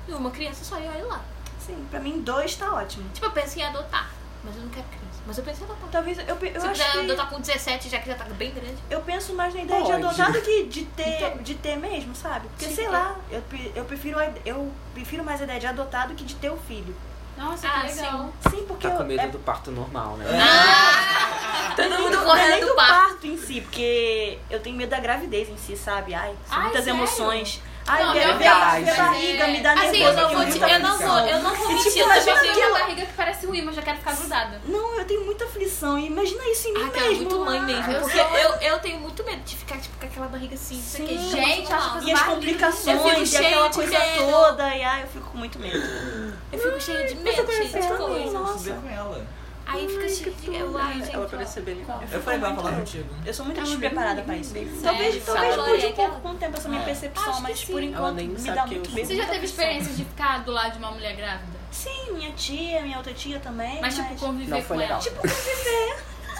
S5: E uma criança só e olha lá.
S3: Sim, pra mim dois tá ótimo.
S5: Tipo, eu penso em adotar, mas eu não quero criança. Mas eu penso em adotar.
S3: Talvez, eu, pe- eu
S5: Se eu
S3: acho
S5: quiser
S3: que...
S5: adotar com 17, já que já tá bem grande.
S3: Eu penso mais na ideia
S4: Pode.
S3: de adotar do que de ter, de ter mesmo, sabe? Porque,
S5: Sim.
S3: sei lá, eu, pre- eu, prefiro, a- eu prefiro mais a ideia de adotar do que de ter o filho.
S1: Nossa,
S5: Ah,
S1: que legal.
S5: sim.
S3: Sim, porque...
S4: Tá
S3: eu-
S4: com medo
S3: é-
S4: do parto normal, né?
S2: É.
S5: Todo
S3: não,
S5: mundo
S3: não é nem
S5: correndo
S3: do
S5: do bar.
S3: parto em si, porque eu tenho medo da gravidez em si, sabe? Ai, são
S1: Ai,
S3: muitas
S1: sério?
S3: emoções. Ai,
S1: Não,
S3: eu quero ver a
S4: verdade.
S3: minha barriga, me dá
S1: Assim,
S3: nervoso.
S1: eu não
S3: tenho
S1: vou te-
S3: muita
S5: eu não vou, eu
S3: aflição.
S5: não vou
S3: E,
S5: mentir,
S3: tipo,
S5: eu assim,
S1: Eu
S3: imagina
S5: já
S1: já tenho
S3: aquilo.
S1: uma barriga que parece um imã, já quero ficar grudada.
S3: Não, eu tenho muita aflição. e Imagina isso em mim
S5: Ah,
S3: mesmo.
S5: cara,
S3: né?
S5: muito mãe mesmo.
S1: eu
S5: porque
S1: sou-
S5: eu, eu tenho muito medo de ficar, tipo, com aquela barriga assim. isso aqui,
S3: Sim.
S5: fica
S1: Gente,
S5: muito mal.
S1: acho que
S3: E as
S1: Barriga.
S5: Eu fico
S3: complicações, e
S5: cheia
S3: aquela
S5: de
S3: coisa
S5: medo.
S3: toda. E ai, eu fico com muito medo.
S5: Eu fico cheia de
S3: mas eu
S5: medo, cheia de
S3: pensei também,
S5: coisa.
S3: nossa.
S2: Nossa. com ela.
S5: Aí fica cheia de. Eu, ai, gente.
S4: Ela
S5: ó.
S4: parecia bem legal.
S2: Eu falei pra falar contigo.
S3: Eu sou muito
S1: Tá
S3: despreparada
S1: bem,
S3: pra isso.
S4: bem.
S3: Talvez,
S5: Sério?
S3: talvez mude
S5: Sabe,
S3: um
S5: é que
S3: pouco
S5: ela-
S3: com o tempo essa minha
S4: É.
S3: percepção,
S1: Acho que
S3: mas
S1: sim.
S3: por
S1: Ela
S3: enquanto
S4: nem
S3: me
S4: sabe
S3: dá
S4: que eu
S3: muito
S4: sou.
S3: medo.
S1: Você já
S3: muita
S1: teve
S3: aflição.
S1: experiência de ficar do lado de uma mulher grávida?
S3: Sim, minha tia, minha outra tia também.
S1: Mas, tipo, conviver
S4: Não foi
S1: com ela.
S4: legal.
S1: Tipo,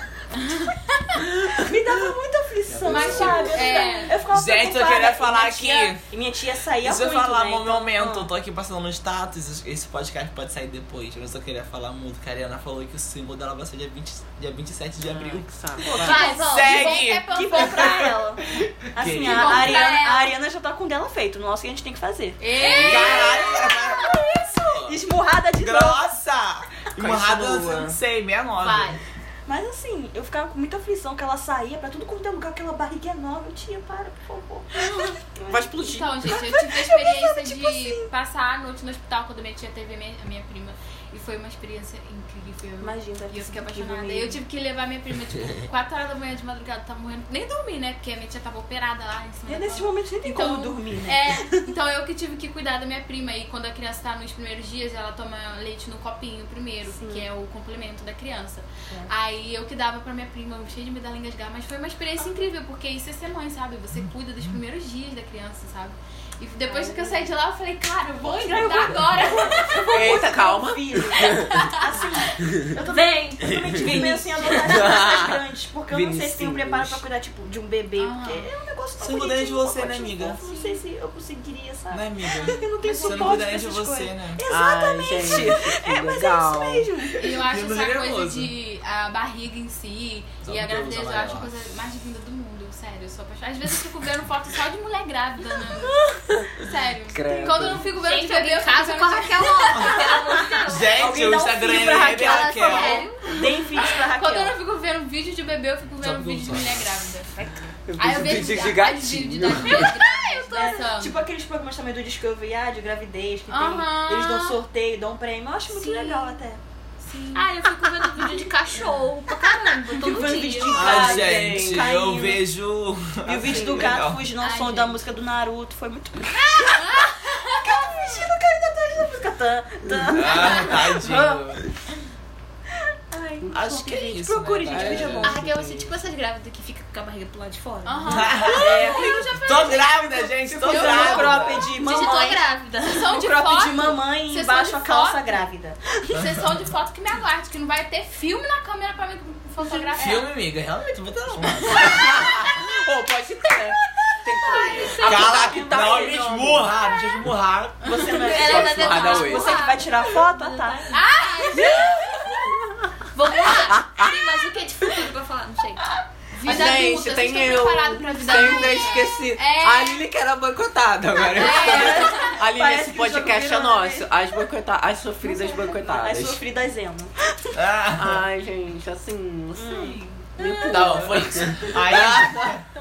S3: [LAUGHS] Me dava muita aflição,
S1: Mas, tipo,
S3: sabe? Eu
S1: é.
S3: ficava- Eu ficava
S2: Gente, eu
S3: preocupada.
S2: queria falar
S3: E minha tia- E minha tia saía
S2: Deixa eu
S3: muito,
S2: falar
S3: né?
S2: um
S3: Então,
S2: momento,
S3: ah.
S2: eu tô aqui passando no status, esse podcast pode sair depois, mas eu queria falar muito, que a Ariana falou que o símbolo dela vai ser dia, 20, dia 27 de abril.
S4: Que um saco.
S1: vai, volta. é
S2: Segue.
S3: Que bom pra ela.
S2: Que
S3: Assim,
S2: bom
S3: a,
S1: pra
S3: Ariana,
S1: ela.
S3: a Ariana já tá com o dela feito. Nossa, que a gente tem que fazer.
S2: Caralho, isso!
S3: Esmurrada de novo.
S2: Grossa!
S4: Continua.
S2: Emurrada, sei, 69.
S1: Vai.
S3: Mas assim, eu ficava com muita aflição que ela saía pra tudo quanto é lugar, aquela barriga enorme. Eu, Tia, para, por
S2: [LAUGHS]
S3: favor.
S4: Vai explodir.
S1: Então, gente, eu tive a experiência de passar a noite no hospital quando minha tia teve a minha, a minha prima. E foi uma experiência incrível.
S3: Imagina, deve
S1: E eu
S3: ser
S1: fiquei
S3: é incrível
S1: apaixonada.
S3: mesmo.
S1: Eu tive que levar minha prima, tipo, 4 horas da manhã de madrugada, tava morrendo. Nem dormi, né? Porque a minha tia tava operada lá em cima.
S3: E
S1: da
S3: nesses
S1: cama.
S3: momentos nem tem
S1: Então,
S3: como dormir, né?
S1: É, então eu que tive que cuidar da minha prima. E quando a criança tá nos primeiros dias, ela toma leite no copinho primeiro,
S3: Sim.
S1: que é o complemento da criança.
S3: É.
S1: Aí eu que dava pra minha prima, cheio de medo dela engasgar. Mas foi uma experiência incrível, porque isso é ser mãe, sabe? Você cuida dos primeiros dias da criança, sabe? E depois que eu saí de lá, eu falei, cara, eu vou engravidar agora.
S4: Eita, calma.
S3: Filho. né? Assim, eu também, tipo, assim, eu também
S5: Vem!
S3: tive penso em adotar. importantes, porque eu não sei se tenho
S4: Vinicius.
S3: preparo pra cuidar, tipo, de um bebê,
S1: Ah.
S3: porque é um negócio tão
S2: Se eu cuidar
S3: bonitinho,
S2: de você,
S3: pacotinho
S2: né, amiga?
S3: fofo, Não sei se eu conseguiria, sabe?
S2: Né, amiga?
S3: Eu não tenho
S2: Você não
S3: suporte pra
S2: cuidaria de
S3: essas
S2: você,
S3: coisas.
S2: né?
S4: Exatamente. Ai, gente, que legal.
S1: E eu acho
S2: Lembro
S1: essa coisa
S2: nervoso.
S1: de a barriga em si
S2: Só
S1: e a
S2: não tem luz
S1: gravidez, eu acho a
S2: amarela.
S1: coisa mais linda do mundo, sério. Eu sou apaixonada. Às vezes eu fico vendo foto só de mulher grávida, né? Sério.
S4: Credo.
S1: Quando eu não fico vendo
S5: Gente,
S1: bebê, eu
S5: alguém
S1: fico
S5: casa
S1: vendo
S5: com a Raquel Lopes, pelo amor de Deus.
S2: Gente,
S3: Alguém
S2: o
S3: dá um
S2: Instagram
S3: fio pra
S2: é
S3: Raquel,
S2: Raquel. Raquel.
S5: ela Ah, Sério?
S3: Deem vídeos pra Raquel.
S1: [LAUGHS] Quando eu não fico vendo vídeo de bebê, eu fico vendo
S2: Só
S1: vídeo de
S2: perguntar.
S1: mulher grávida.
S4: Eu
S1: Aí eu
S4: vi
S1: vejo
S4: vídeo de
S1: vários vídeos
S4: gatinho.
S1: das mulheres grávidas dançando.
S3: Tipo aqueles programas também do Discovery, ah, de gravidez, que tem-
S1: Aham.
S3: eles dão sorteio, dão prêmio. Eu acho muito
S1: Sim.
S3: legal até.
S5: Ah, eu fico vendo vídeo de cachorro pra caramba,
S3: Fico
S5: todo
S3: vendo
S5: dia.
S3: vídeo de
S2: Ai,
S3: Ai,
S2: Ah, gente, eu
S3: gente, caindo.
S2: vejo. um-
S3: [LAUGHS] E o vídeo do
S2: Legal.
S3: gato fugindo ao
S1: Ai,
S3: som da
S1: gente.
S3: música do Naruto foi muito. O gato fugindo, caindo atrás da música. Tá, tá.
S2: Ah, tadinho.
S3: Ai,
S2: Acho que é
S3: gente,
S2: isso,
S3: Procure,
S2: né,
S3: gente,
S2: cara? [LAUGHS]
S3: vídeo é bom.
S1: Ah,
S5: A Raquel vai ser tipo essas grávidas que fica com a barriga pro lado de fora.
S1: Aham. Eu já
S2: É. Tô grávida, gente, tô
S3: Eu uso o
S2: grávida.
S3: crop de
S5: Gente, eu tô
S3: mamãe.
S5: grávida.
S1: Sessão
S3: O
S1: de
S3: crop
S1: foto.
S3: de mamãe e
S1: Sessão
S3: embaixo
S1: de
S3: a calça
S1: foto.
S3: grávida.
S1: Sessão de foto que me aguarde, que não vai ter filme na câmera pra me fotografar.
S2: Filme, amiga, realmente, vou ter um.
S3: [LAUGHS]
S4: Pô, pode ter. Tem que
S2: Cala,
S4: que tá
S2: não
S4: aí,
S2: me
S4: meu amor.
S2: esmurra, deixa eu esmurrar.
S3: Você não é
S5: Ela tá vai
S4: Só esmurrada
S5: tentar
S4: hoje.
S5: esmurrar.
S3: Você que vai tirar foto, ah, tá.
S5: Vamos lá. Tem mais o que de futuro pra falar? Não sei.
S1: Vida
S4: gente,
S1: adulta,
S4: tem
S1: vocês
S4: eu.
S1: estão preparados pra vida
S4: Sempre
S1: adulta?
S4: eu esqueci.
S1: É.
S4: A Lili que era boicotada agora. Aline,
S3: Parece
S4: esse
S3: que o jogo
S4: podcast é
S3: virou, né?
S4: nosso. As, boicota... As sofridas
S3: As
S4: boicotadas.
S3: sofridas emo.
S2: Ah,
S4: Ai, gente, assim, não sei.
S2: não, foi isso. Aí,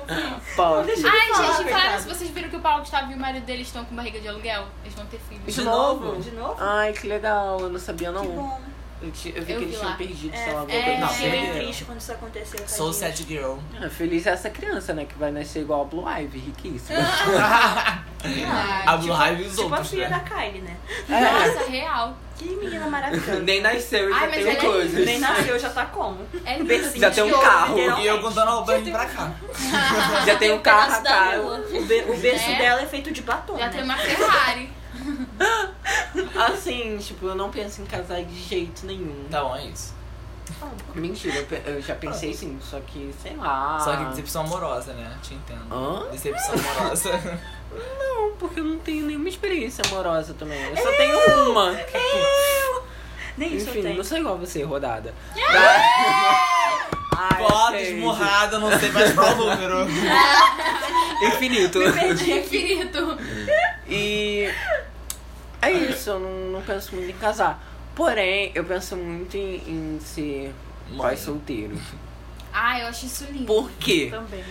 S3: [LAUGHS]
S4: Pode.
S3: falar,
S1: Ai, gente,
S3: coitado.
S1: claro, se vocês viram que o Paulo Gustavo e o marido dele estão com barriga de aluguel, eles vão ter filhos.
S2: De
S3: De novo?
S4: Ai, que legal. Eu não sabia, Ah, não.
S3: Que bom.
S4: Eu, ti- eu vi
S1: Eu
S4: que
S1: vi
S4: eles
S1: lá.
S4: tinham perdido,
S3: É,
S4: sei lá, alguma
S1: é.
S4: coisa.
S2: Não,
S3: Fiquei bem
S2: perdeu.
S3: triste quando isso aconteceu.
S2: Sou
S3: tadinha.
S2: Sad Girl.
S4: Ah, Feliz é essa criança, né? Que vai nascer igual a Blue Ivy, riquíssima.
S2: A [LAUGHS]
S1: Ai,
S2: Blue Hive e os
S3: Tipo a
S2: outros.
S3: filha
S2: né?
S3: da Kylie, né?
S4: [LAUGHS] É.
S1: Nossa, real.
S3: Que menina [LAUGHS] maravilhosa.
S4: Nem nasceu,
S1: Ai,
S4: já
S1: mas
S4: tem
S1: ela é
S4: coisas.
S3: Nem nasceu, já tá como?
S1: É
S3: Bercinho
S4: Já tem um
S3: de ouro,
S4: carro.
S2: E
S3: literalmente.
S2: eu contando a roupa pra cá.
S4: Já tem um carro a
S5: pedaço da
S4: cara.
S5: rua.
S3: Ah, O, be- o berço
S1: É.
S3: dela é feito de batom.
S1: Já
S3: né?
S1: tem uma
S4: [LAUGHS]
S1: Ferrari.
S4: Assim, tipo, eu não penso em casar de jeito nenhum.
S2: Tá bom, é isso.
S4: Mentira, eu pe- eu já pensei sim, só que, sei lá.
S2: Só que decepção amorosa, né? Te entendo.
S4: Hã?
S2: Decepção
S4: [LAUGHS]
S2: amorosa.
S4: Não, porque eu não tenho nenhuma experiência amorosa também. Eu só tenho uma.
S3: Nem É isso eu
S4: Enfim,
S3: tenho.
S4: não sou igual você, rodada. [LAUGHS] Ai,
S2: Foda,
S4: gente.
S2: esmurrada, não sei mais qual
S4: [LAUGHS]
S2: número.
S4: Infinito.
S1: Infinito.
S4: E é isso, eu não, não penso muito em casar. Porém, eu penso muito em, em ser pai
S2: Mãe.
S1: [LAUGHS]
S4: solteiro.
S1: Ai, eu acho isso lindo.
S4: Por quê?
S3: Também.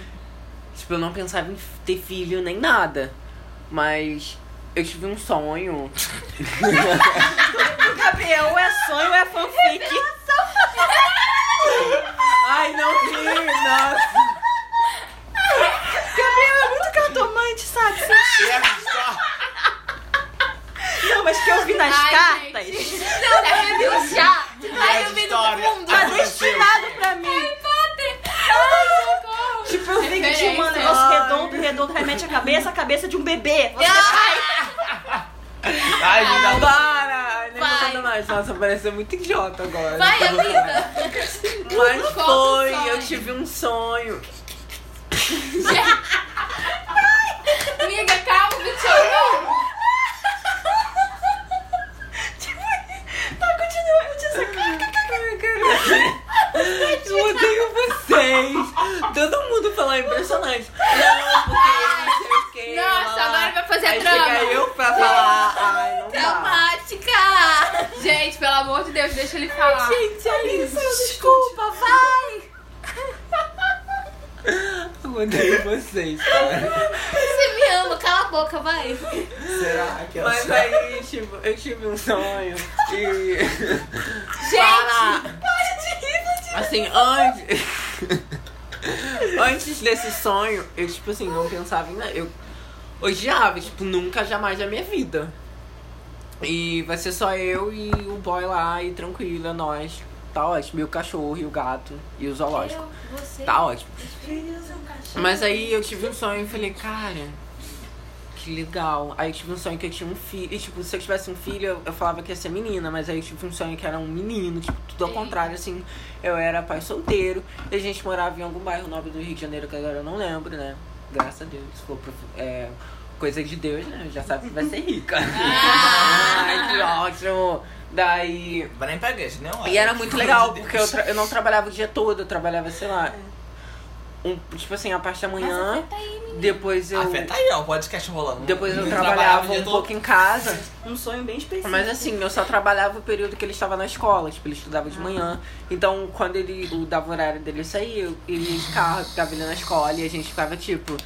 S4: Tipo, eu não pensava em ter filho nem nada. Mas eu tive um sonho.
S3: O Gabriel é sonho, é fanfic.
S4: Ai, não
S1: [LAUGHS]
S4: vi! Nossa!
S3: Gabriel é muito cartomante, sabe? Sim. Não, mas que eu vi nas
S1: Ai,
S3: cartas.
S1: gente. Não, deve me já. Ai, eu vi do
S2: História.
S1: mundo.
S3: Tá destinado pra mim.
S1: Harry Potter. Ai, socorro.
S3: Tipo, eu vi que tinha um
S1: Referência.
S4: né?
S3: negócio redondo, redondo, remete a cabeça, a cabeça de um bebê. Você cai.
S2: Ai, me dá
S4: Para! Nem
S1: Vai.
S4: contando mais. Nossa, pareceu muito idiota agora.
S1: Vai,
S4: Tá bom.
S1: amiga.
S4: Mas
S1: Conta o
S4: foi,
S1: sonho.
S4: eu tive um sonho.
S1: Amiga, calma, bicho.
S3: Tá, continua. Eu disse,
S4: Eu odeio vocês. Todo mundo falou impressionante. Não, porque não sei o que.
S1: Nossa, agora vai fazer
S4: Aí
S1: trama.
S4: chega eu pra falar. Ai, não dá.
S1: Traumática. Gente, pelo amor de Deus, deixa ele falar.
S4: Gente, Aline, desculpa, vai. Eu odeio vocês, tá? cara.
S5: Você me ama, cala a boca, vai.
S2: Será que
S4: Mas aí, tipo, eu tive um sonho e...
S1: Gente,
S4: Assim, antes. antes desse sonho, eu, tipo assim, não pensava em nada. Eu odiava, tipo, nunca jamais da minha vida. E vai ser só eu e o boy lá, e tranquilo, é nós. Tá ótimo. E o cachorro, e o gato, e o zoológico.
S5: Eu, você.
S4: Tá ótimo.
S3: Deus, é um cachorro.
S4: Mas aí eu tive um sonho e falei, cara, que legal. Aí eu tive um sonho que eu tinha um filho. E, tipo, se eu tivesse um filho, eu, eu falava que ia ser menina, mas aí eu tive um sonho que era um menino, tipo, Tudo ao contrário, assim, eu era pai solteiro, e a gente morava em algum bairro nobre do Rio de Janeiro, que agora eu não lembro, né? Graças a Deus, se for prof- é, coisa de Deus, né? Já sabe que vai ser rica. Ai, que ótimo! Daí.
S2: Vai nem pra igreja, né?
S4: E era muito legal, porque eu, tra- eu não trabalhava o dia todo, eu trabalhava, sei lá. um- tipo assim, a parte da manhã, depois eu.
S2: Afeta Ah, tá aí, ó, o podcast rolando.
S4: Depois eu
S2: Não
S4: trabalhava
S2: o dia
S4: um
S2: todo.
S4: pouco em casa.
S3: Um sonho bem específico.
S4: Mas assim, eu só trabalhava o período que ele estava na escola, tipo, ele estudava de manhã. Então, quando ele o dava o horário dele eu saía, eu ia de carro, ficava ele na escola e a gente ficava tipo,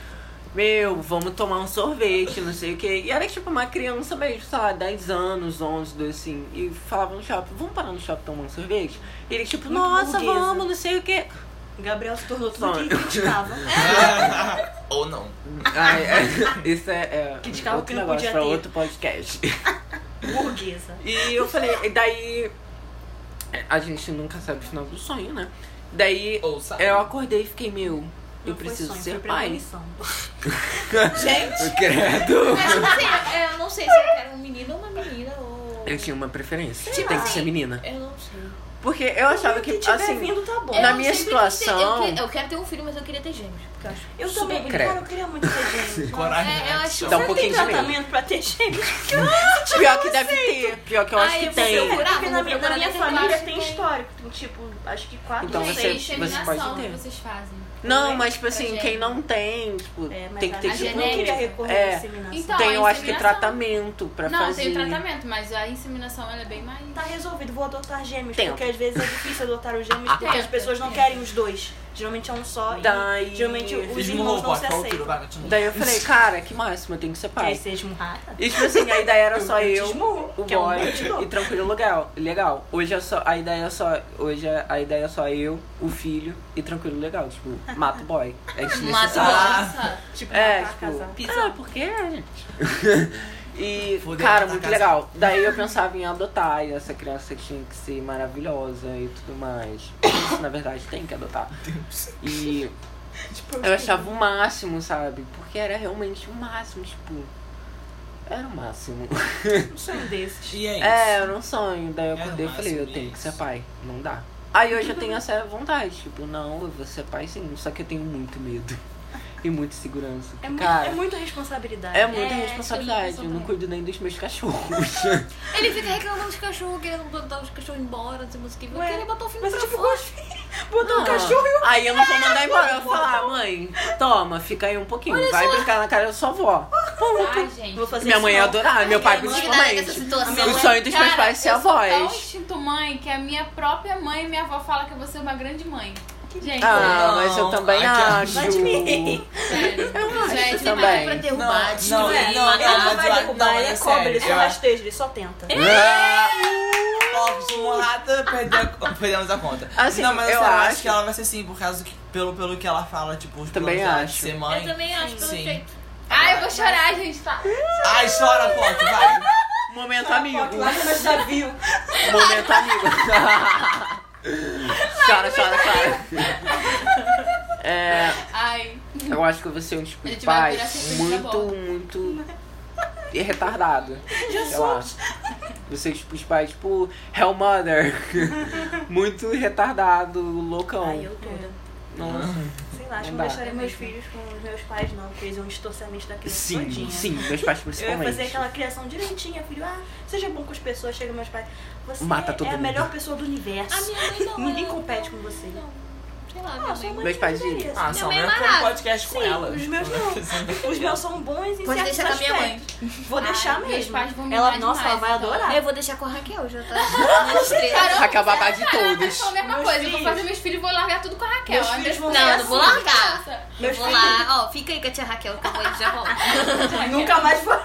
S4: meu, vamos tomar um sorvete, não sei o quê. E era tipo uma criança mesmo, sei lá, 10 anos, 11, 12, assim. E falava no shopping, vamos parar no shopping tomar um sorvete? E ele tipo,
S3: Muito
S4: nossa,
S3: burguesa.
S4: vamos, não sei o quê.
S3: Gabriel se tornou tudo
S4: Sonho.
S3: que criticava.
S2: [LAUGHS] Ou não.
S4: Ai, é, [LAUGHS] isso é, é
S3: Que descargo
S4: outro
S3: que não
S4: negócio
S3: podia
S4: pra
S3: ter.
S4: outro podcast.
S3: Burguesa.
S4: E eu falei, e daí. A gente nunca sabe o final do sonho, né? Daí
S2: Ou sabe.
S4: eu acordei e fiquei, meu, eu
S3: Não foi
S4: preciso
S3: sonho,
S4: ser
S3: foi
S4: [LAUGHS] pai.
S3: premonição.
S5: Gente,
S4: Credo!
S5: eu não sei, eu não sei se eu quero um menino ou uma menina ou.
S4: Eu tinha uma preferência.
S5: Sei
S4: Tem
S5: lá.
S4: que ser menina.
S5: Eu não sei.
S4: Porque eu achava que,
S3: O tiver
S4: assim.
S3: vindo tá bom.
S4: Na
S5: Eu
S4: minha
S5: sempre quis ter-
S4: situação-
S5: eu, que- eu quero ter um filho, mas eu queria ter gêmeos. Porque eu acho.
S3: Eu também.
S4: Super
S3: Cara, eu queria muito ter gêmeos.
S2: Coragem.
S1: É,
S2: né?
S1: eu acho-
S2: Só-
S4: Dá um
S3: Será que
S4: pouquinho de
S3: tem
S4: medo.
S3: tratamento pra ter gêmeos?
S4: Pior que deve ter. Pior que eu acho
S5: Ai,
S4: que
S5: eu
S4: tem.
S5: vou procurar,
S3: Porque na
S5: vou
S3: minha, na
S5: procurar
S3: minha
S5: ter
S3: família
S5: vários,
S3: tem histórico. Tem tipo, acho que quatro
S4: Então
S3: ou
S4: você-
S1: Gente,
S3: seis.
S4: você
S1: é inseminação
S4: pode ter.
S1: que vocês fazem.
S4: Não,
S1: né?
S4: mas tipo assim,
S1: Pra
S4: quem
S1: gente.
S4: não tem, tipo,
S3: É, mas
S4: tem que
S3: a-
S4: ter
S3: a
S1: tipo,
S3: gente não queria recorrer
S4: é.
S3: à inseminação.
S1: Então,
S4: tem, eu
S1: a
S4: acho que
S1: inseminação.
S4: tratamento pra
S1: Não,
S4: fazer.
S1: tem o tratamento, mas a inseminação ela é bem mais.
S3: Tá resolvido, vou adotar gêmeos.
S4: Tenta.
S3: Porque às vezes é difícil adotar os gêmeos porque
S1: Tenta,
S3: as pessoas não
S1: tenta.
S3: querem os dois. Geralmente é um só
S4: Daí-
S3: e geralmente os
S2: Esmurrou
S3: irmãos
S2: o
S3: não se
S4: é
S2: pote, um qual o tiro,
S3: aceitam. É,
S2: vai, continua.
S4: Daí eu [LAUGHS] falei, cara, que máximo, eu tenho que ser pai.
S3: Quer ser esmurrada?
S4: E tipo assim, a ideia
S3: [LAUGHS]
S4: era só
S3: Eu te
S4: eu,
S3: esmurro,
S4: o
S3: que é um
S4: boy
S3: batidão.
S4: e tranquilo legal. Legal. Hoje é só a ideia é só hoje é- a ideia é só eu, o filho e tranquilo legal, tipo, mata o boy. É
S2: Tá.
S4: desnecessário.
S1: Nossa!
S3: Tipo,
S4: É,
S3: matar, casar.
S4: tipo, ah, porque gente. [LAUGHS] E,
S2: Fudeu,
S4: cara,
S2: tá
S4: muito
S2: casado.
S4: legal. Daí eu pensava em adotar, e essa criança tinha que ser maravilhosa e tudo mais. Isso, na verdade, tem que adotar.
S2: [LAUGHS]
S4: E
S2: Tipo assim.
S4: eu achava o máximo, sabe? Porque era realmente o máximo, tipo. Era o máximo.
S3: Um sonho desses.
S2: E é isso.
S4: [LAUGHS] É, era um sonho. Daí eu
S2: Era
S4: acordei e
S2: o
S4: falei, eu
S2: máximo, é
S4: tenho
S2: isso.
S4: que ser pai. Não dá. Aí hoje
S2: [LAUGHS]
S4: eu tenho essa vontade, tipo, não, eu vou ser pai sim. Só que eu tenho muito medo.
S2: [LAUGHS]
S4: E muita insegurança.
S3: É, mu-
S4: cara,
S3: é muita responsabilidade.
S4: é muita
S5: É,
S4: responsabilidade.
S5: acho que eu
S4: Eu não
S5: também.
S4: cuido nem dos meus cachorros. [LAUGHS]
S5: Ele fica reclamando dos cachorros, querendo botar os cachorros embora, não sei mais o que. Eu
S3: Ué,
S5: queria botar o filho
S3: Mas
S5: pra
S3: é tipo,
S5: fora.
S3: [LAUGHS] botou um
S4: Não.
S3: cachorro e
S4: Aí eu não vou mandar embora. Eu vou falar, mãe, toma, fica aí um pouquinho. vai brincar na cara da sua avó.
S3: um
S1: Ai, tá, gente.
S3: Vou fazer
S4: Minha mãe ia
S3: isso, não.
S4: adorar, meu pai
S5: Indignada com é tá essa
S4: principalmente.
S5: situação.
S4: O sonho dos meus
S1: Cara,
S4: pais é ser
S1: eu sou tão
S4: avós.
S1: instinto mãe que a minha própria mãe e minha avó fala que eu vou ser uma grande mãe. Gente,
S4: Ah, mas eu
S2: Não,
S4: também
S2: ai, que
S4: acho.
S3: Vai de mim.
S1: sério.
S4: Eu acho
S1: Gente,
S4: também.
S5: Pra
S2: Não,
S5: derrubar,
S4: é,
S2: não,
S5: destruir,
S2: não,
S5: matar.
S3: Ele não vai
S2: Não,
S3: derrubar,
S2: não,
S3: ele é
S2: é
S3: cobra,
S2: sério,
S3: ele só
S2: eu
S3: rasteja, ele só tenta.
S4: Ah.
S2: Ó, esmurrada, perdeu a- perdemos a conta.
S4: Assim,
S2: não, mas
S4: eu
S2: sério,
S4: acho-
S2: que ela vai ser sim, por causa que, pelo, pelo que ela fala, tipo, os
S4: Também
S2: planos dela de
S4: acho.
S2: ser mãe.
S5: Eu também acho, pelo
S2: Sim.
S5: jeito.
S1: Ai, eu vou chorar, gente. Tá.
S2: Ai, chora, Pote, vai.
S4: [LAUGHS] Ah, Momento amigo.
S3: Foto tá lá no meu navio.
S4: Momento amigo. [LAUGHS] chora, chora, chora. É,
S1: Ai.
S4: eu acho que você é um tipo
S1: A
S4: de
S1: gente vai
S4: pai
S1: virar serpente da
S4: muito,
S1: bola.
S4: muito retardado. Eu acho. Você é tipo de pai, tipo, Hellmother. muito retardado, loucão.
S5: Ai, eu toda.
S4: Nossa.
S3: É. Sei lá, acho que
S4: Não
S3: não
S4: dá.
S3: deixaria meus filhos com os meus pais, não, porque eles iam distorcer a mente da criança
S4: Sim,
S3: todinha.
S4: sim, meus pais
S3: Eu ia
S4: principalmente.
S3: fazer aquela criação direitinha, filho. Ah, seja bom com as pessoas, chega meus pais. Você
S4: Mata todo
S3: é a
S4: mundo.
S3: melhor pessoa do universo.
S5: A minha mãe não.
S3: Ninguém
S5: ela-
S3: compete com você.
S5: Não. Sei lá,
S3: Ah,
S5: minha
S3: sua
S5: mãe.
S3: mãe
S4: Meus pais
S3: não
S4: de-
S3: faria isso.
S2: Ah, só
S5: mãe é
S2: mesmo um
S5: maravilhosa.
S2: podcast com
S3: Sim,
S2: ela.
S3: os meus
S4: é
S3: não. Os meus são bons em
S5: Pode
S3: certos
S5: deixar com a minha mãe.
S3: aspectos. Vou
S1: Ai,
S3: deixar
S1: meus
S3: mesmo.
S1: pais vão me
S3: ela,
S1: amar
S3: nossa, ela vai
S1: demais, então.
S3: adorar.
S5: Eu vou deixar com a Raquel, [LAUGHS] já tá. nas três.
S1: Caramba,
S4: Raquel
S1: você é
S4: babá de
S1: vai- vai
S4: todos.
S1: falar a mesma
S3: Meus
S1: coisa. Eu vou
S3: filhos.
S1: fazer meus filhos e vou largar tudo com a Raquel.
S3: Meus
S1: Olha,
S3: filhos vão
S1: não,
S3: ser
S1: eu não vou
S5: assim.
S1: largar.
S3: Meus
S5: Vou
S3: filhos-
S5: lá, ó, fica aí com a tia Raquel, que eu vou já [LAUGHS] volto.
S3: Nunca mais vou.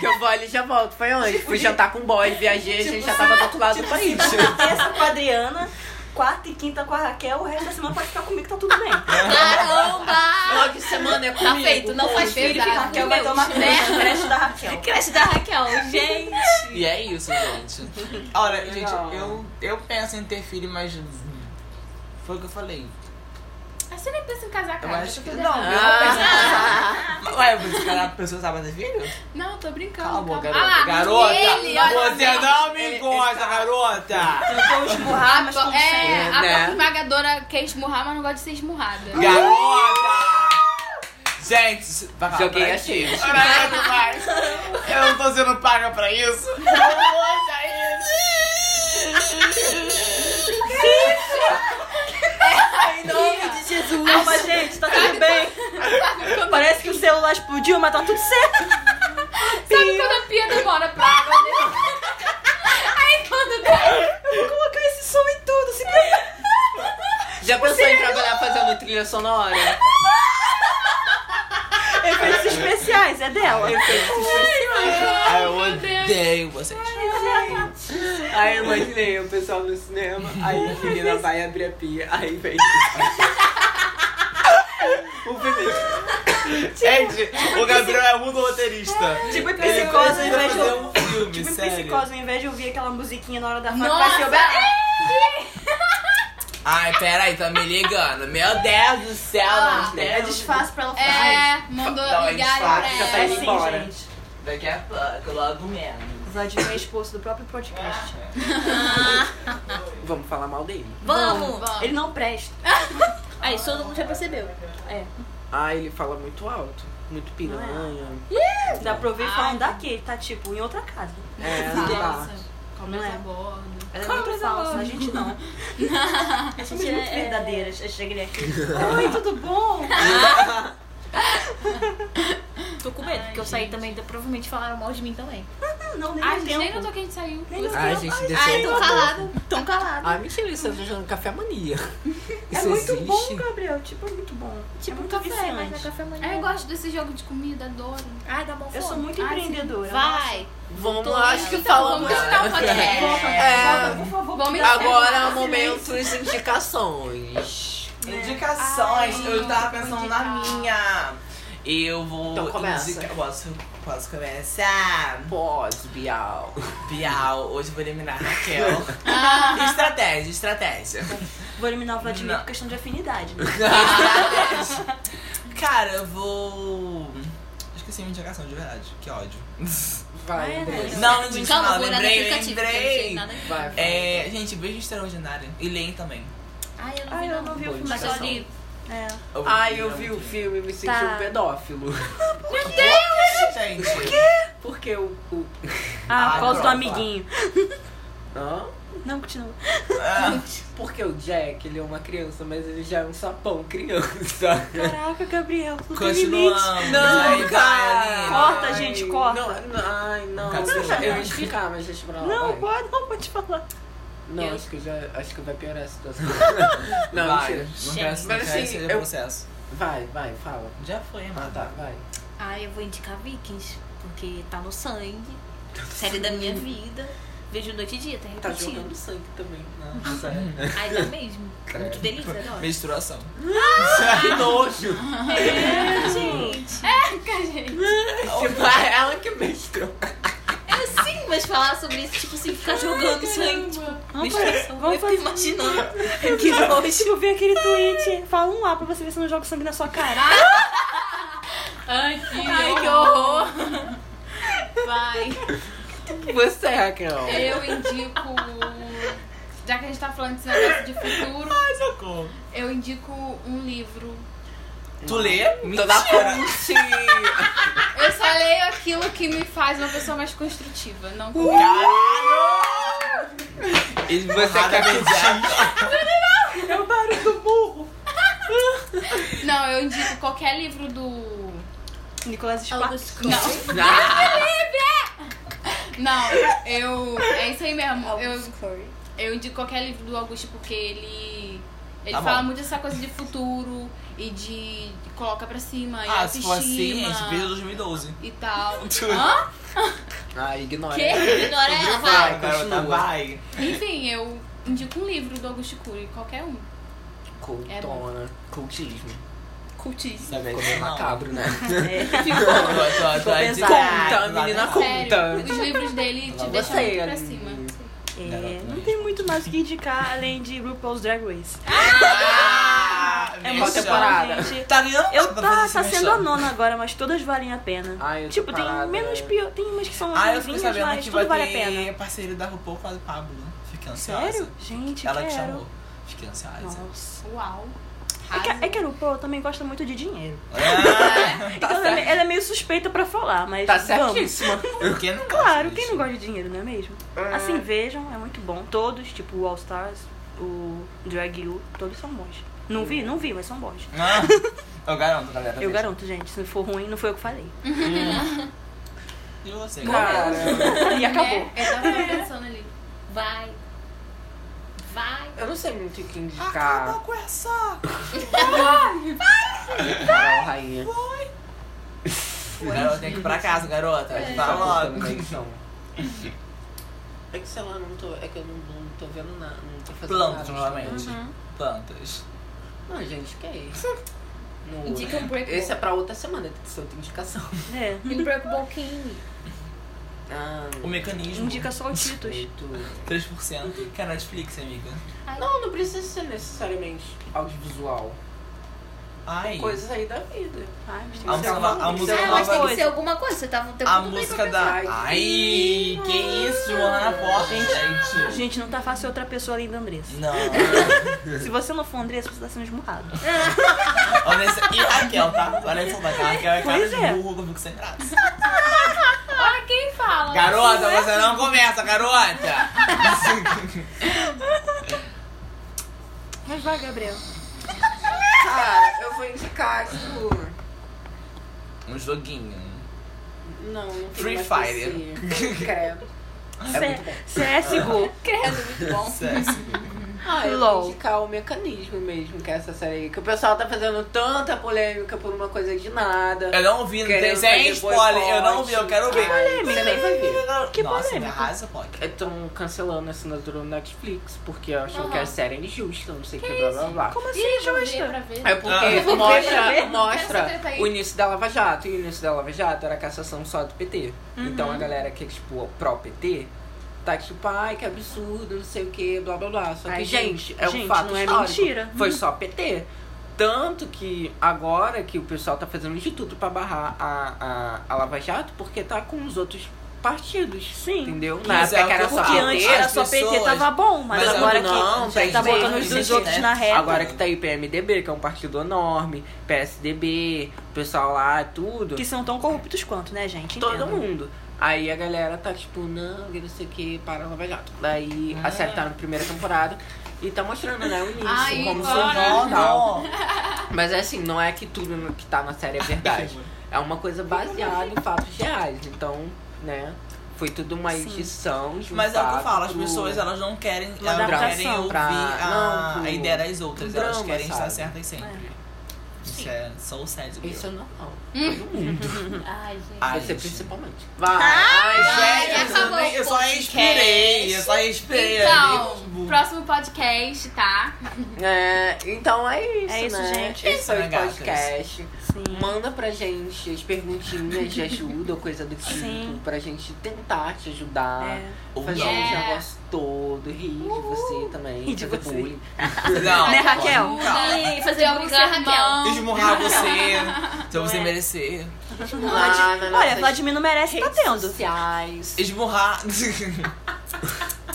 S4: Que eu vou ali e já volto. Foi onde? Fui jantar com o boy, viajei, a gente já tava do outro lado do país.
S3: Terça com a Adriana, quarta e quinta com a Raquel, o resto da semana pode ficar comigo, tá tudo bem.
S5: Caramba!
S4: Final de semana é comigo.
S5: Tá feito, não
S4: pô.
S5: faz filho,
S1: pesado.
S5: fica
S3: A
S5: com
S3: Raquel vai
S5: Deus,
S3: tomar conta
S5: né?
S3: do creche da Raquel.
S5: Creche da Raquel, gente.
S2: E é isso, gente. Olha,
S4: Legal.
S2: gente, eu, eu penso em ter filho, mas. Foi o que eu falei.
S1: Aí você nem pensa em casar, cara.
S2: Eu
S1: tá
S2: acho que
S1: tudo
S2: não,
S1: errado.
S2: eu não penso em casar. Ué, você casar com pessoas que sabem ter filho?
S1: Não, eu tô brincando.
S2: Calma,
S1: calma.
S2: garota.
S1: Ah,
S2: garota,
S1: ele, olha
S2: você
S1: só.
S2: não me
S4: Ele- tá-
S2: encosta, garota!
S3: Tentou esmurrar, Ah, mas
S1: Bom,
S3: consegue.
S1: É, a
S4: né?
S1: boca esmagadora quer esmurrar, mas não gosta de ser esmurrada.
S2: Garota! Gente, se- vai acabar
S4: Ah, Joguei
S2: por
S4: a
S2: aqui.
S4: X.
S2: Caralho, demais. Eu não tô sendo paga pra isso. Eu vou achar isso.
S3: Ai, em nome de Jesus. Calma, gente, tá tudo bem. [LAUGHS] Parece que o celular explodiu, mas tá tudo certo.
S1: Sabe quando a pia demora pra água descer? Aí [LAUGHS] quando der,
S3: Vou colocar esse som em tudo, se prepara.
S4: Já pensou em trabalhar fazendo trilha sonora?
S3: Efeitos especiais, é dela.
S2: Ai, Eu
S1: meu Deus.
S2: odeio vocês.
S4: Aí eu imaginei o pessoal no cinema, aí a menina vai abrir a pia, aí vem.
S2: O Felipe. Gente, o Gabriel é muito roteirista.
S3: Tipo em
S2: Ele
S3: psicose, ao
S2: precisa
S3: invés de
S2: fazer
S3: eu...
S2: um filme,
S3: Tipo em
S2: sério.
S3: psicose, ao invés de ouvir aquela musiquinha na hora da faca, vai ser o
S1: Nossa!
S2: Ai, peraí, tá me ligando. Meu Deus do céu,
S1: Ah,
S2: não tem.
S3: É disfarce pra ela falar.
S1: É, mandou
S2: Não, eles
S1: ligar pra
S2: falam, já
S1: ela.
S2: tá
S3: É
S2: indo
S3: sim,
S2: embora.
S3: gente.
S2: Daqui a pouco, logo menos.
S3: Vladimir é expulso do próprio podcast.
S4: Vamos falar mal dele.
S5: Vamos!
S1: Vamos.
S3: Ele não presta.
S5: Aí, todo mundo já percebeu.
S3: É.
S4: Ah, ele fala muito alto, muito piranha.
S3: Dá pra ouvir
S1: Ai.
S3: falando daqui, ele tá tipo em outra casa.
S4: É,
S1: Nossa,
S4: tá.
S1: como
S3: Não é?
S1: é bordo.
S3: Ela é muito falsa, a gente [LAUGHS] não.
S5: A
S3: Somos
S5: gente
S3: muito
S5: é-
S3: verdadeiras. Eu cheguei aqui. [LAUGHS] Oi, tudo bom?
S5: Tô com medo, porque eu saí também, então provavelmente falaram mal de mim também.
S3: Não, nem
S1: Ai,
S3: deu
S1: gente, nem
S3: tempo.
S1: notou que a gente saiu.
S3: um- Nem deu
S4: Ai,
S3: tempo.
S4: gente,
S5: Ai,
S4: desceu.
S5: tão calado, tão calado.
S4: Ah, mentira, isso é do café mania.
S3: É
S4: Isso
S3: muito
S4: existe?
S3: bom, Gabriel. Tipo, é muito bom.
S5: Tipo,
S3: é
S5: um
S3: muito
S5: café,
S3: viciante.
S5: mas não é café amanhã.
S1: Ai, eu gosto desse jogo de comida, adoro.
S5: Ai, dá bom
S3: Eu sou muito
S1: Ai, sim.
S3: empreendedora.
S5: Vai!
S4: Vamos
S5: Tô
S4: lá, acho que
S1: Então,
S4: falamos.
S1: vamos escutar o podcast.
S3: Volta,
S4: É.
S3: volta, por favor.
S1: É. Vamos
S4: Agora é o
S3: Silêncio.
S4: momento das indicações.
S5: É.
S2: Indicações,
S1: Ai,
S2: eu tava
S1: vou
S2: pensando
S1: indicar.
S2: na minha. Eu vou
S4: Então começa.
S2: indicar- Posso, posso começar?
S4: Pode, Bial.
S2: Bial, hoje eu vou eliminar a Raquel.
S5: [LAUGHS]
S2: estratégia, estratégia.
S3: Vou eliminar o Vladimir
S2: Não.
S3: por questão de afinidade. né?
S2: Cara, eu vou. Esqueci minha indicação, de verdade. Que ódio.
S4: Vai,
S3: Ai,
S4: Andressa.
S3: Andressa.
S2: Não, não disse
S5: Calma,
S2: nada.
S5: vou olhar no
S2: Lembrei,
S5: aplicativo, porque eu não sei
S2: lembrei.
S5: nada.
S4: Vai, fala.
S2: É, gente, beijo extraordinário. E leem também.
S5: Ai, eu não vi
S3: Ai, eu
S5: não.
S3: não vi o filme.
S5: Mas eu li.
S3: É.
S4: Ai, eu vi o filme e me senti
S5: Tá.
S4: um pedófilo.
S2: Meu Deus! Gente. Por quê?
S4: Porque o. o...
S3: Ah,
S2: Ah,
S3: por causa do
S2: prova.
S3: amiguinho.
S4: Hã?
S3: Não, continua.
S4: Porque o Jack, ele é uma criança, mas ele já é um sapão criança.
S3: Caraca, Gabriel, não tem limite.
S2: Continuamos.
S4: Não,
S2: Aí,
S4: cara.
S2: vai,
S3: Corta,
S4: Ai,
S3: gente, corta.
S4: Não, não, ai, não.
S2: Cara,
S4: eu,
S2: você já-
S4: eu ia explicar, mas deixa pra lá.
S3: Não,
S4: vai.
S3: pode, não pode falar.
S4: Não, acho que, já, acho que vai piorar a [LAUGHS] situação. não,
S2: Vai,
S4: mentira.
S2: não quero não
S4: Mas
S2: quero
S4: assim,
S2: esse
S4: eu-
S2: processo.
S4: Vai, vai, fala.
S2: Já foi,
S4: Ah,
S2: mano.
S4: tá, vai.
S5: Ai, eu vou indicar Vikings, porque tá no sangue. Série da minha vida. Vejo noite e dia, tá
S4: Tá
S5: repetindo.
S4: jogando sangue também. né? Nossa. [LAUGHS] que
S5: Ai, tá mesmo. Muito delícia, adoro.
S2: Menstruação.
S4: nojo.
S5: É, gente.
S1: Fica, gente.
S4: Tipo, é ela que menstruou.
S5: É sim, mas falar sobre isso, tipo assim, ficar jogando sangue, tipo,
S3: Vamos
S5: menstruação.
S3: vamos
S5: Eu fico
S3: fazer-
S5: imaginando.
S3: Que nojo. Eu vi aquele tweet. Fala um A pra você ver se não joga sangue na sua cara.
S1: Ai, que
S5: Ai, que
S1: horror. Vai.
S4: Você, é, Raquel.
S1: Eu indico. Já que a gente tá falando desse negócio de futuro,
S2: Socorro.
S1: eu indico um livro.
S2: Tu lê?
S4: Toda ponte.
S1: Eu só leio aquilo que me faz uma pessoa mais construtiva. Não
S2: Caralho!
S4: E você quer
S2: beijar?
S3: É o barulho do burro.
S1: Não, eu indico qualquer livro do.
S3: Nicolas
S2: É
S3: Sparks.
S5: Augusto
S1: Não,
S3: [LAUGHS]
S4: Ah,
S1: não, eu. É isso aí mesmo. Eu,
S5: Curry.
S1: eu indico qualquer livro do Augusto porque ele. Ele
S2: Tá bom.
S1: fala muito dessa coisa de futuro e de, de coloca pra cima e
S2: Ah, se for
S1: autoestima
S2: assim, a gente veja 2012.
S1: e
S2: [LAUGHS]
S1: tal. Hã?
S4: ah ignora.
S1: Que?
S5: Ignora ela, vai.
S2: Vai, garota,
S4: continua.
S2: vai.
S1: Enfim, eu indico um livro do Augusto Cury, qualquer um. É
S4: Cultona. Cultismo.
S1: Cultíssimo.
S2: Sabe,
S4: Ficou meio
S2: não.
S4: macabro,
S3: [LAUGHS]
S4: né?
S3: É.
S2: Tô- tô- tô-
S3: pesado.
S4: Conta, a menina
S2: Lá
S4: conta.
S1: Sério, os livros dele te
S4: Você,
S1: deixam muito pra
S4: Aline.
S1: cima.
S3: É, não tem muito mais o que indicar além de RuPaul's Drag Race.
S2: Ah,
S3: É
S2: meu
S3: muito
S4: temporada.
S3: gente.
S2: Tá ganhando
S3: Eu
S2: nada pra
S3: tá,
S2: fazer
S3: tá
S2: esse
S3: sendo a
S2: merchan.
S3: nona agora, mas todas valem a pena.
S4: Ai, eu tô
S3: tipo, tem
S4: parada. né?
S3: menos pior. Tem umas que são
S2: Ah, eu fiquei
S3: ruimzinhas,
S2: sabendo
S3: mas
S2: que
S3: tudo
S2: vai
S3: vale a pena.
S2: ter parceria da RuPaul com a do Pablo. Fiquei ansiosa.
S3: Sério? Gente,
S2: Ela
S3: quero.
S2: que chamou. Fiquei ansiosa.
S3: Nossa.
S1: Uau.
S3: É que,
S1: Arrasa.
S3: é que a RuPaul também gosta muito de dinheiro.
S2: Ah,
S3: então ela, é me- ela é meio suspeita pra falar, mas
S4: Tá
S3: vamos.
S4: certíssima.
S2: quem não gosta
S3: Claro, quem
S2: disso?
S3: não gosta de dinheiro, não é mesmo? Assim, vejam, é muito bom. Todos, tipo o All Stars, o Drag You, todos são bons. Não vi? Não vi, mas são bons.
S2: Tá Ah, eu garanto, galera.
S3: Eu
S2: veja.
S3: garanto, gente, se for ruim, não foi eu que falei.
S2: E você?
S4: Cara,
S3: E acabou.
S1: É, eu tava pensando ali. Vai. Vai.
S4: eu não sei muito o que indicar.
S2: com essa.
S4: Não, rainha.
S2: Garota, tem que ir pra casa, garota.
S4: A gente
S2: Tá
S4: tá
S2: logo.
S4: postando bem, então. É que sei lá, não tô, é que eu não, não tô vendo nada, não tô fazendo
S2: Plantas,
S4: nada. né?
S2: novamente.
S3: Uhum.
S2: Plantas.
S4: Não, gente, que é isso? No-
S5: Indica um break
S4: Esse é pra outra semana, tem que ser outra [LAUGHS] indicação.
S3: É.
S1: Um
S5: Unbreakable Kimmy.
S4: Ah,
S2: O mecanismo.
S3: Indica só os títulos.
S4: muito...
S2: 3%. Que é Netflix, amiga.
S4: Não, não precisa ser necessariamente audiovisual.
S2: Ai.
S4: Coisas aí da vida.
S3: Ai, mas tem
S2: A
S3: que ser
S2: música,
S3: alguma
S2: a
S3: coisa.
S2: música
S5: Ah,
S2: nova.
S5: mas tem que ser alguma coisa. Você tá tava tendo
S2: A música da. Ai, que isso, Joana na porta, hein, gente?
S3: Gente, não tá fácil ser outra pessoa além da Andressa.
S2: Não.
S3: Se você não for Andressa, você tá sendo esmurrado.
S2: Vanessa e Raquel, tá? Olha só, a Raquel é cara
S3: Pois é.
S2: de burro, que eu fico sem graça.
S1: Olha Ah, quem fala.
S2: Garota,
S3: é
S2: você não começa, garota!
S3: Mas vai, Gabriel.
S4: Cara, eu vou indicar, tipo...
S2: Um joguinho.
S4: Não, não
S2: Free
S4: mais
S2: Fire.
S4: PC. Credo.
S5: [LAUGHS]
S3: CSGO.
S1: Credo, muito bom.
S4: Ah, eu
S3: LOL.
S4: vou indicar o mecanismo mesmo, que é essa série aí. Que o pessoal tá fazendo tanta polêmica por uma coisa de nada.
S2: Eu não vi, não tem,
S4: Querendo
S2: sem
S4: fazer
S2: spoiler,
S4: boicote.
S2: eu não vi, eu quero ver.
S4: Você nem vai ver.
S3: Que
S2: Nossa, me
S3: polêmica.
S2: arrasa, pode.
S4: É. Estão cancelando a assinatura do Netflix, porque eu acham
S1: Aham.
S4: que a série é injusta, não sei o que, blá blá blá.
S3: Como assim,
S1: Ih, vou ver pra
S3: justa?
S1: ver.
S4: É
S2: Ah.
S4: porque
S1: Vou ver, vou
S4: mostra,
S1: ver.
S4: mostra
S1: Essa treta aí.
S4: o início da Lava Jato. E o início da Lava Jato era a cassação só do PT. Então a galera que é, tipo, pró-PT, tá tipo, ai, que absurdo, não sei o que, blá blá blá. Só que,
S3: Ai,
S4: gente, é um
S3: gente,
S4: fato
S3: não é
S4: histórico.
S3: mentira.
S4: Foi só PT. Tanto que agora que o pessoal tá fazendo de tudo pra barrar a, a, a Lava Jato, porque tá com os outros partidos.
S3: Sim.
S4: Entendeu?
S2: Mas
S4: Na época
S2: é o que
S4: que era
S2: eu
S4: só
S2: falo.
S3: Porque
S4: PT,
S3: antes era
S2: as
S3: só PT,
S2: pessoas-
S3: tava bom, mas,
S2: Mas
S3: agora
S4: não,
S3: que
S4: gente,
S3: tá
S4: gente,
S3: botando os dos
S2: gente,
S3: outros
S2: né?
S3: na reta.
S4: Agora que tá aí PMDB, que é um partido enorme, PSDB, o pessoal lá, tudo.
S3: Que são tão corruptos quanto, né, gente?
S4: todo
S3: Entendo.
S4: mundo. Aí a galera tá tipo, não, que não sei o que, para Lava Jato. Daí
S2: É.
S4: a série tá na primeira temporada e tá mostrando, né, o início,
S1: Ai,
S4: como
S1: bora.
S4: surgiu e tal. Mas é assim, não é que tudo no- que tá na série
S2: [LAUGHS]
S4: é verdade. É uma coisa baseada em fatos reais. Então, né, foi tudo uma
S3: Sim.
S4: edição de um
S2: Mas é o que eu falo, as
S4: fato
S2: pessoas elas não querem,
S3: Uma
S2: elas não querem
S3: adaptação
S2: ouvir
S4: pra-
S2: a,
S4: não, pro-
S2: a ideia das outras,
S4: pro
S2: elas
S4: drama,
S2: querem estar
S4: sabe?
S2: certas sempre. Isso é só o sério.
S4: Isso é normal. Todo mundo.
S5: Ai, gente.
S2: Ai,
S4: Você
S2: gente.
S4: principalmente. Vai. Ai,
S1: Ai,
S4: gente.
S2: eu, só,
S1: acabou
S2: nem- eu só
S1: o podcast.
S2: inspirei, eu só inspirei.
S1: Então, próximo podcast, tá?
S4: É, então é isso,
S3: É isso,
S4: né?
S3: gente.
S4: Esse foi
S2: Né,
S4: o
S2: gatas?
S4: podcast.
S3: Sim.
S4: Manda pra gente as perguntinhas de ajuda ou coisa do tipo.
S3: Sim.
S4: Pra gente tentar te ajudar.
S3: É.
S2: Ou
S4: Fazer
S2: não.
S4: os
S1: Yeah.
S4: negócios todo, rir de você também.
S3: Rir de
S4: fazer
S3: você.
S4: bullying. [LAUGHS]
S2: Não,
S3: Né, Raquel?
S2: Não.
S5: E fazer
S1: Joga
S5: bullying
S1: com a
S5: com a
S1: Raquel.
S2: Esmurrar
S4: [LAUGHS]
S2: você, se você merecer.
S4: Lá nas
S3: Olha,
S4: nossas
S3: Vladimir não merece, tá
S4: redes
S3: tendo.
S4: sociais.
S2: Esmurrar. [LAUGHS]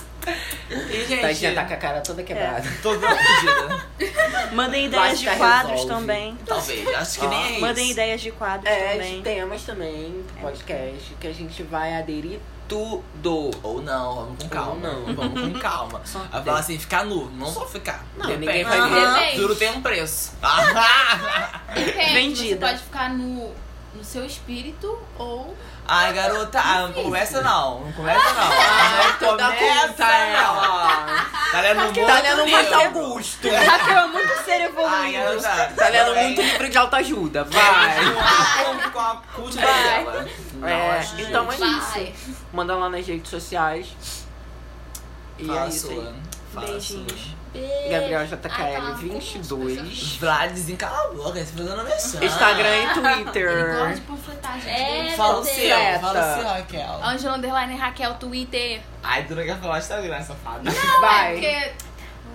S4: E, gente, Tadinha tá com a cara toda quebrada.
S2: Toda fodida.
S3: Mandem ideias de
S4: Basta
S3: quadros
S4: resolve.
S3: também.
S2: Talvez, acho que nem é isso.
S3: Mandem ideias de quadros
S4: É, de
S3: também. É.
S4: temas também pro podcast que a gente vai aderir tudo.
S2: Ou não, vamos com calma.
S4: Ou não.
S2: Vamos com calma.
S4: [LAUGHS] Só
S2: Ela fala assim, ficar nu, não só ficar.
S4: Não,
S2: Depende.
S4: ninguém vai
S1: Aham. ver.
S2: Tudo tem um
S4: [LAUGHS]
S2: preço. Ah!
S1: Depende,
S3: Vendida.
S1: Você pode ficar no, no seu espírito ou.
S2: Ai, garota, ah, não começa não. Não começa não. [LAUGHS] Ai,
S4: toda culta ela.
S2: Tá lendo muito.
S4: Tá lendo muito
S2: livro.
S3: [LAUGHS]
S4: Augusto.
S3: Raquel é muito ser
S2: Ai,
S3: evoluído.
S2: garota.
S4: Tá lendo muito livro de autoajuda. Vai.
S2: [LAUGHS] Com a- Com a cultura
S4: Vai.
S2: dela.
S4: É,
S2: Nossa,
S4: então é
S2: gente.
S1: Vai.
S4: isso. Manda lá nas redes sociais. E
S2: Fala
S4: é isso
S2: sua.
S4: aí.
S2: Fala
S3: Beijinhos.
S4: Gabriel
S1: Ai, tá
S4: JKL
S1: uma
S4: 22.
S1: assim.
S2: sua. Vlad desencala a boca, você tá fazendo mexer.
S4: Instagram e
S1: Ah, Ele gosta de
S4: Twitter.
S1: panfletar, gente.
S5: É.
S2: Fala o
S5: meu
S2: seu,
S4: Deus.
S2: fala o seu, Raquel.
S1: Angela Underline Raquel, Twitter. É,
S2: Ai, tu não quer falar Instagram, safada.
S4: Vai.
S1: Porque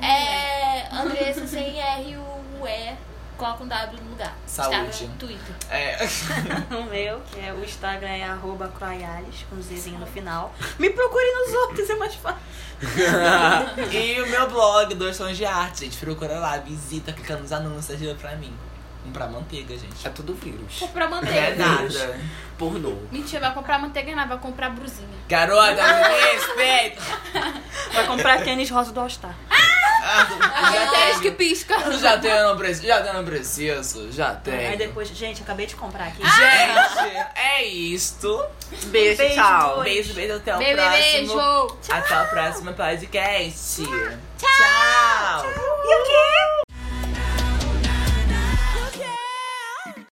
S5: É. Andressa sem R, U, E. Coloca um W no lugar.
S2: Saúde.
S5: Instagram, Twitter.
S2: É.
S3: [LAUGHS] O meu, que é o Instagram é arroba croiales, com Zzinho no final. Me procure nos outros, é mais fácil.
S2: e o meu blog, Dois Sons de Arte, gente. Procura lá, visita, clica nos anúncios, ajuda pra mim. Um pra manteiga, gente.
S4: É tudo vírus.
S1: Comprar
S2: Não é
S1: manteiga.
S2: nada.
S4: Pornô.
S1: Mentira, vai comprar manteiga não, vai comprar brusinha.
S2: Garota, me respeita!
S3: Vai comprar tênis rosa do All Star.
S2: já
S1: Aqueles que
S2: tenho.
S1: pisca.
S2: Já tenho, eu não preciso. Já tenho, eu não preciso. Já
S3: Aí
S2: tenho. Ah,
S3: depois, gente, acabei de comprar aqui.
S2: Gente, é isto.
S4: Beijo,
S3: Beijo,
S4: tchau.
S3: dois.
S2: Beijo, beijo, até o
S1: Beijo,
S2: próximo.
S1: beijo.
S2: Até o próximo podcast. Tchau.
S3: E o quê?